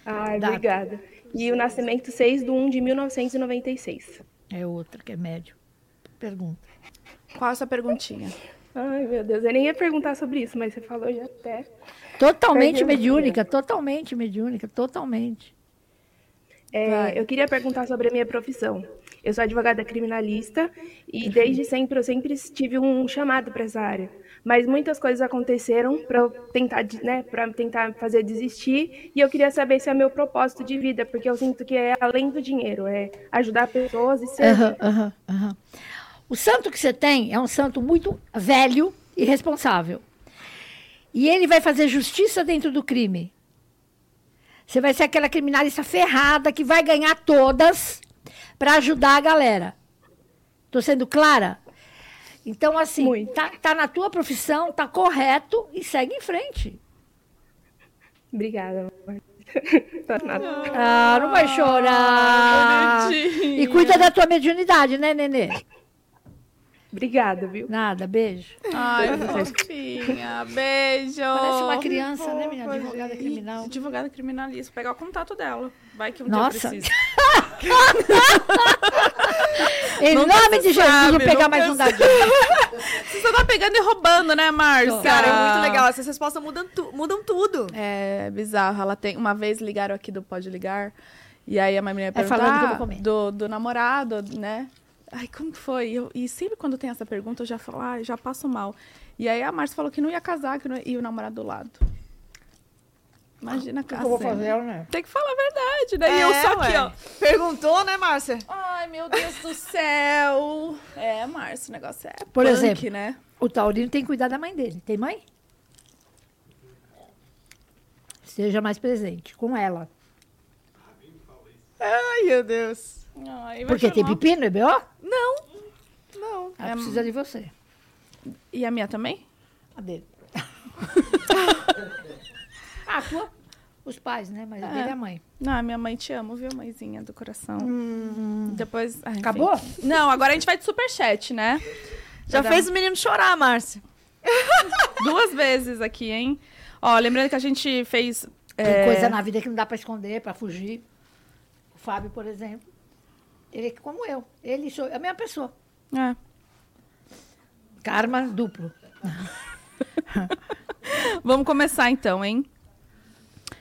[SPEAKER 8] Ai,
[SPEAKER 3] Dá.
[SPEAKER 8] obrigada. E o nascimento 6 de 1 de 1996.
[SPEAKER 3] É outra que é médio. Pergunta.
[SPEAKER 1] Qual a sua perguntinha?
[SPEAKER 8] Ai, meu Deus. Eu nem ia perguntar sobre isso, mas você falou já até.
[SPEAKER 3] Totalmente
[SPEAKER 8] Pergunta.
[SPEAKER 3] mediúnica, totalmente mediúnica, totalmente.
[SPEAKER 8] É, eu queria perguntar sobre a minha profissão. Eu sou advogada criminalista e desde sempre eu sempre tive um chamado para essa área. Mas muitas coisas aconteceram para tentar, de- né, para tentar fazer desistir e eu queria saber se é meu propósito de vida, porque eu sinto que é além do dinheiro, é ajudar pessoas e ser
[SPEAKER 3] Aham, aham, aham. O santo que você tem é um santo muito velho e responsável. E ele vai fazer justiça dentro do crime. Você vai ser aquela criminalista ferrada que vai ganhar todas para ajudar a galera. Tô sendo clara? Então, assim,
[SPEAKER 8] Muito.
[SPEAKER 3] tá, tá na tua profissão, tá correto e segue em frente.
[SPEAKER 8] Obrigada. amor. <laughs> Tô nada.
[SPEAKER 3] Ah, não vai chorar.
[SPEAKER 1] bonitinha.
[SPEAKER 3] E cuida da tua mediunidade, né, Nenê?
[SPEAKER 8] Obrigada, viu?
[SPEAKER 3] Nada, beijo.
[SPEAKER 1] Ai, fofinha. Beijo.
[SPEAKER 3] Parece uma criança, né, menina? Advogada criminal.
[SPEAKER 1] Advogada criminalista. Pegar o contato dela. Vai que um
[SPEAKER 3] Nossa.
[SPEAKER 1] dia precisa.
[SPEAKER 3] Em
[SPEAKER 1] Nunca
[SPEAKER 3] nome
[SPEAKER 1] se
[SPEAKER 3] de Jesus,
[SPEAKER 1] sabe,
[SPEAKER 3] vou pegar
[SPEAKER 1] nunca
[SPEAKER 3] mais
[SPEAKER 1] se-
[SPEAKER 3] um dadinho.
[SPEAKER 1] Você só tá pegando e roubando, né, Márcia?
[SPEAKER 2] Cara, é
[SPEAKER 1] Tá.
[SPEAKER 2] muito legal. Essas respostas mudam, tu- mudam tudo.
[SPEAKER 1] É bizarro. Ela tem. Uma vez ligaram aqui do Pode Ligar. E aí a minha menina perguntou
[SPEAKER 3] É, falando que eu
[SPEAKER 1] ah,
[SPEAKER 3] vou comer.
[SPEAKER 1] do, do namorado, né? Ai, como que foi? Eu- e sempre quando tem essa pergunta, eu já falo, ai, já passo mal. E aí a Márcia falou que não ia casar que não ia- e o namorado do lado. Imagina a casa.
[SPEAKER 3] né?
[SPEAKER 1] Tem que falar a verdade, né? e eu
[SPEAKER 2] É,
[SPEAKER 1] só aqui,
[SPEAKER 2] ué.
[SPEAKER 1] ó.
[SPEAKER 2] Perguntou, né, Márcia?
[SPEAKER 1] Ai, meu Deus do céu. É, Márcio, o negócio é
[SPEAKER 3] Por
[SPEAKER 1] punk,
[SPEAKER 3] exemplo.
[SPEAKER 1] né?
[SPEAKER 3] O Taurino tem que cuidar da mãe dele. Tem mãe? Seja mais presente com ela.
[SPEAKER 2] Ai, meu Deus.
[SPEAKER 1] Ai, vai
[SPEAKER 3] Porque tem Ah,
[SPEAKER 1] chamar. um-
[SPEAKER 3] pepino, é B.O.?
[SPEAKER 2] Não, não.
[SPEAKER 1] É.
[SPEAKER 3] Ela precisa de você.
[SPEAKER 1] E a minha também? <laughs>
[SPEAKER 3] A dele. Ah, a tua? Os pais, né? Mas a dele é a mãe.
[SPEAKER 1] Não, a Ah, minha mãe te amo, viu, mãezinha do coração. Depois. ah, enfim.
[SPEAKER 3] Acabou?
[SPEAKER 1] Não, agora a gente vai de superchat, né?
[SPEAKER 2] Já
[SPEAKER 1] Cada-
[SPEAKER 2] fez o menino chorar, Márcia.
[SPEAKER 1] Duas vezes aqui, hein? Ó, lembrando que a gente fez.
[SPEAKER 3] Tem
[SPEAKER 1] é,
[SPEAKER 3] coisa na vida que não dá pra esconder, pra fugir. O Fábio, por exemplo. Ele é como eu. Ele sou eu, a mesma pessoa.
[SPEAKER 1] é.
[SPEAKER 3] Karma duplo.
[SPEAKER 1] Vamos começar então, hein?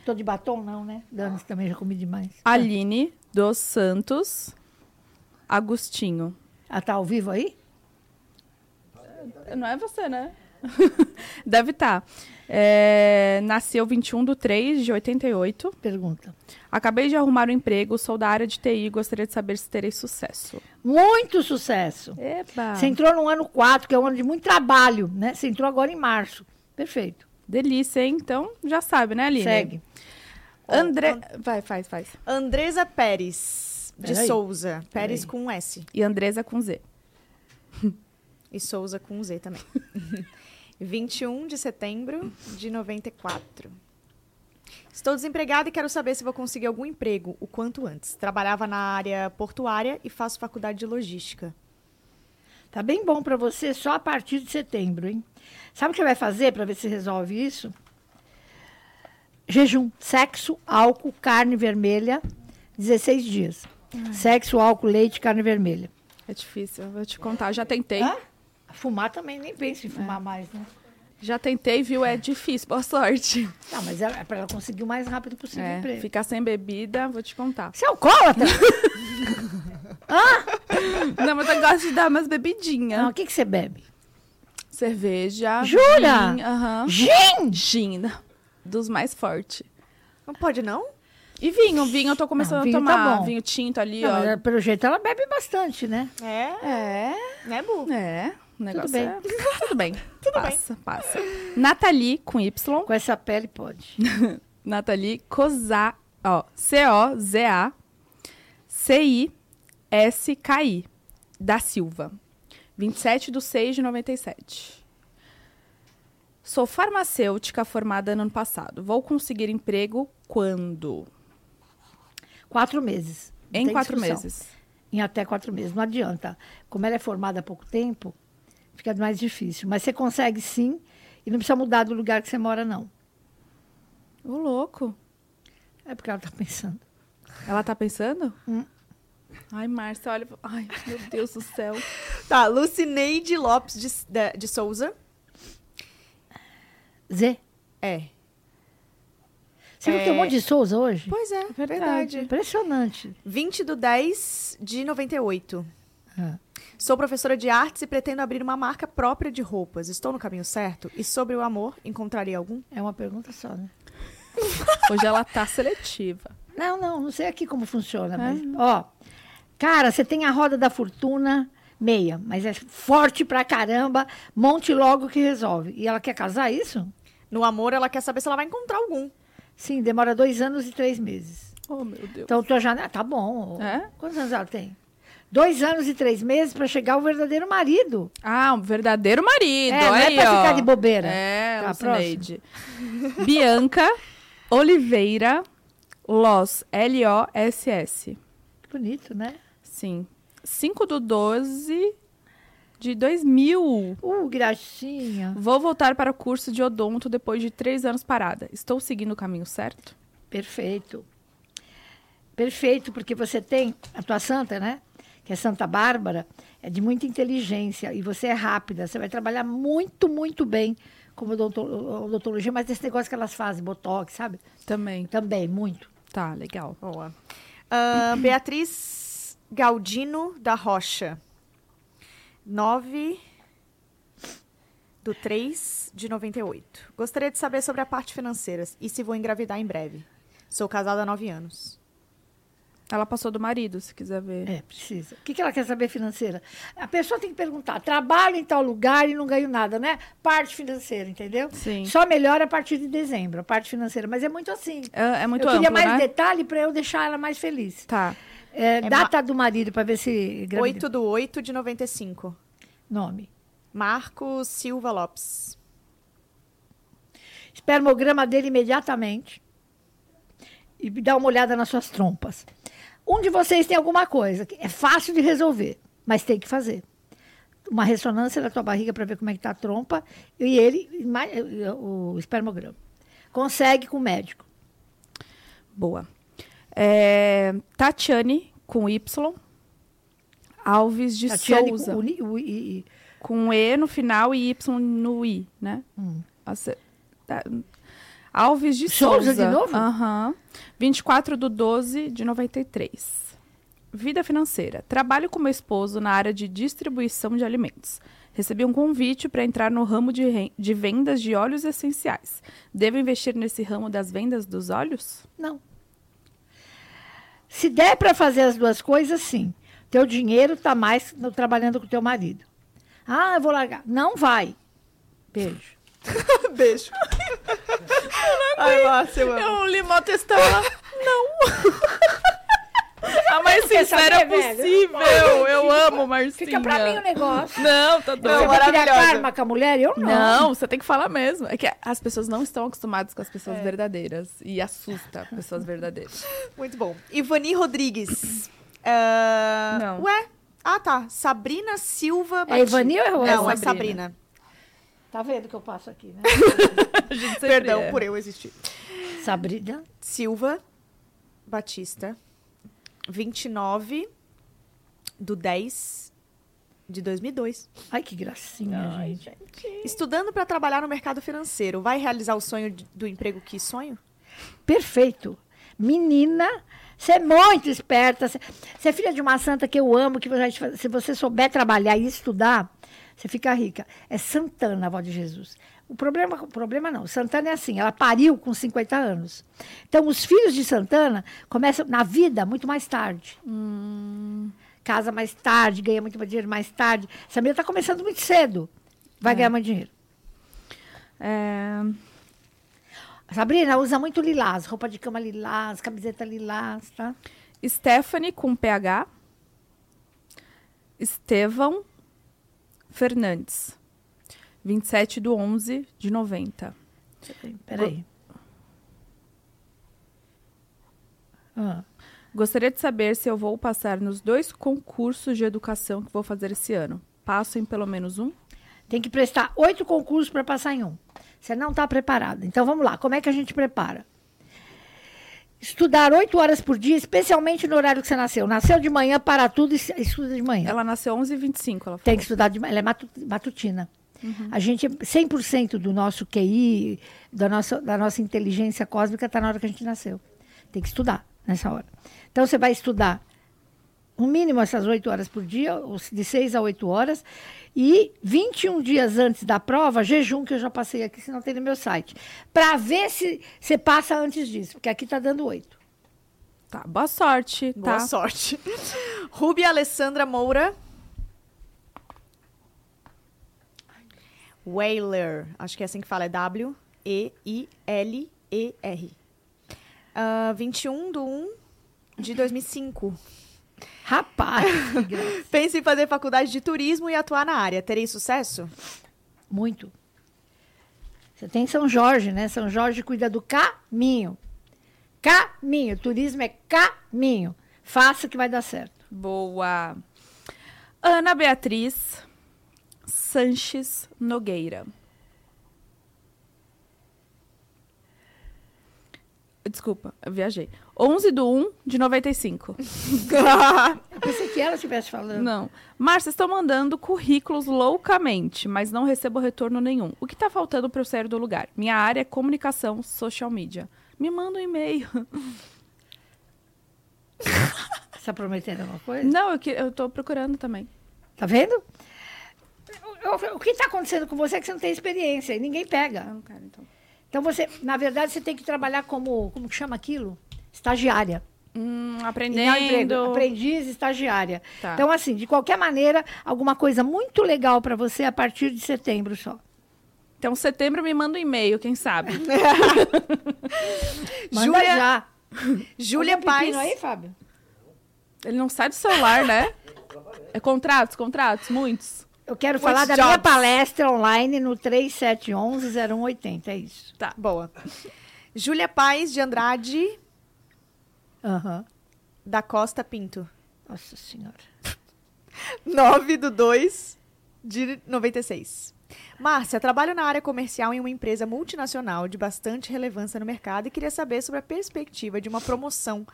[SPEAKER 3] Tô de batom, não, né? Dane-se, também já comi demais.
[SPEAKER 1] Aline dos Santos Agostinho.
[SPEAKER 3] Ela tá ao vivo aí?
[SPEAKER 1] Não é você, né? <laughs> Deve estar. nasceu 21 de 3 de 88.
[SPEAKER 3] Pergunta.
[SPEAKER 1] Acabei de arrumar um emprego, sou da área de TI e gostaria de saber se terei sucesso.
[SPEAKER 3] Muito sucesso.
[SPEAKER 1] Eba!
[SPEAKER 3] Você entrou no ano 4, que é um ano de muito trabalho, né? Você entrou agora em março. Perfeito.
[SPEAKER 1] Delícia, hein? Então, já sabe, né, Aline?
[SPEAKER 3] Segue.
[SPEAKER 1] André... Vai, faz, faz.
[SPEAKER 2] Andresa Pérez de
[SPEAKER 3] Peraí.
[SPEAKER 2] Souza. Pérez com um S.
[SPEAKER 1] E Andresa com Z.
[SPEAKER 2] E Souza com um Z também. <laughs> 21 de setembro de 94. Estou desempregada e quero saber se vou conseguir algum emprego o quanto antes. Trabalhava na área portuária e faço faculdade de logística.
[SPEAKER 3] Tá bem bom pra você só a partir de setembro, hein? Sabe o que você vai fazer pra ver se resolve isso? Jejum, sexo, álcool, carne vermelha, 16 dias. Sexo, álcool, leite, carne vermelha.
[SPEAKER 1] É difícil, eu vou te contar. Já tentei.
[SPEAKER 3] Hã? Fumar também, nem penso em fumar mais, né?
[SPEAKER 1] Já tentei, viu? É difícil. Boa sorte.
[SPEAKER 3] Tá, mas é pra ela conseguir o mais rápido possível o
[SPEAKER 1] É,
[SPEAKER 3] emprego.
[SPEAKER 1] ficar sem bebida, vou te contar.
[SPEAKER 3] Você é alcoólatra?
[SPEAKER 1] <laughs> Não, mas eu gosto de dar umas bebidinhas.
[SPEAKER 3] Não, o que, que você bebe?
[SPEAKER 1] Cerveja.
[SPEAKER 3] Jura?
[SPEAKER 1] Gin. aham. Hum.
[SPEAKER 3] Gin!
[SPEAKER 1] Gin. Dos mais fortes.
[SPEAKER 2] Não pode, não?
[SPEAKER 1] E vinho, Ah, vinho eu tô começando
[SPEAKER 3] Não, vinho
[SPEAKER 1] a tomar.
[SPEAKER 3] tá bom.
[SPEAKER 1] Vinho tinto ali,
[SPEAKER 3] Não,
[SPEAKER 1] ó.
[SPEAKER 3] mas ela- pelo jeito ela bebe bastante, né?
[SPEAKER 2] É,
[SPEAKER 1] É,
[SPEAKER 2] né, Bu?
[SPEAKER 1] é. O negócio
[SPEAKER 3] bem.
[SPEAKER 1] é- Tudo bem. <laughs> Tudo passa, bem. Passa, Nathalie, com Y.
[SPEAKER 3] Com essa pele pode.
[SPEAKER 1] Nathalie Coza, ó, C-O-Z-A C-I-S-K-I da Silva. 27 de 6 de 97. Sou farmacêutica formada no ano passado. Vou conseguir emprego quando?
[SPEAKER 3] Quatro meses. Não
[SPEAKER 1] Em
[SPEAKER 3] tem
[SPEAKER 1] quatro
[SPEAKER 3] discussão.
[SPEAKER 1] meses.
[SPEAKER 3] Em até quatro meses. Não adianta. Como ela é formada há pouco tempo, fica mais difícil. Mas você consegue sim e não precisa mudar do lugar que você mora, não.
[SPEAKER 1] Ô, louco.
[SPEAKER 3] É porque ela tá pensando.
[SPEAKER 1] Ela tá pensando?
[SPEAKER 3] Hum.
[SPEAKER 1] Ai, Márcia, olha. Ai, meu Deus do céu.
[SPEAKER 2] Tá, Lucineide Lopes de, da- de Souza.
[SPEAKER 3] Zé,
[SPEAKER 2] É.
[SPEAKER 3] você não tem um
[SPEAKER 1] É.
[SPEAKER 3] monte de Souza hoje?
[SPEAKER 2] Pois é, verdade.
[SPEAKER 3] Impressionante.
[SPEAKER 2] 20 do 10 de 98.
[SPEAKER 3] Ah.
[SPEAKER 2] Sou professora de artes e pretendo abrir uma marca própria de roupas. Estou no caminho certo? E sobre o amor, encontrarei algum?
[SPEAKER 3] É uma pergunta só, né?
[SPEAKER 1] Hoje ela tá seletiva.
[SPEAKER 3] Não, não, não sei aqui como
[SPEAKER 1] É.
[SPEAKER 3] funciona, mas. Ó, cara, você tem a roda da fortuna meia, mas é forte pra caramba, monte logo que resolve. E ela quer casar é isso?
[SPEAKER 2] No amor, ela quer saber se ela vai encontrar algum.
[SPEAKER 3] Sim, demora dois anos e três meses.
[SPEAKER 1] Oh, meu Deus.
[SPEAKER 3] Então tua janela. Tá bom.
[SPEAKER 1] É?
[SPEAKER 3] Quantos anos ela tem? Dois anos e três meses pra chegar o verdadeiro marido.
[SPEAKER 1] Ah, um verdadeiro marido.
[SPEAKER 3] É, não é
[SPEAKER 1] aí,
[SPEAKER 3] pra
[SPEAKER 1] ó.
[SPEAKER 3] ficar de bobeira.
[SPEAKER 1] É,
[SPEAKER 3] Tá,
[SPEAKER 1] Lucineide. Bianca Oliveira Loss, L-O-S-S.
[SPEAKER 3] Que bonito, né?
[SPEAKER 1] Sim. 5 do 12 de 2000.
[SPEAKER 3] Uh, gracinha.
[SPEAKER 1] Vou voltar para o curso de odonto depois de três anos parada. Estou seguindo o caminho certo?
[SPEAKER 3] Perfeito. Perfeito, porque você tem a tua santa, né? Que é Santa Bárbara, é de muita inteligência e você é rápida. Você vai trabalhar muito, muito bem como odonto- odontologia, mas esse negócio que elas fazem, botox, sabe?
[SPEAKER 1] Também.
[SPEAKER 3] Também, muito.
[SPEAKER 1] Tá, legal.
[SPEAKER 2] Boa. Ah, <clears throat> Beatriz Galdino da Rocha. 9 do 3 de 98. Gostaria de saber sobre a parte financeira e se vou engravidar em breve. Sou casada há 9 anos.
[SPEAKER 1] Ela passou do marido, se quiser ver.
[SPEAKER 3] É, precisa. O que, que ela quer saber financeira? A pessoa tem que perguntar: trabalho em tal lugar e não ganho nada, né? Parte financeira, entendeu?
[SPEAKER 1] Sim.
[SPEAKER 3] Só melhora a partir de dezembro, a parte financeira. Mas é muito assim.
[SPEAKER 1] É, é muito
[SPEAKER 3] eu queria
[SPEAKER 1] amplo,
[SPEAKER 3] mais
[SPEAKER 1] né?
[SPEAKER 3] detalhe para eu deixar ela mais feliz.
[SPEAKER 1] Tá.
[SPEAKER 3] É,
[SPEAKER 2] ma-
[SPEAKER 3] data do marido para ver se gravida.
[SPEAKER 2] 8 do 8 de 95.
[SPEAKER 3] Nome.
[SPEAKER 2] Marcos Silva Lopes.
[SPEAKER 3] Espermograma dele imediatamente e dá uma olhada nas suas trompas. Um de vocês tem alguma coisa que é fácil de resolver, mas tem que fazer. uma ressonância da tua barriga para ver como é que tá a trompa, e ele, ma- o espermograma. Consegue com o médico.
[SPEAKER 1] Boa. É, Tatiane, com Y. Alves de
[SPEAKER 3] Tatiane,
[SPEAKER 1] Souza,
[SPEAKER 3] o ni- o i- i-
[SPEAKER 1] com E no final e Y no I, né?
[SPEAKER 3] Hum.
[SPEAKER 1] Ace- tá- Alves de Souza.
[SPEAKER 3] Souza de novo?
[SPEAKER 1] Aham. 24 de 12 de 93. Vida financeira. Trabalho com meu esposo na área de distribuição de alimentos. Recebi um convite para entrar no ramo de, ren- de vendas de óleos essenciais. Devo investir nesse ramo das vendas dos óleos?
[SPEAKER 3] Não. Se der para fazer as duas coisas, sim. Teu dinheiro está mais no- trabalhando com teu marido. Ah, eu vou largar. Não vai. Beijo.
[SPEAKER 2] Beijo. <laughs> Ai, Márcia, eu amo.
[SPEAKER 1] Eu li mó textão lá. Não. <laughs> A mais
[SPEAKER 3] quer
[SPEAKER 1] sincera
[SPEAKER 3] saber, velho?
[SPEAKER 1] possível. Eu amo, Marcinha.
[SPEAKER 3] Fica para mim né? o negócio.
[SPEAKER 1] é. <laughs> Não, tá
[SPEAKER 3] Você
[SPEAKER 1] doido.
[SPEAKER 3] vai criar
[SPEAKER 2] maravilhosa.
[SPEAKER 3] karma com a mulher? Eu não.
[SPEAKER 1] Não, você tem que falar mesmo. É que as pessoas não estão acostumadas com as pessoas verdadeiras. E assusta pessoas verdadeiras.
[SPEAKER 2] Muito bom. Ivani Rodrigues. Ah,
[SPEAKER 1] Não.
[SPEAKER 2] Ué? Ah, tá. Sabrina Silva
[SPEAKER 3] É Ivani ou é Rosa?
[SPEAKER 2] Não, é
[SPEAKER 1] Sabrina.
[SPEAKER 2] Sabrina.
[SPEAKER 3] Tá vendo que eu passo aqui, né?
[SPEAKER 1] A gente sempre
[SPEAKER 2] Perdão
[SPEAKER 3] é.
[SPEAKER 1] erra.
[SPEAKER 2] por eu existir.
[SPEAKER 3] Sabrina.
[SPEAKER 2] Silva Batista, 29 do 10 de 2002.
[SPEAKER 3] Ai, que gracinha, gente.
[SPEAKER 2] Estudando para trabalhar no mercado financeiro, vai realizar o sonho de- do emprego que sonho?
[SPEAKER 3] Perfeito. Menina, você é muito esperta. Você você é filha de uma santa que eu amo, que vai te fazer- se você souber trabalhar e estudar, você fica rica. É Santana, a avó de Jesus. O problema, o problema não. Santana é assim, ela pariu com 50 anos. Então, os filhos de Santana começam na vida muito mais tarde. Casa mais tarde, ganha muito mais dinheiro mais tarde. Essa menina está começando muito cedo. Vai ganhar muito dinheiro.
[SPEAKER 1] É,
[SPEAKER 3] Sabrina usa muito lilás, roupa de cama lilás, camiseta lilás, tá?
[SPEAKER 1] Stephanie com PH. Estevão Fernandes. 27 do 11 de 90.
[SPEAKER 3] Peraí. Ah,
[SPEAKER 1] Gostaria de saber se eu vou passar nos dois concursos de educação que vou fazer esse ano. Passo em pelo menos um?
[SPEAKER 3] tem que prestar oito concursos para passar em um. Você não está preparado. Então vamos lá. Como é que a gente prepara? Estudar oito horas por dia, especialmente no horário que você nasceu. Nasceu de manhã, para tudo e se- estuda de manhã.
[SPEAKER 1] Ela nasceu 11h25, ela
[SPEAKER 3] Tem
[SPEAKER 1] falou.
[SPEAKER 3] que estudar de manhã. Ela é matu- matutina. A gente, 100% do nosso QI, da nossa, da nossa inteligência cósmica, está na hora que a gente nasceu. Tem que estudar nessa hora. Então, você vai estudar no mínimo essas 8 horas por dia, ou se- de 6 a 8 horas, e 21 dias antes da prova, jejum, que eu já passei aqui, se não tem no meu site, para ver se você passa antes disso, porque aqui está dando 8.
[SPEAKER 1] Tá, boa sorte,
[SPEAKER 2] Boa
[SPEAKER 1] tá?
[SPEAKER 2] sorte. <laughs> Rubi Alessandra Moura. Whaler. Acho que é assim que fala. É W-E-I-L-E-R. Ah, 21 de 1 de 2005.
[SPEAKER 3] Rapaz, que gra-
[SPEAKER 2] Pense em fazer faculdade de turismo e atuar na área. Terei sucesso?
[SPEAKER 3] muito. Você tem São Jorge, né? São Jorge cuida do caminho. Caminho. Turismo é caminho. Faça que vai dar certo.
[SPEAKER 1] Boa. Ana Beatriz Sanches Nogueira. Desculpa, eu viajei. 11 do 1 de 95.
[SPEAKER 3] Eu pensei que ela estivesse falando.
[SPEAKER 1] Não. Márcia, estão mandando currículos loucamente, mas não recebo retorno nenhum. O que tá faltando para eu sair do lugar? Minha área é comunicação, social media. Me manda um <laughs> e-mail.
[SPEAKER 3] Você está tá prometendo alguma coisa?
[SPEAKER 1] Não, eu, que, eu tô procurando também.
[SPEAKER 3] Tá vendo? O- o- O que está acontecendo com você é que você não tem experiência e ninguém pega.
[SPEAKER 1] Eu não quero, então.
[SPEAKER 3] Então você, na verdade, você tem que trabalhar como, como que chama aquilo? Estagiária.
[SPEAKER 1] Hum,
[SPEAKER 3] E
[SPEAKER 1] aprendendo.
[SPEAKER 3] não emprego, aprendiz, estagiária.
[SPEAKER 1] Tá.
[SPEAKER 3] Então assim, de qualquer maneira, alguma coisa muito legal para você é a partir de setembro só.
[SPEAKER 1] Então, setembro me manda um e-mail, quem sabe?
[SPEAKER 3] Manda
[SPEAKER 2] Júlia-
[SPEAKER 3] já.
[SPEAKER 2] Júlia
[SPEAKER 3] Tem um pepino
[SPEAKER 2] Paz.
[SPEAKER 3] aí, Fábio?
[SPEAKER 1] Ele não sai do celular, né? É contratos, contratos, muitos.
[SPEAKER 3] Eu quero
[SPEAKER 2] Muitos
[SPEAKER 3] falar da minha
[SPEAKER 2] jobs.
[SPEAKER 3] palestra online no 3711-0180, é isso.
[SPEAKER 2] Tá. Boa. Júlia Paz de Andrade
[SPEAKER 3] Aham.
[SPEAKER 2] da Costa Pinto.
[SPEAKER 3] Nossa Senhora.
[SPEAKER 2] 9 do 2 de 96. Márcia, trabalho na área comercial em uma empresa multinacional de bastante relevância no mercado e queria saber sobre a perspectiva de uma promoção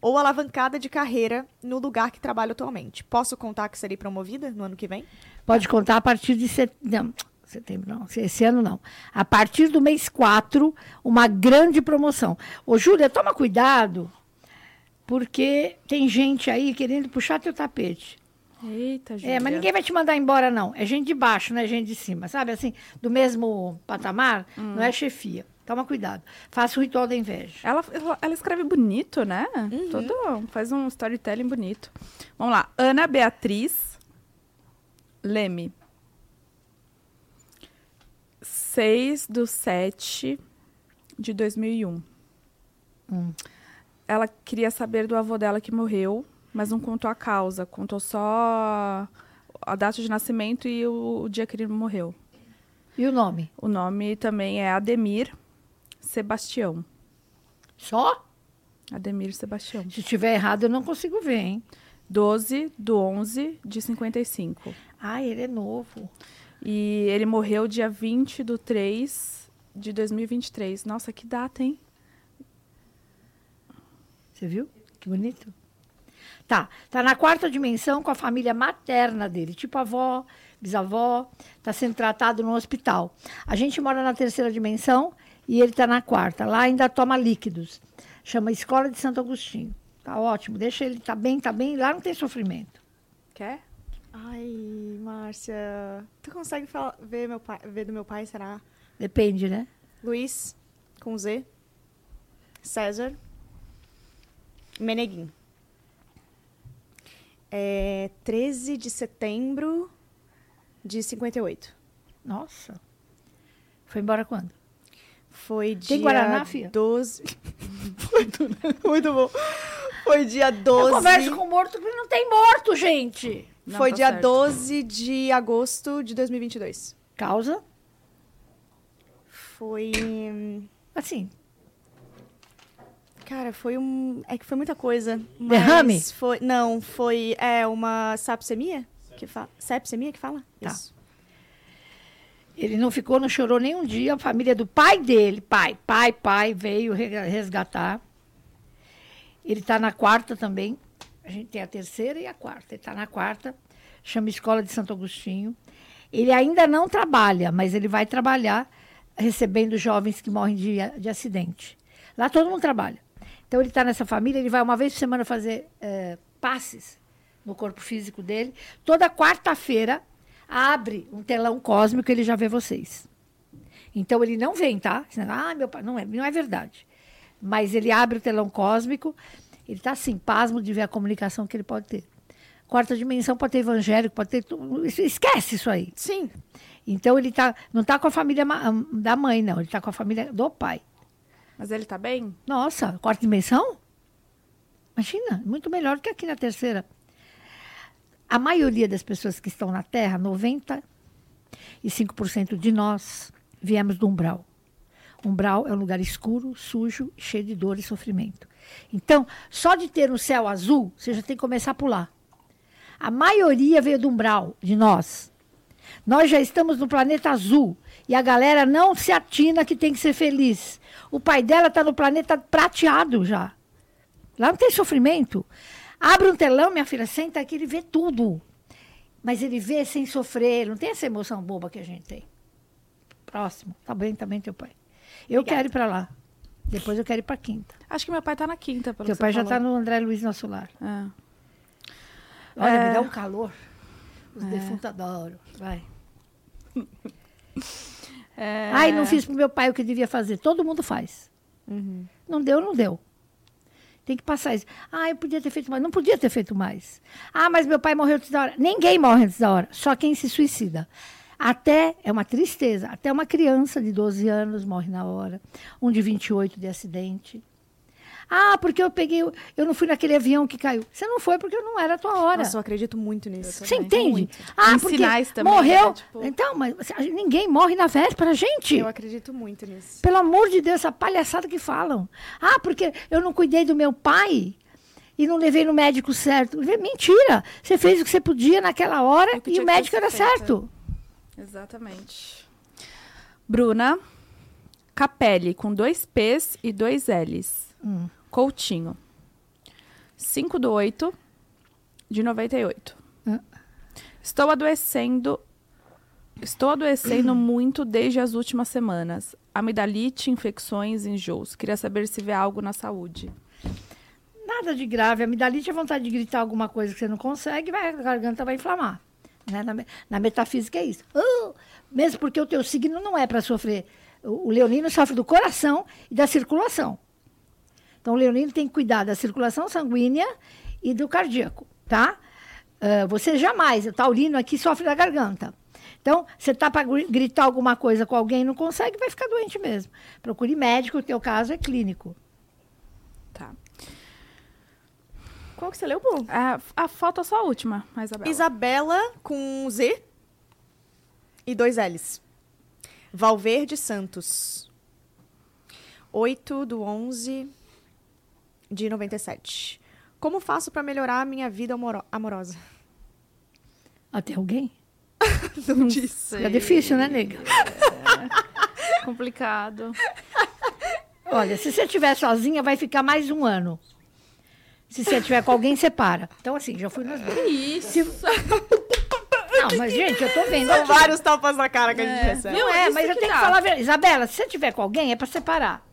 [SPEAKER 2] ou alavancada de carreira no lugar que trabalho atualmente. Posso contar que serei promovida no ano que vem?
[SPEAKER 3] Pode contar a partir de setembro. Não, setembro não, esse ano não. A partir do mês 4, uma grande promoção. Ô, Júlia, toma cuidado, porque tem gente aí querendo puxar teu tapete.
[SPEAKER 1] Eita, gente.
[SPEAKER 3] É, mas ninguém vai te mandar embora, não. É gente de baixo, não é gente de cima, sabe? Assim, do mesmo patamar, não é chefia. Toma cuidado. Faça o ritual da inveja.
[SPEAKER 1] Ela, ela escreve bonito, né?
[SPEAKER 3] Uhum.
[SPEAKER 1] Todo, faz um storytelling bonito. Vamos lá. Ana Beatriz Leme. 6 do 7 de 2001.
[SPEAKER 3] Hum.
[SPEAKER 1] Ela queria saber do avô dela que morreu, mas não contou a causa. Contou só a data de nascimento e o, o dia que ele morreu.
[SPEAKER 3] E o nome?
[SPEAKER 1] O nome também é Ademir Sebastião.
[SPEAKER 3] Só?
[SPEAKER 1] Ademir Sebastião.
[SPEAKER 3] Se tiver errado, eu não consigo ver, hein?
[SPEAKER 1] 12 do 11 de 55.
[SPEAKER 3] Ah, ele é novo.
[SPEAKER 1] E ele morreu dia 20 do 3 de 2023. Nossa, que data, hein?
[SPEAKER 3] Você viu? Que bonito. Tá, tá na quarta dimensão com a família materna dele, tipo avó, bisavó, tá sendo tratado no hospital. A gente mora na terceira dimensão e ele tá na quarta. Lá ainda toma líquidos. Chama Escola de Santo Agostinho. Tá ótimo, deixa ele, tá bem, tá bem, lá não tem sofrimento.
[SPEAKER 1] Quer?
[SPEAKER 2] Ai, Márcia, tu consegue fala- ver, meu pai, ver do meu pai, será?
[SPEAKER 3] Depende, né?
[SPEAKER 2] Luiz, com Z, César, Meneguin. É 13 de setembro de 58.
[SPEAKER 3] Nossa. Foi embora quando?
[SPEAKER 2] Foi dia
[SPEAKER 3] Tem Guaraná, fia?
[SPEAKER 2] 12. <laughs> Foi do- Muito bom. Foi dia 12.
[SPEAKER 3] Eu converso com morto que não tem morto, gente.
[SPEAKER 1] Não,
[SPEAKER 2] Foi
[SPEAKER 1] tá
[SPEAKER 2] dia
[SPEAKER 1] certo.
[SPEAKER 2] 12 de agosto de 2022.
[SPEAKER 3] Causa?
[SPEAKER 2] Foi. hum,
[SPEAKER 3] Assim,
[SPEAKER 2] Cara, foi um. É que foi muita coisa. mas
[SPEAKER 3] Derrame?
[SPEAKER 2] Foi... Não, foi. É uma sapsemia? Que fala... Sepsemia que fala?
[SPEAKER 3] Tá.
[SPEAKER 2] Isso.
[SPEAKER 3] Ele não ficou, não chorou nem um dia. A família do pai dele, pai, pai, pai, veio re- resgatar. Ele está na quarta também. A gente tem a terceira e a quarta. Ele está na quarta, chama Escola de Santo Agostinho. Ele ainda não trabalha, mas ele vai trabalhar recebendo jovens que morrem de, a- de acidente. Lá todo mundo trabalha. Então ele está nessa família, ele vai uma vez por semana fazer eh, passes no corpo físico dele. Toda quarta-feira abre um telão cósmico e ele já vê vocês. Então ele não vem, tá? Esse negócio, Ah, meu pai, não é, não é verdade. Mas ele abre o telão cósmico, ele está assim, pasmo de ver a comunicação que ele pode ter. Quarta dimensão pode ter evangélico, pode ter. tudo. Isso- Esquece isso aí.
[SPEAKER 2] Sim.
[SPEAKER 3] Então ele tá, não está com a família ma- hum, da mãe, não. Ele está com a família do pai.
[SPEAKER 1] Mas ele tá bem?
[SPEAKER 3] Nossa, quarta dimensão? Imagina, muito melhor que aqui na terceira. A maioria das pessoas que estão na Terra, 95% de nós, viemos do umbral. Umbral é um lugar escuro, sujo, cheio de dor e sofrimento. Então, só de ter um céu azul, você já tem que começar a pular. A maioria veio do umbral, de nós. Nós já estamos no planeta azul e a galera não se atina que tem que ser feliz. O pai dela está no planeta prateado já. Lá não tem sofrimento. Abre um telão, minha filha, senta aqui, ele vê tudo. Mas ele vê sem sofrer, não tem essa emoção boba que a gente tem. Próximo. Tá bem também, teu pai. Eu quero ir para lá. Depois eu quero ir para quinta.
[SPEAKER 1] Acho que meu pai tá na quinta, pelo
[SPEAKER 3] teu
[SPEAKER 1] que
[SPEAKER 3] pai
[SPEAKER 1] você
[SPEAKER 3] já tá está
[SPEAKER 1] falou.
[SPEAKER 3] no André Luiz nosso lar.
[SPEAKER 1] É.
[SPEAKER 3] Olha, me dá um calor. Os defuntos adoram. Vai. Ai, não fiz pro meu pai o que devia fazer. Todo mundo faz. Não deu, não deu. Tem que passar isso. Ah, eu podia ter feito mais. Não podia ter feito mais. Ah, mas meu pai morreu antes da hora. Ninguém morre antes da hora. Só quem se suicida. Até, é uma tristeza, até uma criança de 12 anos morre na hora. Um de 28 de acidente. Ah, porque eu peguei, o- eu não fui naquele avião que caiu. Você não foi porque não era a tua hora.
[SPEAKER 2] Nossa, eu acredito muito nisso.
[SPEAKER 3] Você entende? Ah,
[SPEAKER 1] Tem
[SPEAKER 3] porque
[SPEAKER 1] sinais também,
[SPEAKER 3] morreu.
[SPEAKER 1] né? Tipo-
[SPEAKER 3] Então, mas assim, a gente- ninguém morre na véspera, gente.
[SPEAKER 2] Eu acredito muito nisso.
[SPEAKER 3] Pelo amor de Deus, essa palhaçada que falam. Ah, porque eu não cuidei do meu pai. e não levei no médico certo. Mentira! Você fez o que você podia naquela hora
[SPEAKER 1] É o que
[SPEAKER 3] e
[SPEAKER 1] tinha
[SPEAKER 3] o
[SPEAKER 1] que
[SPEAKER 3] médico
[SPEAKER 1] ser
[SPEAKER 3] era
[SPEAKER 1] feito.
[SPEAKER 3] certo.
[SPEAKER 1] Exatamente. Bruna Capelli, com dois P's e dois L's. Coutinho. 5 do 8 de 98.
[SPEAKER 3] Ah.
[SPEAKER 1] Estou adoecendo. Estou <clears throat> adoecendo muito desde as últimas semanas. Amidalite, infecções, enjoos. Queria saber se vê algo na saúde.
[SPEAKER 3] Nada de grave. A amidalite é vontade de gritar alguma coisa que você não consegue, vai, a garganta vai inflamar. né? Na, me- na metafísica é isso. Ah! mesmo porque o teu signo não é para sofrer. O, o leonino sofre do coração e da circulação. Então, o leonino tem que cuidar da circulação sanguínea e do cardíaco, tá? Ah, você jamais, o taurino aqui sofre da garganta. Então, você tá para gritar alguma coisa com alguém e não consegue, vai ficar doente mesmo. Procure médico, o teu caso é clínico.
[SPEAKER 1] Tá.
[SPEAKER 2] Qual que você leu, Bu?
[SPEAKER 1] Ah, f- ah, falta só a última, a Isabela. <laughs>
[SPEAKER 2] Isabela com um Z e dois L's. Valverde Santos. 8 do 11 de 97. Como faço pra melhorar a minha vida amoro- amorosa?
[SPEAKER 3] Até alguém?
[SPEAKER 2] Não disse.
[SPEAKER 3] É difícil, né, nega?
[SPEAKER 1] Complicado.
[SPEAKER 3] Olha, se você estiver sozinha, vai ficar mais um ano. Se você estiver com alguém, você para. Então, assim, já fui nas duas.
[SPEAKER 1] Isso. <laughs>
[SPEAKER 3] Não, mas, gente, eu tô vendo.
[SPEAKER 2] São
[SPEAKER 3] aqui.
[SPEAKER 2] vários tapas na cara que a gente recebe.
[SPEAKER 3] Não é,
[SPEAKER 1] isso
[SPEAKER 3] mas eu
[SPEAKER 1] que
[SPEAKER 3] tenho
[SPEAKER 1] dá.
[SPEAKER 3] que falar a verdade. Isabela, se você estiver com alguém, é para separar.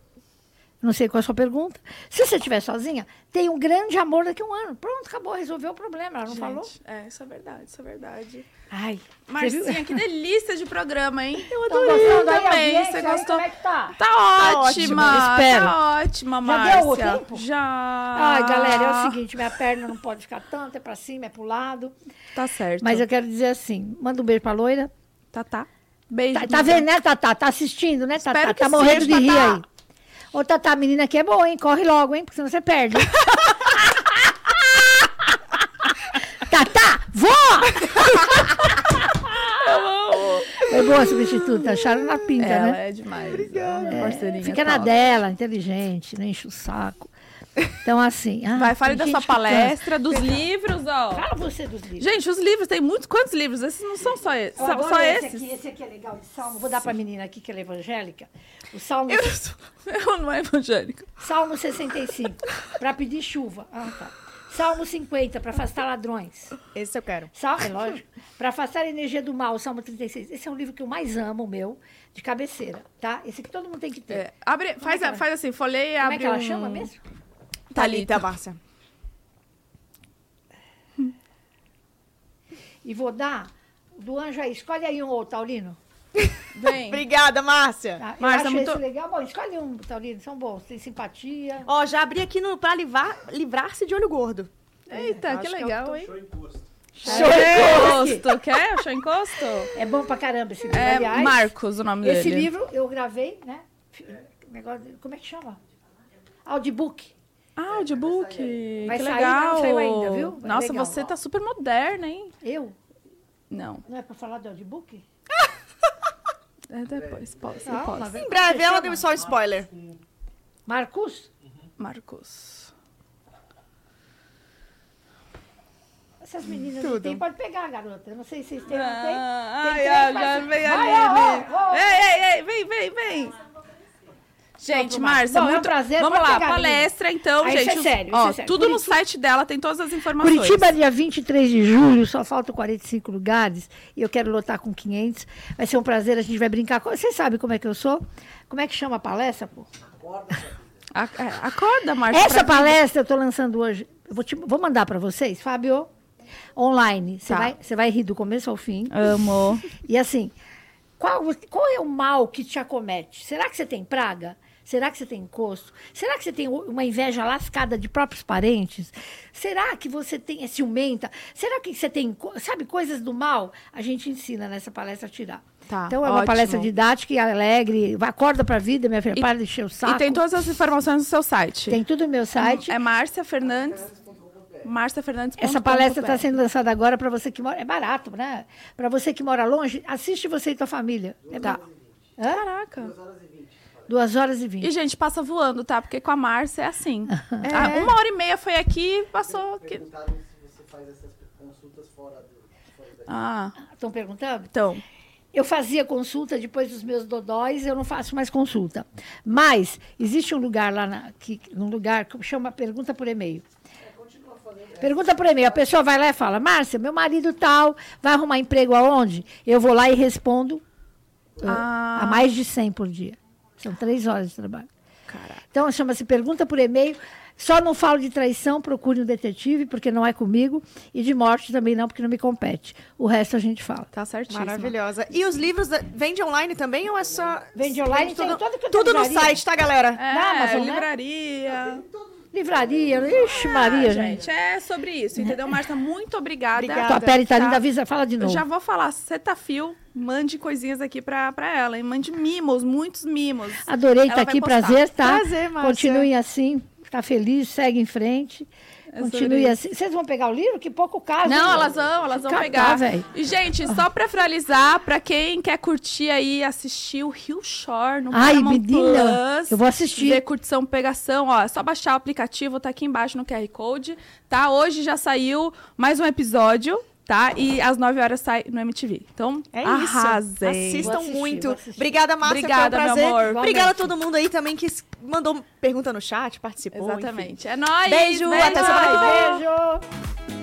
[SPEAKER 3] Não sei qual é a sua pergunta. Se você estiver sozinha, tem um grande amor daqui a um ano. Pronto, acabou, resolveu o problema. Ela não
[SPEAKER 1] Gente,
[SPEAKER 3] falou?
[SPEAKER 1] É, isso é verdade, isso é verdade.
[SPEAKER 3] Ai, você viu? <laughs>
[SPEAKER 1] Marcinha, que delícia de programa, hein? Eu
[SPEAKER 3] Tão gostando aí,
[SPEAKER 1] também,
[SPEAKER 3] audiência?
[SPEAKER 1] você
[SPEAKER 3] Aí,
[SPEAKER 1] gostou?
[SPEAKER 3] Como é que tá?
[SPEAKER 1] Tá
[SPEAKER 2] ótimo,
[SPEAKER 1] ótima,
[SPEAKER 3] espero.
[SPEAKER 1] tá ótima,
[SPEAKER 3] Já deu o
[SPEAKER 1] Márcia.
[SPEAKER 3] tempo?
[SPEAKER 1] Já.
[SPEAKER 3] Ai, galera, é o seguinte, minha perna não pode ficar tanto, é para cima, é pro lado.
[SPEAKER 1] Tá certo.
[SPEAKER 3] Mas eu quero dizer assim, manda um beijo pra loira.
[SPEAKER 1] Tá, tá. Beijo.
[SPEAKER 3] Tá, tá vendo, né, Tatá? Tá assistindo, né, Tatá?
[SPEAKER 1] Espero que
[SPEAKER 3] Tá morrendo de
[SPEAKER 1] seja,
[SPEAKER 3] rir
[SPEAKER 1] Tatá.
[SPEAKER 3] aí. Ô, Tatá, a menina aqui é boa, hein? Corre logo, hein? Porque senão
[SPEAKER 1] <laughs>
[SPEAKER 3] você perde. Tatá, vó! É boa a substituta, acharam na pinta,
[SPEAKER 1] Ela
[SPEAKER 3] né?
[SPEAKER 1] é demais. Obrigada. parceirinha.
[SPEAKER 3] Fica na
[SPEAKER 1] top.
[SPEAKER 3] dela, inteligente, não enche o saco. Então, assim... ah,
[SPEAKER 1] Vai, fale
[SPEAKER 3] tem
[SPEAKER 1] da
[SPEAKER 3] gente
[SPEAKER 1] sua
[SPEAKER 3] que
[SPEAKER 1] palestra, dos livros, ó.
[SPEAKER 3] cansa. Fala você dos livros.
[SPEAKER 1] Gente, os livros, tem muitos. Quantos livros? Esses não são só, esses.
[SPEAKER 3] Eu
[SPEAKER 1] são
[SPEAKER 3] adoro
[SPEAKER 1] só
[SPEAKER 3] esse
[SPEAKER 1] esses.
[SPEAKER 3] Aqui, esse aqui é legal, de Salmo. Vou dar pra menina aqui, que ela é evangélica. O Salmo,
[SPEAKER 1] Eu, não sou- <laughs> eu não é evangélico.
[SPEAKER 3] Salmo 65, pra pedir chuva. Ah, tá. Salmo 50, pra afastar ladrões.
[SPEAKER 2] Esse eu quero.
[SPEAKER 3] Salmo, é lógico. Pra afastar a energia do mal, Salmo 36. Esse é um livro que eu mais amo, meu, de cabeceira, tá? Esse aqui todo mundo tem que ter.
[SPEAKER 1] É, abre, faz,
[SPEAKER 3] ela-
[SPEAKER 1] faz assim, folheia e
[SPEAKER 3] Como
[SPEAKER 1] abre
[SPEAKER 3] é que ela
[SPEAKER 1] um...
[SPEAKER 3] chama mesmo?
[SPEAKER 1] Thalita.
[SPEAKER 2] Thalita, Márcia.
[SPEAKER 3] E vou dar do anjo aí. Escolhe aí um, ô, Taurino.
[SPEAKER 1] Vem.
[SPEAKER 2] Obrigada, Márcia.
[SPEAKER 3] Tá? Eu
[SPEAKER 1] Marcia,
[SPEAKER 3] acho
[SPEAKER 1] muito-
[SPEAKER 3] esse legal. Bom, escolhe um, Taurino. São bons, tem simpatia.
[SPEAKER 2] Ó, já abri aqui no, pra livrar- livrar-se de olho gordo.
[SPEAKER 1] Eita,
[SPEAKER 2] acho que
[SPEAKER 1] que
[SPEAKER 2] é o
[SPEAKER 1] legal, hein?
[SPEAKER 3] Show
[SPEAKER 1] Encosto, quer? Show encosto?
[SPEAKER 3] É bom pra caramba esse livro,
[SPEAKER 1] É
[SPEAKER 3] aliás.
[SPEAKER 1] Marcos o nome dele.
[SPEAKER 3] Esse livro eu gravei, né? Fi- negócio- como é que chama? Audiobook.
[SPEAKER 1] Ah, audiobook.
[SPEAKER 3] Vai
[SPEAKER 1] que
[SPEAKER 3] sair,
[SPEAKER 1] legal.
[SPEAKER 3] mas não saiu ainda, viu? Vai
[SPEAKER 1] Nossa,
[SPEAKER 3] legal.
[SPEAKER 1] você tá super moderna, hein?
[SPEAKER 3] Eu?
[SPEAKER 1] Não,
[SPEAKER 3] Não é pra falar do audiobook?
[SPEAKER 1] é depois. Posso,
[SPEAKER 3] Não,
[SPEAKER 1] posso.
[SPEAKER 3] mas-
[SPEAKER 2] Em breve,
[SPEAKER 3] Você
[SPEAKER 2] ela
[SPEAKER 3] chama?
[SPEAKER 2] deu só spoiler.
[SPEAKER 3] Marcos,
[SPEAKER 1] Marcos.
[SPEAKER 3] essas meninas
[SPEAKER 2] Tudo.
[SPEAKER 3] não têm, pode pegar, garota. Eu não sei se vocês têm ou não têm.
[SPEAKER 1] Ah,
[SPEAKER 3] Tem
[SPEAKER 1] ai,
[SPEAKER 3] que
[SPEAKER 1] ó,
[SPEAKER 3] levar,
[SPEAKER 1] já
[SPEAKER 3] sim.
[SPEAKER 1] veio
[SPEAKER 3] Vai,
[SPEAKER 1] ali.
[SPEAKER 3] ó, ó, ó.
[SPEAKER 1] Ei, ei, ei, vem, vem, vem. Gente,
[SPEAKER 3] Pronto,
[SPEAKER 1] Márcia,
[SPEAKER 3] Márcia. Bom, é um
[SPEAKER 1] muito...
[SPEAKER 3] prazer,
[SPEAKER 1] vamos
[SPEAKER 3] pode
[SPEAKER 1] lá,
[SPEAKER 3] pegar,
[SPEAKER 1] palestra, então,
[SPEAKER 3] Aí, isso
[SPEAKER 1] gente.
[SPEAKER 3] é sério,
[SPEAKER 1] ó,
[SPEAKER 3] isso é sério.
[SPEAKER 1] tudo no site dela, tem todas as informações.
[SPEAKER 3] Curitiba, dia 23 de julho, só faltam 45 lugares e eu quero lotar com 500. Vai ser um prazer, a gente vai brincar. com- Vocês sabem como é que eu sou? Como é que chama a palestra, pô?
[SPEAKER 1] A- é, Acorda, Márcia.
[SPEAKER 3] Essa
[SPEAKER 1] pra-
[SPEAKER 3] palestra eu estou lançando hoje. Eu vou, te- vou mandar para vocês, Fábio, online. Você
[SPEAKER 1] Tá.
[SPEAKER 3] vai, você vai rir do começo ao fim.
[SPEAKER 1] Amo.
[SPEAKER 3] E assim, qual, qual é o mal que te acomete? Será que você tem praga? Será que você tem encosto? Será que você tem uma inveja lascada de próprios parentes? Será que você tem, é ciumenta? Será que você tem, enco- sabe, coisas do mal? A gente ensina nessa palestra a tirar.
[SPEAKER 1] Tá,
[SPEAKER 3] então é uma
[SPEAKER 1] ótimo.
[SPEAKER 3] palestra didática e alegre. Vai, Acorda pra vida, minha filha.
[SPEAKER 1] E-
[SPEAKER 3] para de encher o saco.
[SPEAKER 1] E tem todas as informações no seu site.
[SPEAKER 3] Tem tudo no meu site.
[SPEAKER 1] É Márcia Fernandes. Márcia Fernandes.
[SPEAKER 3] Essa palestra está sendo lançada agora para você que mora. É barato, né?
[SPEAKER 1] Tá.
[SPEAKER 3] Para você que mora longe, assiste você e tua família. É barato.
[SPEAKER 1] Caraca.
[SPEAKER 3] Duas horas e vinte.
[SPEAKER 1] E, gente, passa voando, tá? Porque com a Márcia é
[SPEAKER 3] <laughs>
[SPEAKER 1] assim. Ah, uma hora e meia foi aqui, passou. que-
[SPEAKER 9] Perguntaram se você faz essas consultas fora do. Fora da...
[SPEAKER 1] Ah,
[SPEAKER 3] Estão perguntando?
[SPEAKER 1] então.
[SPEAKER 3] Eu fazia consulta depois dos meus dodóis, eu não faço mais consulta. Mas existe um lugar lá, na, que, um lugar que chama Pergunta por E-mail. Pergunta por e-mail. A pessoa vai lá e fala: Márcia, meu marido tal, vai arrumar emprego aonde? Eu vou lá e respondo eh, a mais de 100 por dia. São três horas de trabalho. Então chama-se Pergunta por e-mail. Só não falo de traição, procure um detetive, porque não é comigo. E de morte também não, porque não me compete. O resto a gente fala.
[SPEAKER 1] Tá certíssimo.
[SPEAKER 2] Maravilhosa. E os livros da- vende online também ou é só.
[SPEAKER 3] Vende online, tem
[SPEAKER 2] tudo,
[SPEAKER 3] toda a
[SPEAKER 2] tudo no
[SPEAKER 3] livraria.
[SPEAKER 2] site, tá, galera?
[SPEAKER 1] É,
[SPEAKER 3] Na Amazon, né?
[SPEAKER 1] livraria.
[SPEAKER 3] Livraria, ixi, Maria,
[SPEAKER 1] Ah,
[SPEAKER 3] gente.
[SPEAKER 1] gente, é sobre isso, entendeu, Marta? Muito obrigada.
[SPEAKER 2] Obrigada.
[SPEAKER 3] Tua pele tá
[SPEAKER 1] Tá.
[SPEAKER 3] linda, avisa, fala de
[SPEAKER 1] Eu
[SPEAKER 3] novo.
[SPEAKER 1] já vou falar, Cetafil, mande coisinhas aqui pra, pra ela, hein? Mande mimos, muitos mimos.
[SPEAKER 3] Adorei
[SPEAKER 1] Ela
[SPEAKER 3] estar
[SPEAKER 1] vai
[SPEAKER 3] aqui,
[SPEAKER 1] postar.
[SPEAKER 3] prazer, tá?
[SPEAKER 2] Prazer, Márcia.
[SPEAKER 3] Continuem assim, tá feliz, segue em frente.
[SPEAKER 1] sobre
[SPEAKER 3] Continue
[SPEAKER 1] isso.
[SPEAKER 3] assim. Vocês vão pegar o livro? Que pouco caso.
[SPEAKER 1] Não,
[SPEAKER 3] hein?
[SPEAKER 1] elas vão, elas vão
[SPEAKER 3] Catar,
[SPEAKER 1] pegar.
[SPEAKER 3] Ah, velho.
[SPEAKER 1] E, gente, só pra finalizar, pra quem quer curtir aí, assistir o Rio Shore no
[SPEAKER 3] Ai,
[SPEAKER 1] Paramount
[SPEAKER 3] menina,
[SPEAKER 1] um Plus,
[SPEAKER 3] eu vou assistir.
[SPEAKER 1] Ver curtição, pegação, ó, é só baixar o aplicativo, tá aqui embaixo no QR Code, tá? Hoje já saiu mais um episódio, tá? E às 9 horas sai no MTV. Então,
[SPEAKER 2] É isso.
[SPEAKER 1] arrasem.
[SPEAKER 2] Assistam
[SPEAKER 3] Vou assistir,
[SPEAKER 2] muito.
[SPEAKER 3] vou assistir.
[SPEAKER 2] Obrigada, Márcia.
[SPEAKER 1] Obrigada,
[SPEAKER 2] foi um
[SPEAKER 1] meu
[SPEAKER 2] prazer.
[SPEAKER 1] amor.
[SPEAKER 2] Obrigada a
[SPEAKER 3] Igualmente.
[SPEAKER 2] todo mundo aí também que s- mandou pergunta no chat, participou. enfim.
[SPEAKER 1] Exatamente. É nóis!
[SPEAKER 2] Beijo, até semana que vem.
[SPEAKER 3] Beijo!